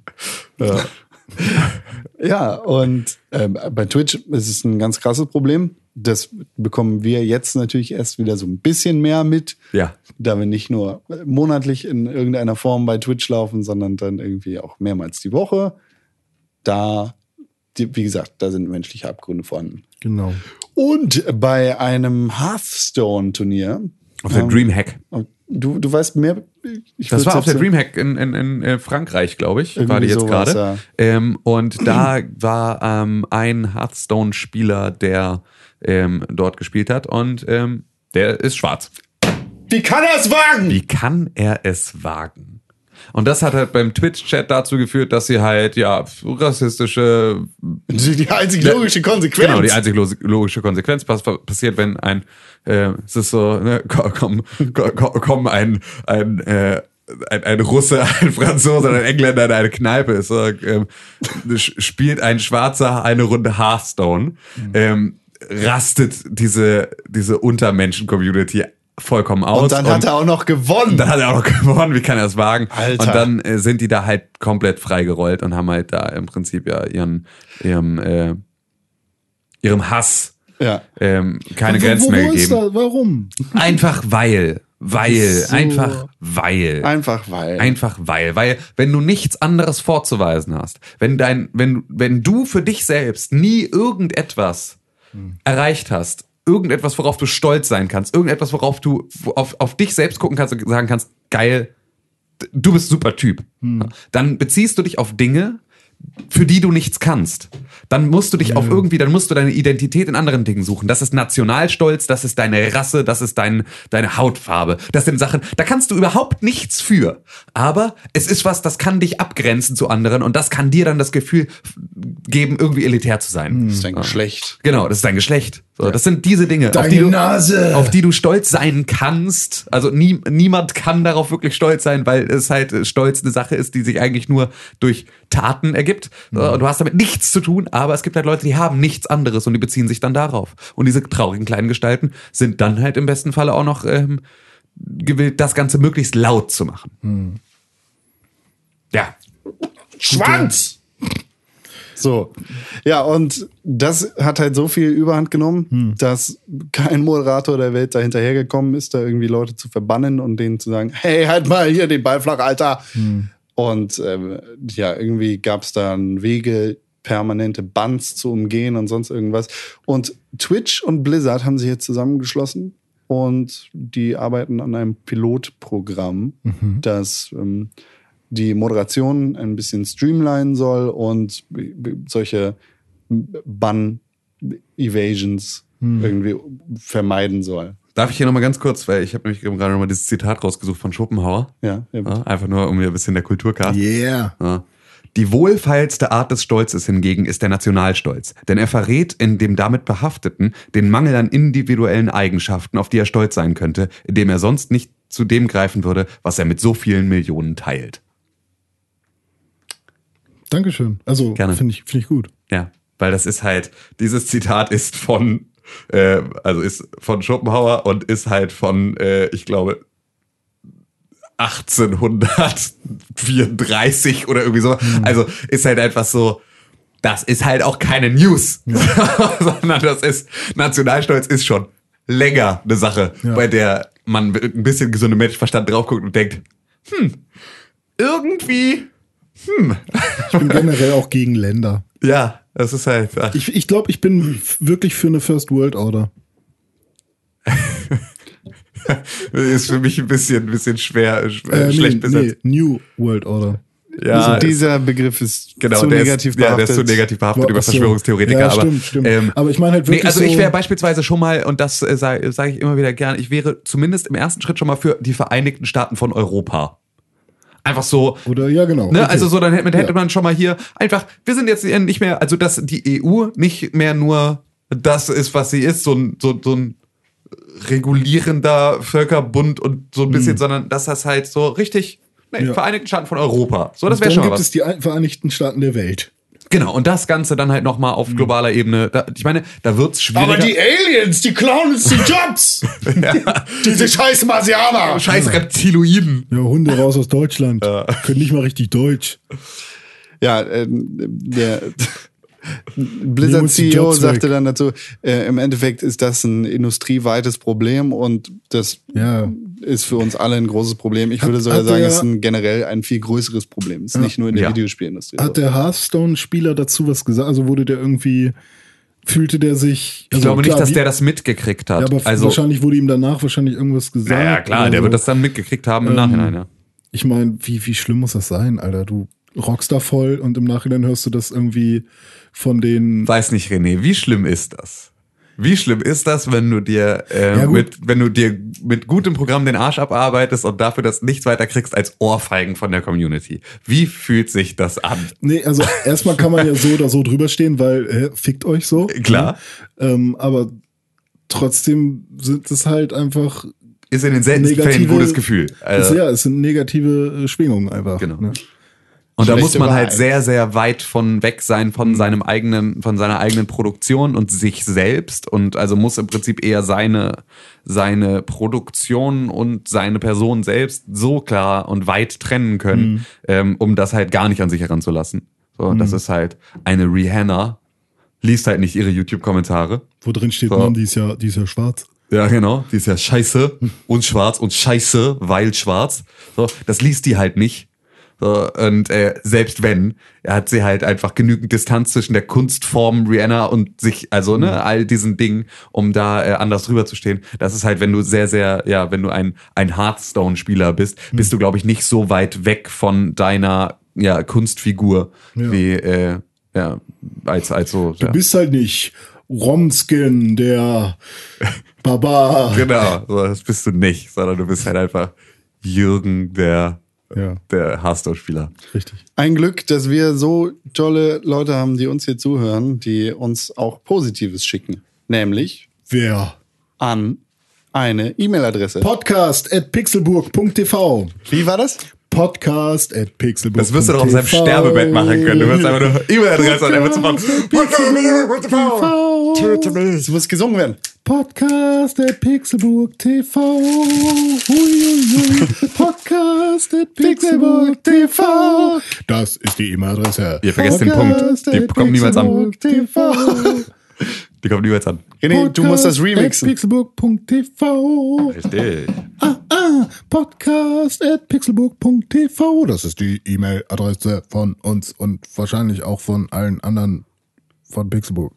B: Ja, und ähm, bei Twitch ist es ein ganz krasses Problem. Das bekommen wir jetzt natürlich erst wieder so ein bisschen mehr mit.
D: Ja.
B: da wir nicht nur monatlich in irgendeiner Form bei Twitch laufen, sondern dann irgendwie auch mehrmals die Woche. Da, die, wie gesagt, da sind menschliche Abgründe vorhanden.
C: genau.
B: Und bei einem Hearthstone-Turnier,
D: Auf der Dreamhack.
B: du, du weißt mehr. Ich
D: Das
B: würd's
D: war auf der
B: jetzt-
D: Dreamhack in, in, in äh, Frankreich, glaube ich, war
B: Irgendwie
D: die jetzt
B: sowas,
D: gerade.
B: ja.
D: Ähm, und da war ähm, ein Hearthstone-Spieler, der ähm, dort gespielt hat und ähm, der ist schwarz.
B: Wie kann er es wagen?
D: Wie kann er es wagen? Und das hat halt beim Twitch-Chat dazu geführt, dass sie halt, ja, rassistische,
B: Die, die einzig logische Konsequenz.
D: genau, die einzig lo- logische Konsequenz pass passiert, wenn ein, äh, es ist so, ne, ko- komm, ko- ko- komm ein, ein, äh, ein, ein Russe, ein Franzose, oder ein Engländer in eine Kneipe ist, so, ähm, sch- spielt ein Schwarzer eine Runde Hearthstone, ähm, rastet diese, diese Untermenschen-Community vollkommen aus.
B: und dann hat er auch noch gewonnen.
D: Dann hat er auch noch gewonnen, wie kann er es wagen?
B: Alter.
D: Und dann äh, sind die da halt komplett freigerollt und haben halt da im Prinzip ja ihren, ihrem, äh, ihrem Hass
B: Ja.
D: ähm, keine
C: Wo-
D: Grenzen
C: wo,
D: mehr
C: wo ist
D: gegeben.
C: da- Warum?
D: Einfach weil. Weil.
C: So.
D: Einfach weil.
B: Einfach weil.
D: Einfach weil, weil wenn du nichts anderes vorzuweisen hast, wenn dein, wenn, wenn du für dich selbst nie irgendetwas erreicht hast, irgendetwas, worauf du stolz sein kannst, irgendetwas, worauf du auf, auf dich selbst gucken kannst und sagen kannst, geil, d- du bist super Typ, dann beziehst du dich auf Dinge, für die du nichts kannst. Dann musst du dich auf irgendwie, dann musst du deine Identität in anderen Dingen suchen. Das ist Nationalstolz, das ist deine Rasse, das ist dein, deine Hautfarbe. Das sind Sachen, da kannst du überhaupt nichts für. Aber es ist was, das kann dich abgrenzen zu anderen und das kann dir dann das Gefühl f- geben, irgendwie elitär zu sein.
B: Das ist ein Geschlecht.
D: Genau, das ist dein Geschlecht. So, das sind diese Dinge, auf
E: Deine
D: die, du,
E: Nase.
D: auf die du stolz sein kannst. Also nie, niemand kann darauf wirklich stolz sein, weil es halt äh, stolz eine Sache ist, die sich eigentlich nur durch Taten ergibt. So, und Du hast damit nichts zu tun, aber es gibt halt Leute, die haben nichts anderes und die beziehen sich dann darauf. Und diese traurigen kleinen Gestalten sind dann halt im besten Falle auch noch ähm, gewillt, das Ganze möglichst laut zu machen. Ja.
B: Schwanz! So. Ja, und das hat halt so viel Überhand genommen, dass kein Moderator der Welt da hinterhergekommen ist, da irgendwie Leute zu verbannen und denen zu sagen, hey, halt mal hier den Ball flach, Alter. Und ähm, ja, irgendwie gab es dann Wege, permanente Bans zu umgehen und sonst irgendwas. Und Twitch und Blizzard haben sich jetzt zusammengeschlossen und die arbeiten an einem Pilotprogramm, das ähm, die Moderation ein bisschen streamlinen soll und b- b- solche Bann-Evasions irgendwie vermeiden soll.
D: Darf ich hier nochmal ganz kurz, weil ich habe nämlich gerade nochmal dieses Zitat rausgesucht von Schopenhauer.
B: Ja, ja.
D: Ja, einfach nur, um hier ein bisschen der Kulturkarte.
C: Yeah.
D: Ja. Die wohlfeilste Art des Stolzes hingegen ist der Nationalstolz, denn er verrät in dem damit Behafteten den Mangel an individuellen Eigenschaften, auf die er stolz sein könnte, indem er sonst nicht zu dem greifen würde, was er mit so vielen Millionen teilt.
C: Dankeschön. Also,
D: Gerne.
C: finde ich, finde ich gut.
D: Ja, weil das ist halt, dieses Zitat ist von, äh, also ist von Schopenhauer und ist halt von, äh, ich glaube, 1834 oder irgendwie so. Also ist halt einfach so, das ist halt auch keine News, sondern das ist, Nationalstolz ist schon länger eine Sache,
C: Ja.
D: bei der man mit ein bisschen gesundem Menschenverstand drauf guckt und denkt, hm, irgendwie,
C: Ich bin generell auch gegen Länder.
D: ja, das ist halt, ach,
C: Ich, ich glaube, ich bin f- wirklich für eine First World Order.
D: Ist für mich ein bisschen, ein bisschen schwer, äh, sch-
C: Äh,
D: äh, schlecht besetzt.
C: New World Order.
D: Ja,
B: also
D: ist,
B: dieser Begriff ist
D: genau,
B: zu
D: der
B: negativ
D: ist, ja, der ist zu negativ behaftet
C: Wa-
D: über
C: ach so.
D: Verschwörungstheoretiker.
C: Ja,
D: aber, ähm,
C: stimmt, stimmt. Aber ich meine halt wirklich
D: also ich
C: so-
D: wäre beispielsweise schon mal, und das äh, sage sag ich immer wieder gern, ich wäre zumindest im ersten Schritt schon mal für die Vereinigten Staaten von Europa. Einfach so,
C: Oder ja, genau.
D: Ne?
C: Okay.
D: Also so, dann hätte, hätte
C: Ja.
D: man schon mal hier einfach, wir sind jetzt nicht mehr, also dass die EU nicht mehr nur das ist, was sie ist, so ein, so, so ein regulierender Völkerbund und so ein bisschen, sondern dass das halt so richtig, ne,
C: Mhm. Ja.
D: Vereinigten Staaten von Europa. So, das
C: Und
D: wäre
C: dann
D: schon mal
C: gibt
D: was.
C: es die ein- Vereinigten Staaten der Welt.
D: Genau, und das Ganze dann halt nochmal auf
C: Mhm.
D: globaler Ebene. Da, ich meine, da wird's schwieriger.
B: Aliens, die klauen uns die Jobs! Diese scheiß Marsianer!
D: Scheiß Reptiloiden.
C: Ja, Hunde raus aus Deutschland. Können nicht mal richtig Deutsch.
B: Ja, ähm, der
C: Nehmen
B: Blizzard
C: uns die
B: CEO
C: Jobs weg.
B: sagte dann dazu, äh, im Endeffekt ist das ein industrieweites Problem und das
C: Ja.
B: ist für uns alle ein großes Problem. Ich würde
C: Hat-
B: sogar
C: hat
B: sagen,
C: der-
B: es ist ein generell ein viel größeres Problem. Es ist nicht nur in der
D: Ja.
B: Videospielindustrie.
C: Hat
B: so.
C: der Hearthstone-Spieler dazu was gesagt? Also wurde der irgendwie, fühlte der sich.
D: Ich
C: also
D: glaube
C: klar,
D: nicht, dass
C: wie-
D: der das mitgekriegt
C: Ja,
D: hat.
C: aber
D: also,
C: wahrscheinlich wurde ihm danach wahrscheinlich irgendwas gesagt.
D: naja, klar,
C: oder
D: der
C: so.
D: wird das dann mitgekriegt haben im
C: Ähm,
D: Nachhinein, ja.
C: Ich meine, wie, wie schlimm muss das sein, Alter? Du rockst da voll und im Nachhinein hörst du das irgendwie von den.
D: Weiß nicht, René, wie schlimm ist das? Wie schlimm ist das, wenn du dir, äh,
C: Ja, gut.
D: mit, wenn du dir mit gutem Programm den Arsch abarbeitest und dafür das nichts weiter kriegst als Ohrfeigen von der Community? Wie fühlt sich das an?
C: Nee, also erstmal kann man ja so oder so drüber stehen, weil äh, fickt euch so.
D: Klar.
C: Ähm, aber trotzdem sind es halt einfach.
D: Ist in den seltensten
C: Negative-
D: Fällen ein gutes Gefühl.
C: es-
D: Also,
C: ja, es sind negative äh, Schwingungen einfach.
D: Genau.
C: Ne?
D: und da muss
B: schlechte
D: man halt
B: Wahl. Hm.
D: sehr, sehr weit von weg sein von seinem eigenen, von seiner eigenen Produktion und sich selbst und also muss im Prinzip eher seine, seine Produktion und seine Person selbst so klar und weit trennen können,
B: Hm.
D: ähm, um das halt gar nicht an sich heranzulassen. So, das ist halt eine Rihanna, liest halt nicht ihre YouTube-Kommentare.
C: Wo drin steht,
D: So.
C: Mann, die ist ja, die ist ja schwarz.
D: Ja, genau. Die ist ja scheiße und schwarz und scheiße, weil schwarz. So, das liest die halt nicht. So, und äh, selbst wenn, hat sie halt einfach genügend Distanz zwischen der Kunstform Rihanna und sich, also ne, all diesen Dingen, um da äh, anders drüber zu stehen. Das ist halt, wenn du sehr, sehr, ja, wenn du ein, ein Hearthstone-Spieler bist, bist du, glaube ich, nicht so weit weg von deiner ja, Kunstfigur
C: Ja.
D: wie äh, ja, als, als so.
C: Du
D: ja.
C: bist halt nicht Romskin, der Barbar.
D: Genau, so, das bist du nicht, sondern du bist halt einfach Jürgen, der,
C: Ja.
D: der Hearthstone-Spieler.
C: Richtig.
B: Ein Glück, dass wir so tolle Leute haben, die uns hier zuhören, die uns auch Positives schicken. Nämlich
C: Wer?
B: an eine E-Mail-Adresse.
C: Podcast at pixelburg.tv.
B: Wie war das?
C: Podcast at pixelburg.tv.
D: Das wirst du doch auf seinem Sterbebett machen können. Du wirst einfach nur E-Mail-Adresse und er wird sofort.
B: Es muss gesungen werden.
C: Podcast at Pixelburg TV. Huiuiui. Podcast at Pixelburg TV. Das ist die E-Mail-Adresse.
D: Ihr vergesst den Punkt.
C: Podcast
D: Die
C: at
D: kommen niemals an.
C: pixelburg TV.
D: Die kommen niemals an.
B: René, du musst das
C: Podcast at
B: remixen.
C: Pixelburg.tv.
D: Richtig.
C: Ah, Podcast at pixelburg.tv. Das ist die E-Mail-Adresse von uns und wahrscheinlich auch von allen anderen von Pixelburg.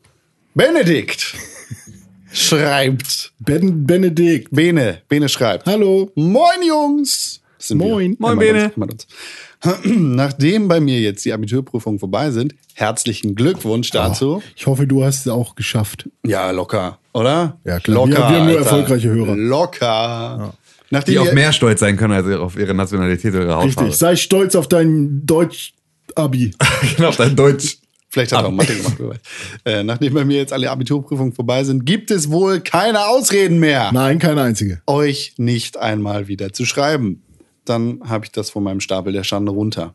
B: Benedikt schreibt.
C: Ben Benedikt.
B: Bene, Bene schreibt.
C: Hallo.
B: Moin Jungs! Das sind
C: Moin.
B: wir.
D: Moin,
B: Einmal
D: Bene.
B: uns, einmal uns. Nachdem bei mir jetzt die Abiturprüfungen vorbei sind, herzlichen
C: Oh.
B: Glückwunsch dazu.
C: Ich hoffe, du hast es auch geschafft.
B: Ja, locker, oder?
C: Ja, klar. Wir- wir haben nur erfolgreiche Hörer.
B: Locker. Nachdem
D: Die auf
B: ihr-
D: mehr stolz sein können als auf ihre Nationalität oder ihre
C: Richtig.
D: Hautfarbe.
C: Sei stolz auf dein Deutsch-Abi.
D: Genau, auf dein Deutsch.
B: Vielleicht
D: Ah.
B: hat er auch Mathe gemacht. wer weiß. äh, nachdem bei mir jetzt alle Abiturprüfungen vorbei sind, gibt es wohl keine Ausreden mehr,
C: Nein, keine einzige.
B: euch nicht einmal wieder zu schreiben. Dann habe ich das von meinem Stapel der Schande runter.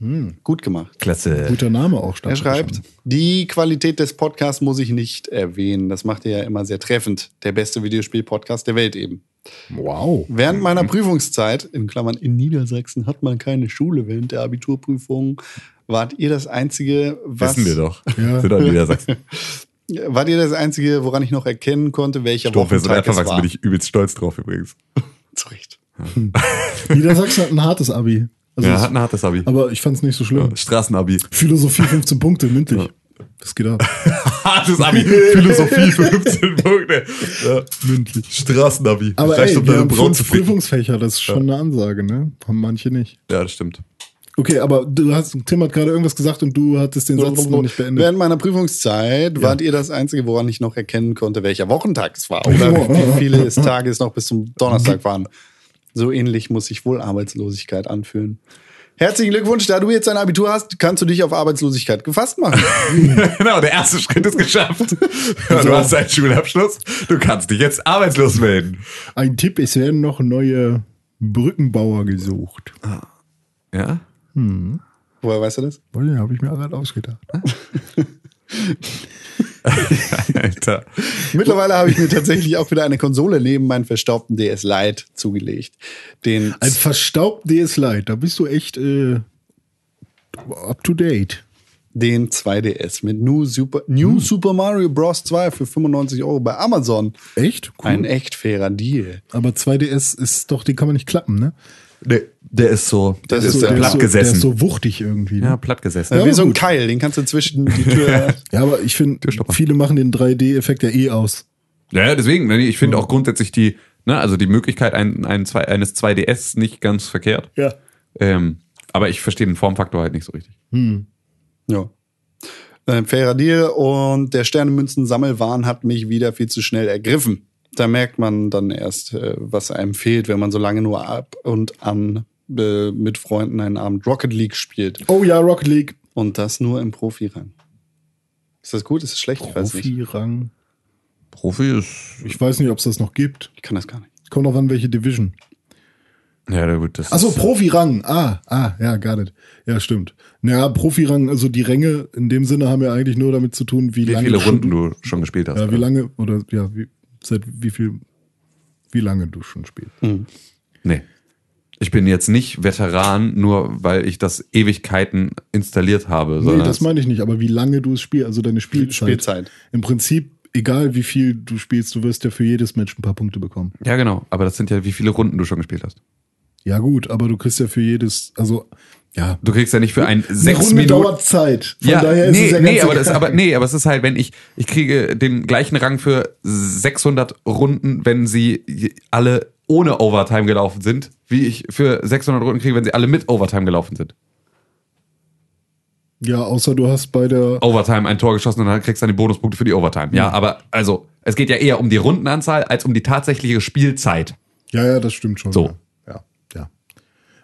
C: Hm.
B: Gut gemacht.
D: Klasse.
C: Guter Name auch.
B: Er schreibt, die Qualität des Podcasts muss ich nicht erwähnen. Das macht ihr ja immer sehr treffend. Der beste Videospiel-Podcast der Welt eben.
C: Wow.
B: Während meiner Prüfungszeit, in Klammern in Niedersachsen hat man keine Schule während der Abiturprüfung, wart ihr das einzige, was
D: Wissen wir doch.
C: Ja.
D: Sind doch in Niedersachsen.
B: wart ihr das einzige, woran ich noch erkennen konnte, welcher
D: Doch, wir sind
B: Wochentag es
D: Erwachsene,
B: war?
D: bin ich übelst stolz drauf übrigens.
B: Zu Recht.
C: Niedersachsen hat ein hartes Abi. Also
D: Ja,
C: es-
D: hat ein hartes Abi.
C: aber ich fand es nicht so schlimm.
D: Straßenabi.
C: Philosophie 15 Punkte, mündlich. Das geht ab.
D: Hartes Abi. Philosophie 15 Punkte. Ja.
C: mündlich.
D: Straßenabi.
C: Aber
D: Reicht,
C: ey,
D: um
C: wir
D: deine
C: haben
D: Braut zu
C: fünf
D: ficken.
C: Prüfungsfächer, das ist schon eine Ansage, ne? Haben manche nicht.
D: Ja, das stimmt.
C: Okay, aber du hast, Tim hat gerade irgendwas gesagt und du hattest den Satz noch nicht beendet.
B: Während meiner Prüfungszeit wart ihr das einzige, woran ich noch erkennen konnte, welcher Wochentag es war oder wie viele es Tage es noch bis zum Donnerstag waren. So ähnlich muss sich wohl Arbeitslosigkeit anfühlen. Herzlichen Glückwunsch, da du jetzt ein Abitur hast, kannst du dich auf Arbeitslosigkeit gefasst machen.
D: genau, der erste Schritt ist geschafft. Du hast einen Schulabschluss. Du kannst dich jetzt arbeitslos melden.
C: Ein Tipp, es werden noch neue Brückenbauer gesucht.
D: Ja?
B: Woher weißt du das?
C: Wolle, habe ich mir gerade ausgedacht.
D: Alter.
B: Mittlerweile habe ich mir tatsächlich auch wieder eine Konsole neben meinen verstaubten DS Lite zugelegt. Den
C: Ein verstaubt DS Lite, da bist du echt äh, up to date.
B: den 2DS mit New Super, New Super Mario Bros. 2 für 95 Euro bei Amazon.
C: Echt? Cool.
B: Ein e- echt fairer Deal.
C: aber 2DS ist doch, den kann man nicht klappen, ne?
D: Der, der ist so, der
B: Das ist so-
D: ist so
B: der
D: platt
C: so, der ist
D: gesessen.
C: so wuchtig irgendwie. Ne?
D: ja, platt gesessen.
B: Wie so ein
C: gut.
B: Keil, den kannst du zwischen die Tür.
C: Ja, aber ich finde, viele machen den 3D-Effekt ja eh aus.
D: Ja, ja, deswegen, ne, ich finde auch grundsätzlich die, ne, also die Möglichkeit ein, ein, zwei, eines 2DS nicht ganz verkehrt.
C: Ja.
D: Ähm, aber ich verstehe den Formfaktor halt nicht so richtig.
C: Hm.
B: ja. Ein fairer Deal und der Sternemünzen-Sammelwahn hat mich wieder viel zu schnell ergriffen. Da merkt man dann erst, äh, was einem fehlt, wenn man so lange nur ab und an äh, mit Freunden einen Abend Rocket League spielt.
C: Oh ja, Rocket League.
B: Und das nur im Profirang. Ist das gut? Ist das schlecht? Ich weiß nicht.
C: Profi-Rang.
D: Profi ist.
C: Ich weiß nicht, ob es das noch gibt.
B: Ich kann das gar nicht.
C: Kommt noch an, welche Division.
D: Ja, na gut, das
C: Achso,
D: ist.
C: Profi-Rang. Ah, ah, ja, got it. Ja, stimmt. Naja, Profi-Rang, also die Ränge in dem Sinne haben ja eigentlich nur damit zu tun, wie,
D: Wie
C: lange.
D: viele
C: schon
D: Runden
C: du,
D: du schon gespielt hast.
C: ja, wie lange oder ja, wie, seit wie viel, wie lange du schon spielst.
D: Nee. Ich bin jetzt nicht Veteran, nur weil ich das Ewigkeiten installiert habe.
C: Nee,
D: sondern
C: das meine ich nicht, aber wie lange du es spielst, also deine Spielzeit.
B: Spielzeit.
C: Im Prinzip, egal wie viel du spielst, du wirst ja für jedes Match ein paar Punkte bekommen.
D: ja, genau. Aber das sind ja, wie viele Runden du schon gespielt hast.
C: Ja, gut, aber du kriegst ja für jedes, also, ja.
D: Du kriegst ja nicht für ein
C: Eine
D: sechs
C: Runde
D: Minuten.
C: dauert Zeit. Von
D: ja,
C: daher
D: nee,
C: ist es ja
D: nee,
C: ganz
D: aber das,
C: egal.
D: aber, nee, aber es ist halt, wenn ich, ich kriege den gleichen Rang für 600 Runden, wenn sie je- alle ohne Overtime gelaufen sind, wie ich für 600 Runden kriege, wenn sie alle mit Overtime gelaufen sind.
C: Ja, außer du hast bei
D: Oh,
C: der.
D: Overtime ein Tor geschossen und dann kriegst du dann die Bonuspunkte für die Overtime. Ja, aber also, es geht ja eher um die Rundenanzahl als um die tatsächliche Spielzeit.
C: Ja, ja, das stimmt schon.
D: So.
C: Ja, ja. ja.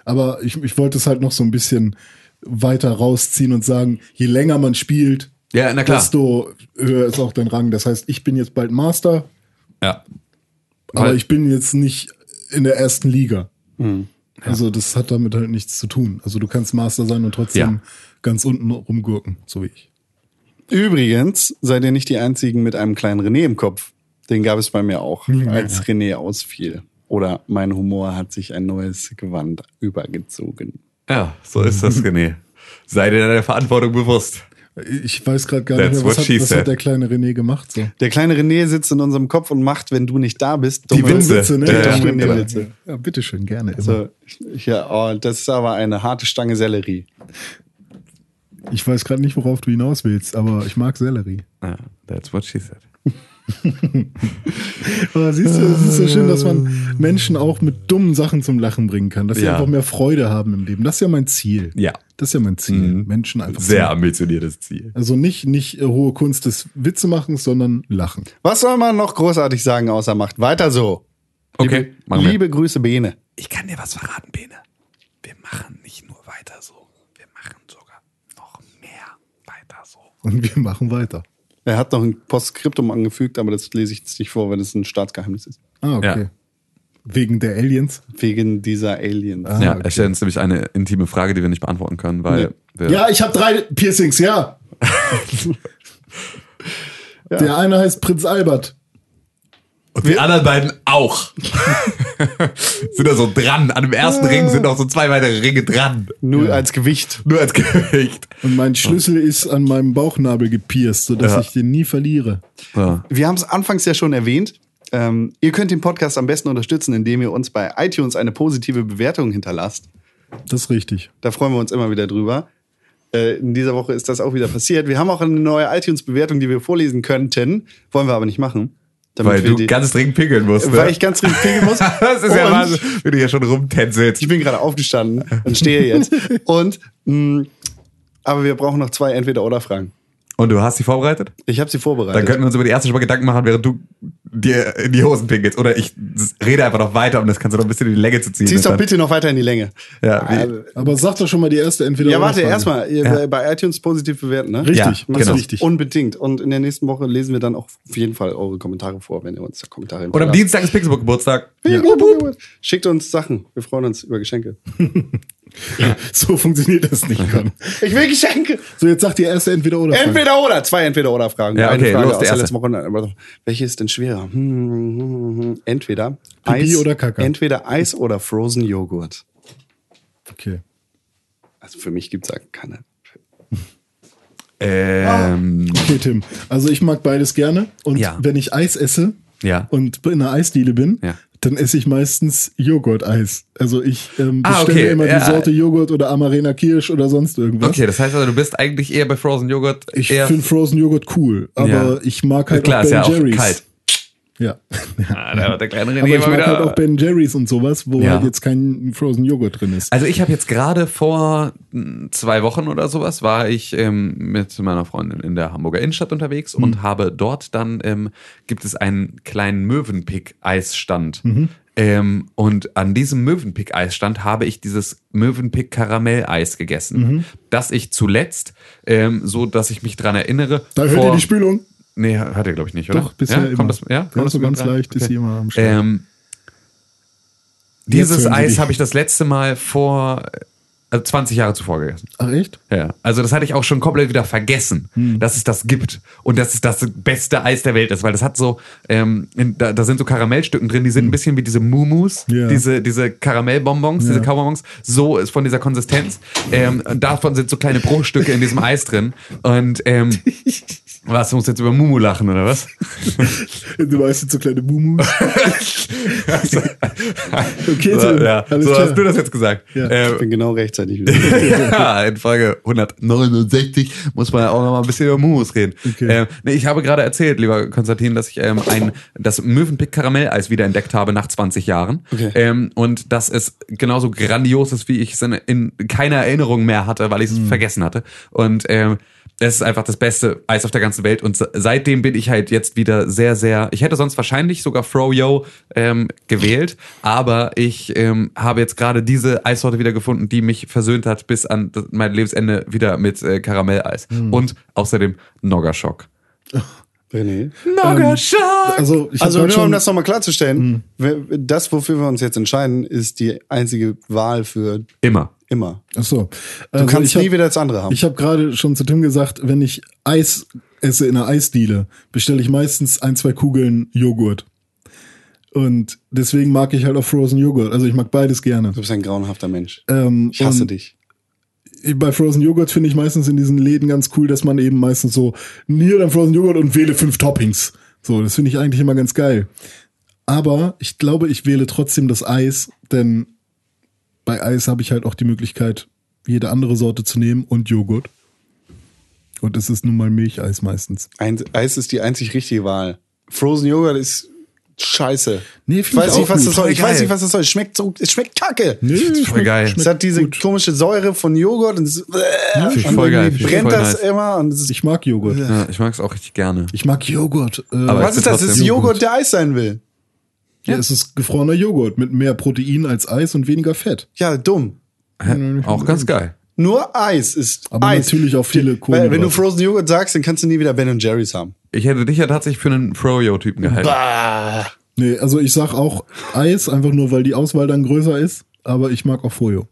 C: Aber ich, ich wollte es halt noch so ein bisschen weiter rausziehen und sagen, je länger man spielt,
D: Ja, na klar.
C: desto höher ist auch dein Rang. Das heißt, ich bin jetzt bald Master,
D: Ja.
C: aber
D: Weil-
C: ich bin jetzt nicht in der ersten Liga. Also das hat damit halt nichts zu tun. Also du kannst Master sein und trotzdem
D: Ja.
C: ganz unten rumgurken, so wie ich.
B: Übrigens seid ihr nicht die Einzigen mit einem kleinen René im Kopf. Den gab es bei mir auch, als René ausfiel. Oder mein Humor hat sich ein neues Gewand übergezogen.
D: Ja, so ist das, René. Sei dir deiner Verantwortung bewusst.
C: Ich weiß gerade gar
D: That's
C: nicht mehr, was,
D: what
C: hat,
D: she
C: was
D: said.
C: hat der kleine René gemacht. So.
B: Der kleine René sitzt in unserem Kopf und macht, wenn du nicht da bist, dumme
D: Die Witze. Ja, ja,
C: Ja,
B: stimmt,
C: ja,
B: ja. Also,
C: ja. ne? ja, bitteschön, gerne. Immer.
B: So, ja, oh, das ist aber eine harte Stange Sellerie.
C: Ich weiß gerade nicht, worauf du hinaus willst, aber ich mag Sellerie.
D: Ja, that's what she said.
C: Aber siehst du, es ist so schön, dass man Menschen auch mit dummen Sachen zum Lachen bringen kann, dass sie
D: Ja.
C: einfach mehr Freude haben im Leben. Das ist ja mein Ziel.
D: Ja.
C: Das ist ja mein Ziel.
D: Mhm.
C: Menschen einfach.
D: Sehr
C: Zum,
D: ambitioniertes Ziel.
C: also nicht, nicht äh, hohe Kunst des Witzemachens, sondern Lachen.
B: Was soll man noch großartig sagen, außer macht weiter so?
D: Okay, machen wir.
B: Liebe Grüße, Bene.
D: Ich kann dir was verraten, Bene. Wir machen nicht nur weiter so. Wir machen sogar noch mehr weiter so.
C: Und wir machen weiter.
B: Er hat noch ein Postskriptum angefügt, aber das lese ich jetzt nicht vor, weil das ein Staatsgeheimnis ist.
C: Ah, okay.
D: Ja.
C: Wegen der Aliens.
B: Wegen dieser Aliens.
C: Ah,
D: ja,
C: okay.
D: er stellt uns nämlich eine intime Frage, die wir nicht beantworten können, weil wir.
C: Ja, ich habe drei Piercings, ja. Der eine heißt Prinz Albert.
D: Und die anderen beiden auch. sind da so dran. An dem ersten Ring sind noch so zwei weitere Ringe dran.
B: Nur als Gewicht.
D: Nur als Gewicht.
C: Und mein Schlüssel ist an meinem Bauchnabel gepierst, sodass
D: Ja.
C: ich den nie verliere.
D: So.
B: Wir haben es anfangs ja schon erwähnt. Ähm, ihr könnt den Podcast am besten unterstützen, indem ihr uns bei iTunes eine positive Bewertung hinterlasst.
C: Das ist richtig.
B: Da freuen wir uns immer wieder drüber. Äh, in dieser Woche ist das auch wieder passiert. Wir haben auch eine neue iTunes-Bewertung, die wir vorlesen könnten. Wollen wir aber nicht machen. damit
D: Weil
B: wir
D: du
B: die-
D: ganz dringend pinkeln musst. Ne?
B: weil ich ganz dringend pinkeln muss.
D: das ist ja
B: Und-
D: Wahnsinn, wenn du hier schon rumtänzelst.
B: Ich bin gerade aufgestanden und stehe jetzt. Und, mh, aber wir brauchen noch zwei Entweder-Oder-Fragen.
D: Und du hast sie vorbereitet?
B: Ich habe sie vorbereitet.
D: Dann könnten wir uns über die erste schon mal Gedanken machen, während du dir in die Hosen pinkelst. Oder ich rede einfach noch weiter, um das Ganze noch ein bisschen in die Länge zu ziehen.
B: Zieh's doch
D: Das
B: bitte noch weiter in die Länge.
D: dann- Ja, wie,
B: Ja,
C: Aber sag doch schon mal die erste entweder
B: Ja,
C: oder
B: warte,
C: Frage.
B: erstmal ihr-
D: Ja.
B: bei iTunes positiv bewerten, ne?
C: Richtig,
D: Ja,
C: das
D: genau.
C: ist wichtig.
B: Unbedingt. Und in der nächsten Woche lesen wir dann auch auf jeden Fall eure Kommentare vor, wenn ihr uns da Kommentare
D: und am
B: hinterlasst.
D: Dienstag ist Pixelbook Geburtstag.
B: Ja. Wupp, wupp. Schickt uns Sachen. Wir freuen uns über Geschenke.
C: so funktioniert das nicht. Con.
B: Ich will Geschenke!
C: so, jetzt sag die erste entweder oder. Frage.
B: Entweder oder. Zwei entweder oder Fragen.
D: Ja,
B: Eine
D: okay,
B: Frage
D: los,
B: aus
D: der
B: der
D: erste.
B: letzten Woche. Aber Welche ist denn schwerer? Hm, hm, hm, hm. Entweder
C: Pipi
B: Eis
C: oder Kaka?
B: Entweder Eis oder Frozen Joghurt.
C: Okay.
B: Also für mich gibt's da keine.
D: Ähm,
C: okay, Tim. Also ich mag beides gerne. Und
D: Ja.
C: wenn ich Eis esse
D: Ja.
C: und in einer Eisdiele bin,
D: Ja.
C: dann esse ich meistens Joghurt-Eis. Also ich ähm,
D: Ah,
C: bestelle
D: okay.
C: immer die
D: Ja.
C: Sorte Joghurt oder Amarena Kirsch oder sonst
B: Oh.
C: irgendwas.
D: Okay, das heißt also, du bist eigentlich eher bei Frozen Joghurt.
C: Ich
D: eher
C: finde Frozen Joghurt cool, aber
D: Ja.
C: ich mag halt
D: Klar,
C: auch
D: ist
C: Ben
D: ja auch
C: Jerry's.
D: kalt.
C: Ja.
D: Ah, da hat der kleine René
C: Aber ich
D: immer
C: mag
D: wieder.
C: halt auch Ben Jerry's und sowas, wo
D: Ja.
C: halt jetzt kein Frozen Joghurt drin ist.
D: Also ich habe jetzt gerade vor mh, zwei Wochen oder sowas war ich ähm, mit meiner Freundin in der Hamburger Innenstadt unterwegs
C: Mhm.
D: und habe dort dann ähm, gibt es einen kleinen Mövenpick-Eisstand.
C: Mhm.
D: Ähm, und an diesem Mövenpick-Eisstand habe ich dieses Mövenpick-Karamell-Eis gegessen,
C: Mhm.
D: das ich zuletzt, ähm, so dass ich mich dran erinnere.
C: Da hört ihr die Spülung.
D: Nee, hat er glaube ich nicht, oder?
C: Doch, bisher
D: ja,
C: immer.
D: Kommt das, ja, kommt
C: Ja,
D: das
C: so ganz
D: rein?
C: leicht ist sie immer am Start.
D: Ähm,
C: Jetzt
D: dieses
C: hören sie
D: Eis
C: dich.
D: habe ich das letzte Mal vor also 20 Jahre zuvor gegessen.
C: Ach echt?
D: Ja, also das hatte ich auch schon komplett wieder vergessen,
C: Hm.
D: dass es das gibt und dass es das beste Eis der Welt ist, weil das hat so, ähm, in, da, da sind so Karamellstücken drin, die sind ein bisschen wie diese Mumus,
C: Hm. Ja.
D: diese, diese Karamellbonbons, diese Kaubonbons, so ist von dieser Konsistenz. Ähm, und davon sind so kleine Bruchstücke in diesem Eis drin und ähm, was, du musst jetzt über Mumu lachen oder was?
C: Du weißt jetzt so kleine Mumus. Okay,
D: so,
C: Tim,
D: ja.
C: alles
D: so
C: klar.
D: hast du das jetzt gesagt.
C: Ja.
D: Ähm,
B: Ich bin genau rechtzeitig wieder.
D: ja, in Folge 169 muss man ja auch noch mal ein bisschen über Mumus reden.
C: Okay.
D: Ähm, nee, ich habe gerade erzählt, lieber Konstantin, dass ich ähm, ein, das Mövenpick Karamelleis wiederentdeckt habe nach 20 Jahren.
B: Okay.
D: Ähm, und dass es genauso grandios ist, wie ich es in, in keiner Erinnerung mehr hatte, weil ich es vergessen hatte. Und ähm, es ist einfach das beste Eis auf der ganzen Welt. Und se- seitdem bin ich halt jetzt wieder sehr, sehr. Ich hätte sonst wahrscheinlich sogar Froyo ähm, gewählt, aber ich ähm, habe jetzt gerade diese Eissorte wieder gefunden, die mich versöhnt hat bis an das- mein Lebensende wieder mit äh, Karamelleis. Und außerdem Noggerschock.
B: René.
D: Noggerschock!
C: Also, ich
B: Also nur
C: hab grad
B: um
C: schon, Hm.
B: das nochmal klarzustellen, wer- das, wofür wir uns jetzt entscheiden, ist die einzige Wahl für
D: Immer.
B: immer.
C: ach
B: Du
C: so. Also,
B: kannst
C: ich hab-
B: nie wieder das andere haben.
C: Ich habe gerade schon zu Tim gesagt, wenn ich Eis esse in einer Eisdiele, bestelle ich meistens ein, zwei Kugeln Joghurt. Und deswegen mag ich halt auch Frozen Joghurt. Also ich mag beides gerne.
B: du bist ein grauenhafter Mensch.
C: Ähm,
B: Ich hasse
C: und
B: dich.
C: Bei Frozen Joghurt finde ich meistens in diesen Läden ganz cool, dass man eben meistens so Nier an Frozen Joghurt und wähle fünf Toppings. So, das finde ich eigentlich immer ganz geil. Aber ich glaube, ich wähle trotzdem das Eis, denn bei Eis habe ich halt auch die Möglichkeit, jede andere Sorte zu nehmen und Joghurt. Und es ist nun mal Milcheis meistens.
B: Ein, Eis ist die einzig richtige Wahl. Frozen Yogurt ist scheiße.
C: Nee,
B: ich
C: find
B: weiß
C: ich
B: nicht,
C: auch
B: was
C: gut.
B: das soll. Ich
D: Voll
B: weiß
D: geil.
B: nicht, was das soll. Es schmeckt so, es schmeckt kacke.
D: Voll
C: schmeckt-
D: geil.
C: schmeckt
B: Es hat diese
C: gut.
B: komische Säure von Joghurt und es
C: Ja,
B: äh,
C: find ich
B: und
D: voll geil,
B: irgendwie
D: find ich
B: brennt
D: voll
B: das äh,
D: nice.
B: immer und es ist,
C: Ich mag Joghurt.
D: Ja, ich mag es auch richtig gerne.
C: Ich mag Joghurt. Äh,
D: Aber
B: was ist das? Das ist
D: trotzdem
B: Joghurt, der Eis sein will.
C: ja, es ist gefrorener Joghurt mit mehr Protein als Eis und weniger Fett.
B: Ja, dumm.
D: Hä? Auch ganz geil.
B: Nur Eis ist
C: Aber
B: Eis.
C: natürlich auch viele
B: Weil, wenn du
C: Kohlenhydrate.
B: Frozen Joghurt sagst, dann kannst du nie wieder Ben Jerry's haben.
D: Ich hätte dich ja tatsächlich für einen Froyo-Typen gehalten.
C: Nee, also ich sag auch Eis, einfach nur, weil die Auswahl dann größer ist. Aber ich mag auch Froyo.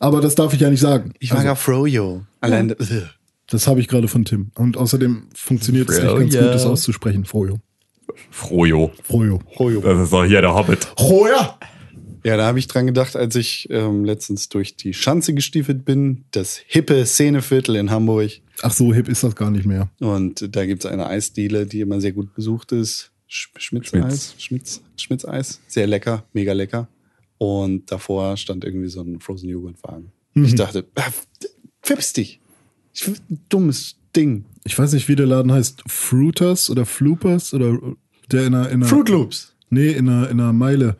C: Aber das darf ich ja nicht sagen. Also,
B: Ich mag ja Froyo. Also Allein. Äh.
C: Das habe ich gerade von Tim. Und außerdem funktioniert es nicht ganz
D: Froyo.
C: gut, das auszusprechen. Froyo.
D: Froyo.
C: Froyo.
D: Das ist doch hier der Hobbit.
C: Froyo!
B: Ja, da habe ich dran gedacht, als ich ähm, letztens durch die Schanze gestiefelt bin, das hippe Szeneviertel in Hamburg.
C: Ach so, hip ist das gar nicht mehr.
B: Und da gibt's eine Eisdiele, die immer sehr gut besucht ist. Sch Schmitz-Eis. Schmitz. Schmitz-Eis. Sehr lecker, mega lecker. Und davor stand irgendwie so ein Frozen Joghurtwagen. Ich dachte, ah, fips dich. Ich, dummes Ding.
C: Ich weiß nicht, wie der Laden heißt. Fruiters oder Floopers oder der in einer. In einer
B: Fruit Loops.
C: Nee, in einer, in einer Meile.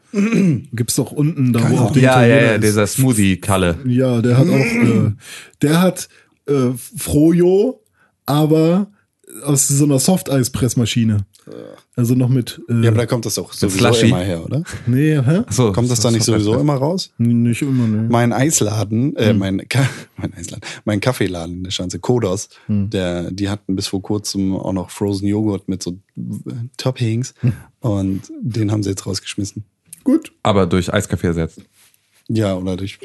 C: Gibt's doch unten, da wo auch der
D: Ja, ja,
C: Italiener
D: ja,
C: ist.
D: dieser Smoothie-Kalle.
C: Ja, der hat auch, äh, der hat äh, Frojo, aber aus so einer Softeispressmaschine. Also noch mit, äh,
B: Ja, aber da kommt das auch sowieso
D: Slushy.
B: immer her, oder?
C: nee, hä?
D: So,
B: Kommt Oh, das da nicht sowieso immer raus?
C: Nicht immer, ne?
B: mein Eisladen,
C: Hm.
B: äh, mein, Ka mein Eisladen, mein Kaffeeladen in der Schanze, Kodos,
C: Hm.
B: der, die hatten bis vor kurzem auch noch Frozen Joghurt mit so äh, Toppings
C: Hm.
B: und den haben sie jetzt rausgeschmissen.
C: Gut.
D: Aber durch Eiskaffee ersetzt.
B: Ja, oder durch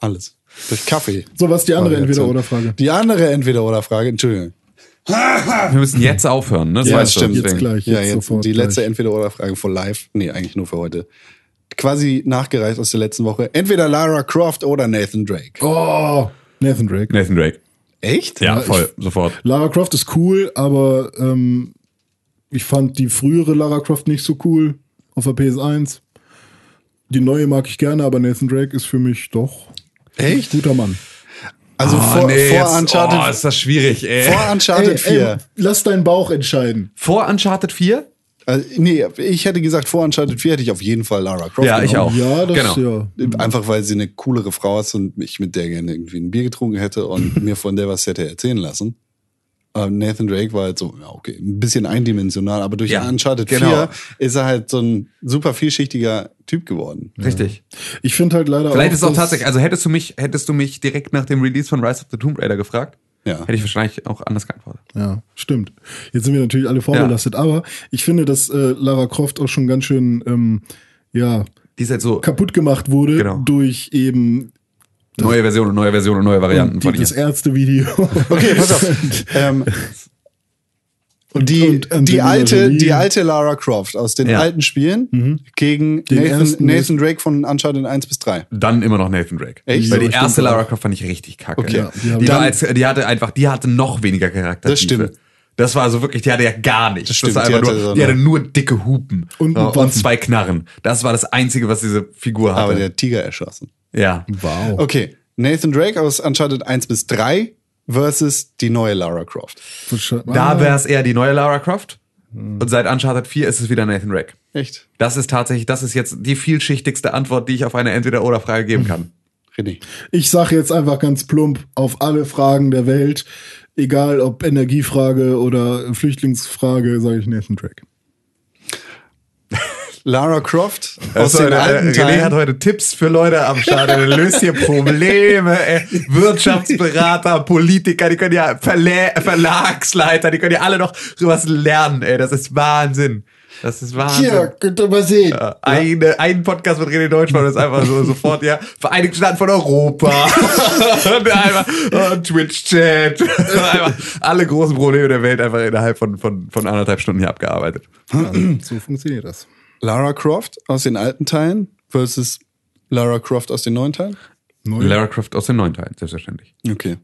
B: alles. Durch Kaffee.
C: So, was ist die andere
B: Variation.
C: Entweder-oder-Frage?
B: Die andere Entweder-Oder-Frage, Entschuldigung.
D: Wir müssen jetzt aufhören, ne? Das
B: Ja,
D: weißt du,
B: stimmt.
C: Jetzt
D: deswegen.
C: gleich,
B: Ja,
C: jetzt
B: jetzt
C: sofort.
B: die letzte
C: gleich.
B: Entweder-Oder-Frage for live. Nee, eigentlich nur für heute. Quasi nachgereicht aus der letzten Woche. Entweder Lara Croft oder Nathan Drake.
C: Oh, Nathan Drake.
D: Nathan Drake.
B: Echt?
D: Ja, voll, sofort.
C: Lara Croft ist cool, aber ähm, ich fand die frühere Lara Croft nicht so cool auf der PS1. Die neue mag ich gerne, aber Nathan Drake ist für mich doch
B: Echt?
C: guter Mann. Ah,
B: Also
D: Oh,
B: vor,
D: nee,
B: vor
D: jetzt-
B: Uncharted
D: Oh, ist das schwierig, ey.
B: Vor Uncharted 4.
C: lass deinen Bauch entscheiden.
D: Vor Uncharted 4?
B: Also, nee, ich hätte gesagt, vor Uncharted 4 hätte ich auf jeden Fall Lara Croft.
D: Ja, ich
B: genommen.
D: auch.
C: Oh, Ja, das
D: Genau.
C: ja.
B: Einfach weil sie eine coolere Frau ist und ich mit der gerne irgendwie ein Bier getrunken hätte und mir von der was hätte erzählen lassen. Aber Nathan Drake war halt so, ja, okay, ein bisschen eindimensional, aber durch
D: Ja,
B: Uncharted
D: genau.
B: 4 ist er halt so ein super vielschichtiger Typ geworden.
D: Richtig.
C: Ich finde halt leider
D: Vielleicht ist es auch
C: dass-
D: tatsächlich, also hättest du mich, hättest du mich direkt nach dem Release von Rise of the Tomb Raider gefragt,
B: Ja.
D: hätte ich wahrscheinlich auch anders geantwortet.
C: Ja, stimmt. Jetzt sind wir natürlich alle vorbelastet, aber ich finde, dass äh, Lara Croft auch schon ganz schön ähm, ja,
D: Die ist halt so,
C: kaputt gemacht wurde
D: Genau.
C: durch eben
D: Neue Version und neue Version und neue Varianten von ihr.
C: dieses Ärztevideo.
B: Okay, pass auf. ähm, die,
C: und
B: die,
C: Angelina
B: alte,
C: Jolie.
B: die alte Lara Croft aus den
D: Ja.
B: alten Spielen gegen
C: Den
B: Nathan,
C: ersten-
B: Nathan Drake von Uncharted 1 bis 3.
D: Dann immer noch Nathan Drake.
B: Echt?
D: Weil die
C: Ja,
D: erste
C: stimmt.
D: Lara Croft fand ich richtig kacke.
B: Okay. Ja,
C: die haben-
D: die, war
C: Dann-
D: als, die hatte einfach, die hatte noch weniger Charakter.
B: Das stimmt.
D: Das war so wirklich, die hatte ja gar nichts.
B: Das stimmt,
D: war
B: die
D: einfach
B: hatte
D: nur,
B: so
D: die
B: eine-
D: hatte nur dicke Hupen
C: Und
D: Ja,
C: einen
D: und
C: Waffen.
D: zwei Knarren. Das war das Einzige, was diese Figur
B: Aber
D: hatte.
B: der Tiger erschossen.
D: ja.
C: Wow.
B: Okay, Nathan Drake aus Uncharted 1 bis 3 versus die neue Lara Croft.
C: Ah,
D: Da wäre es eher die neue Lara Croft.
B: Hm.
D: Und seit Uncharted 4 ist es wieder Nathan Drake.
B: Echt?
D: Das ist tatsächlich, das ist jetzt die vielschichtigste Antwort, die ich auf eine Entweder-Oder-Frage geben kann.
B: René.
C: Ich sage jetzt einfach ganz plump auf alle Fragen der Welt, egal ob Energiefrage oder Flüchtlingsfrage, sage ich Nathan Drake.
B: Lara Croft aus
D: Also,
B: den
D: äh,
B: alten
D: René hat
B: Teilen.
D: heute Tipps für Leute am Start, der löst hier Probleme, ey. Wirtschaftsberater, Politiker, die können ja Verlä Verlagsleiter, die können ja alle noch sowas lernen, ey. Das ist Wahnsinn. Das ist Wahnsinn.
E: könnt ihr mal sehen.
D: Äh, Eine, ein Podcast mit René Deutschmann ist einfach so sofort, ja, Vereinigte Staaten von Europa. und einmal äh, Twitch-Chat. Einmal alle großen Probleme der Welt einfach innerhalb von, von, von anderthalb Stunden hier abgearbeitet.
C: So funktioniert das.
B: Lara Croft aus den alten Teilen versus Lara Croft aus den neuen Teilen?
C: Neu.
D: Lara Croft aus den neuen Teilen, selbstverständlich.
B: Okay.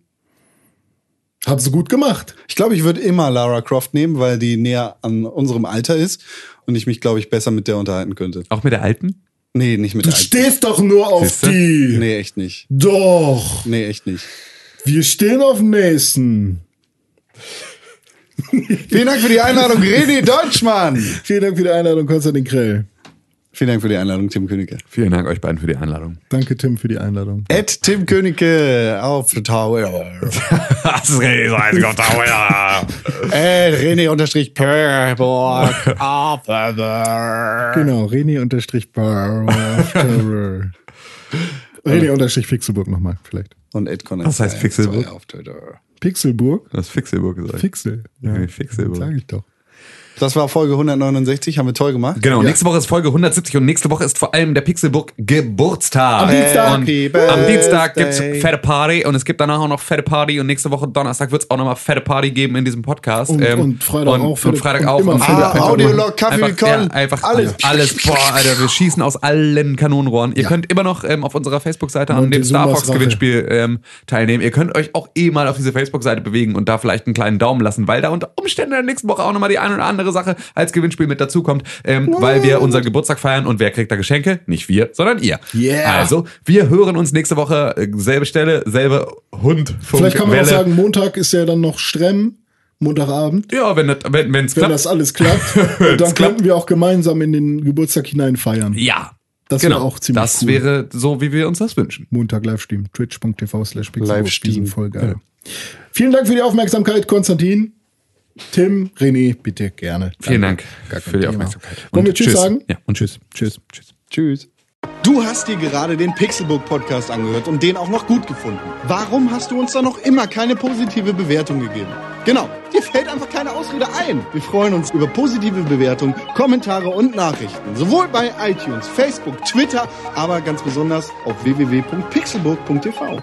C: Hab sie gut gemacht.
B: Ich glaube, ich würde immer Lara Croft nehmen, weil die näher an unserem Alter ist und ich mich, glaube ich, besser mit der unterhalten könnte.
D: Auch mit der alten?
B: Nee, nicht mit
C: Du
B: der alten.
C: stehst doch nur auf
D: Siehste?
C: die.
B: Nee, echt nicht.
C: Doch.
B: Nee, echt nicht.
C: Wir stehen auf Nathan.
B: Vielen Dank für die Einladung, René Deutschmann.
C: Vielen Dank für die Einladung, Konstantin Krell.
B: Vielen Dank für die Einladung, Tim Königke.
D: Vielen Dank euch beiden für die Einladung.
C: Danke, Tim, für die Einladung.
B: At Tim Königke auf Tower.
D: Das ist richtig so heiß oh auf Dauer.
B: At René unterstrich Perborg auf Tower.
C: Genau, René unterstrich Bar. René unterstrich Pixelburg nochmal, vielleicht.
B: Und Ed Conner.
D: Was heißt Pixelburg?
B: Auf Twitter.
C: Pixelburg?
D: Du hast Fixelburg gesagt.
C: Pixel.
D: Nee,
C: Sag
D: Fixelburg.
C: ich doch.
B: Das war Folge 169, haben wir toll gemacht.
D: Genau, nächste Woche ist Folge 170 und nächste Woche ist vor allem der Pixelburg Geburtstag.
C: Am Dienstag.
B: Happy
D: Und am Dienstag gibt's
B: Birthday.
D: fette Party und es gibt danach auch noch fette Party und nächste Woche Donnerstag wird's auch nochmal fette Party geben in diesem Podcast.
C: Und-
D: Ähm,
C: und Freitag
D: und,
C: auch
D: Und
C: fette-
D: Freitag
C: und
D: auch.
C: immer
D: und
C: fette
D: Freitag
C: Party.
D: auch.
B: Audiolog, Kaffee,
D: einfach, ja,
B: Con,
D: einfach alles.
B: alles.
D: Alles, boah, Alter, wir schießen aus allen Kanorenrohren. Ihr könnt immer noch ähm, auf unserer Facebook-Seite an dem Star
C: Montezumas
D: Fox
C: Rache.
D: Gewinnspiel ähm, teilnehmen. Ihr könnt euch auch eh mal auf diese Facebook-Seite bewegen und da vielleicht einen kleinen Daumen lassen, weil da unter Umständen in der nächsten Woche auch nochmal die eine oder andere Sache als Gewinnspiel mit dazukommt, ähm, weil wir unseren Geburtstag feiern und wer kriegt da Geschenke? Nicht wir, sondern ihr.
E: Yeah.
D: Also, wir hören uns nächste Woche, äh, selbe Stelle, selbe Hund. Funk,
C: Vielleicht kann man auch
D: Welle.
C: sagen, Montag ist ja dann noch Stremm, Montagabend,
D: Ja, wenn es wenn, wenn's
C: wenn
D: klappt.
C: das alles klappt. Und dann könnten wir auch gemeinsam in den Geburtstag hinein feiern.
D: ja.
C: Das wäre Genau, auch ziemlich
D: Genau. Das
C: cool.
D: wäre so, wie wir uns das wünschen.
C: Montag Livestream, twitch.tv slash Pixelburg.
B: Livestream.
C: Die sind Voll geil. Vielen Dank für die Aufmerksamkeit, Konstantin. Tim, René, bitte gerne.
D: Vielen
C: Danke.
D: Dank
C: Gar kein
D: für die
C: Thema.
D: Aufmerksamkeit.
C: Wollen wir Tschüss sagen?
D: Ja, und tschüss.
C: Tschüss.
D: Tschüss.
B: Tschüss.
F: Du hast dir gerade den Pixelbook Podcast angehört und den auch noch gut gefunden. Warum hast du uns da noch immer keine positive Bewertung gegeben? Genau, dir fällt einfach keine Ausrede ein. Wir freuen uns über positive Bewertungen, Kommentare und Nachrichten. Sowohl bei iTunes, Facebook, Twitter, aber ganz besonders auf www.pixelburg.tv.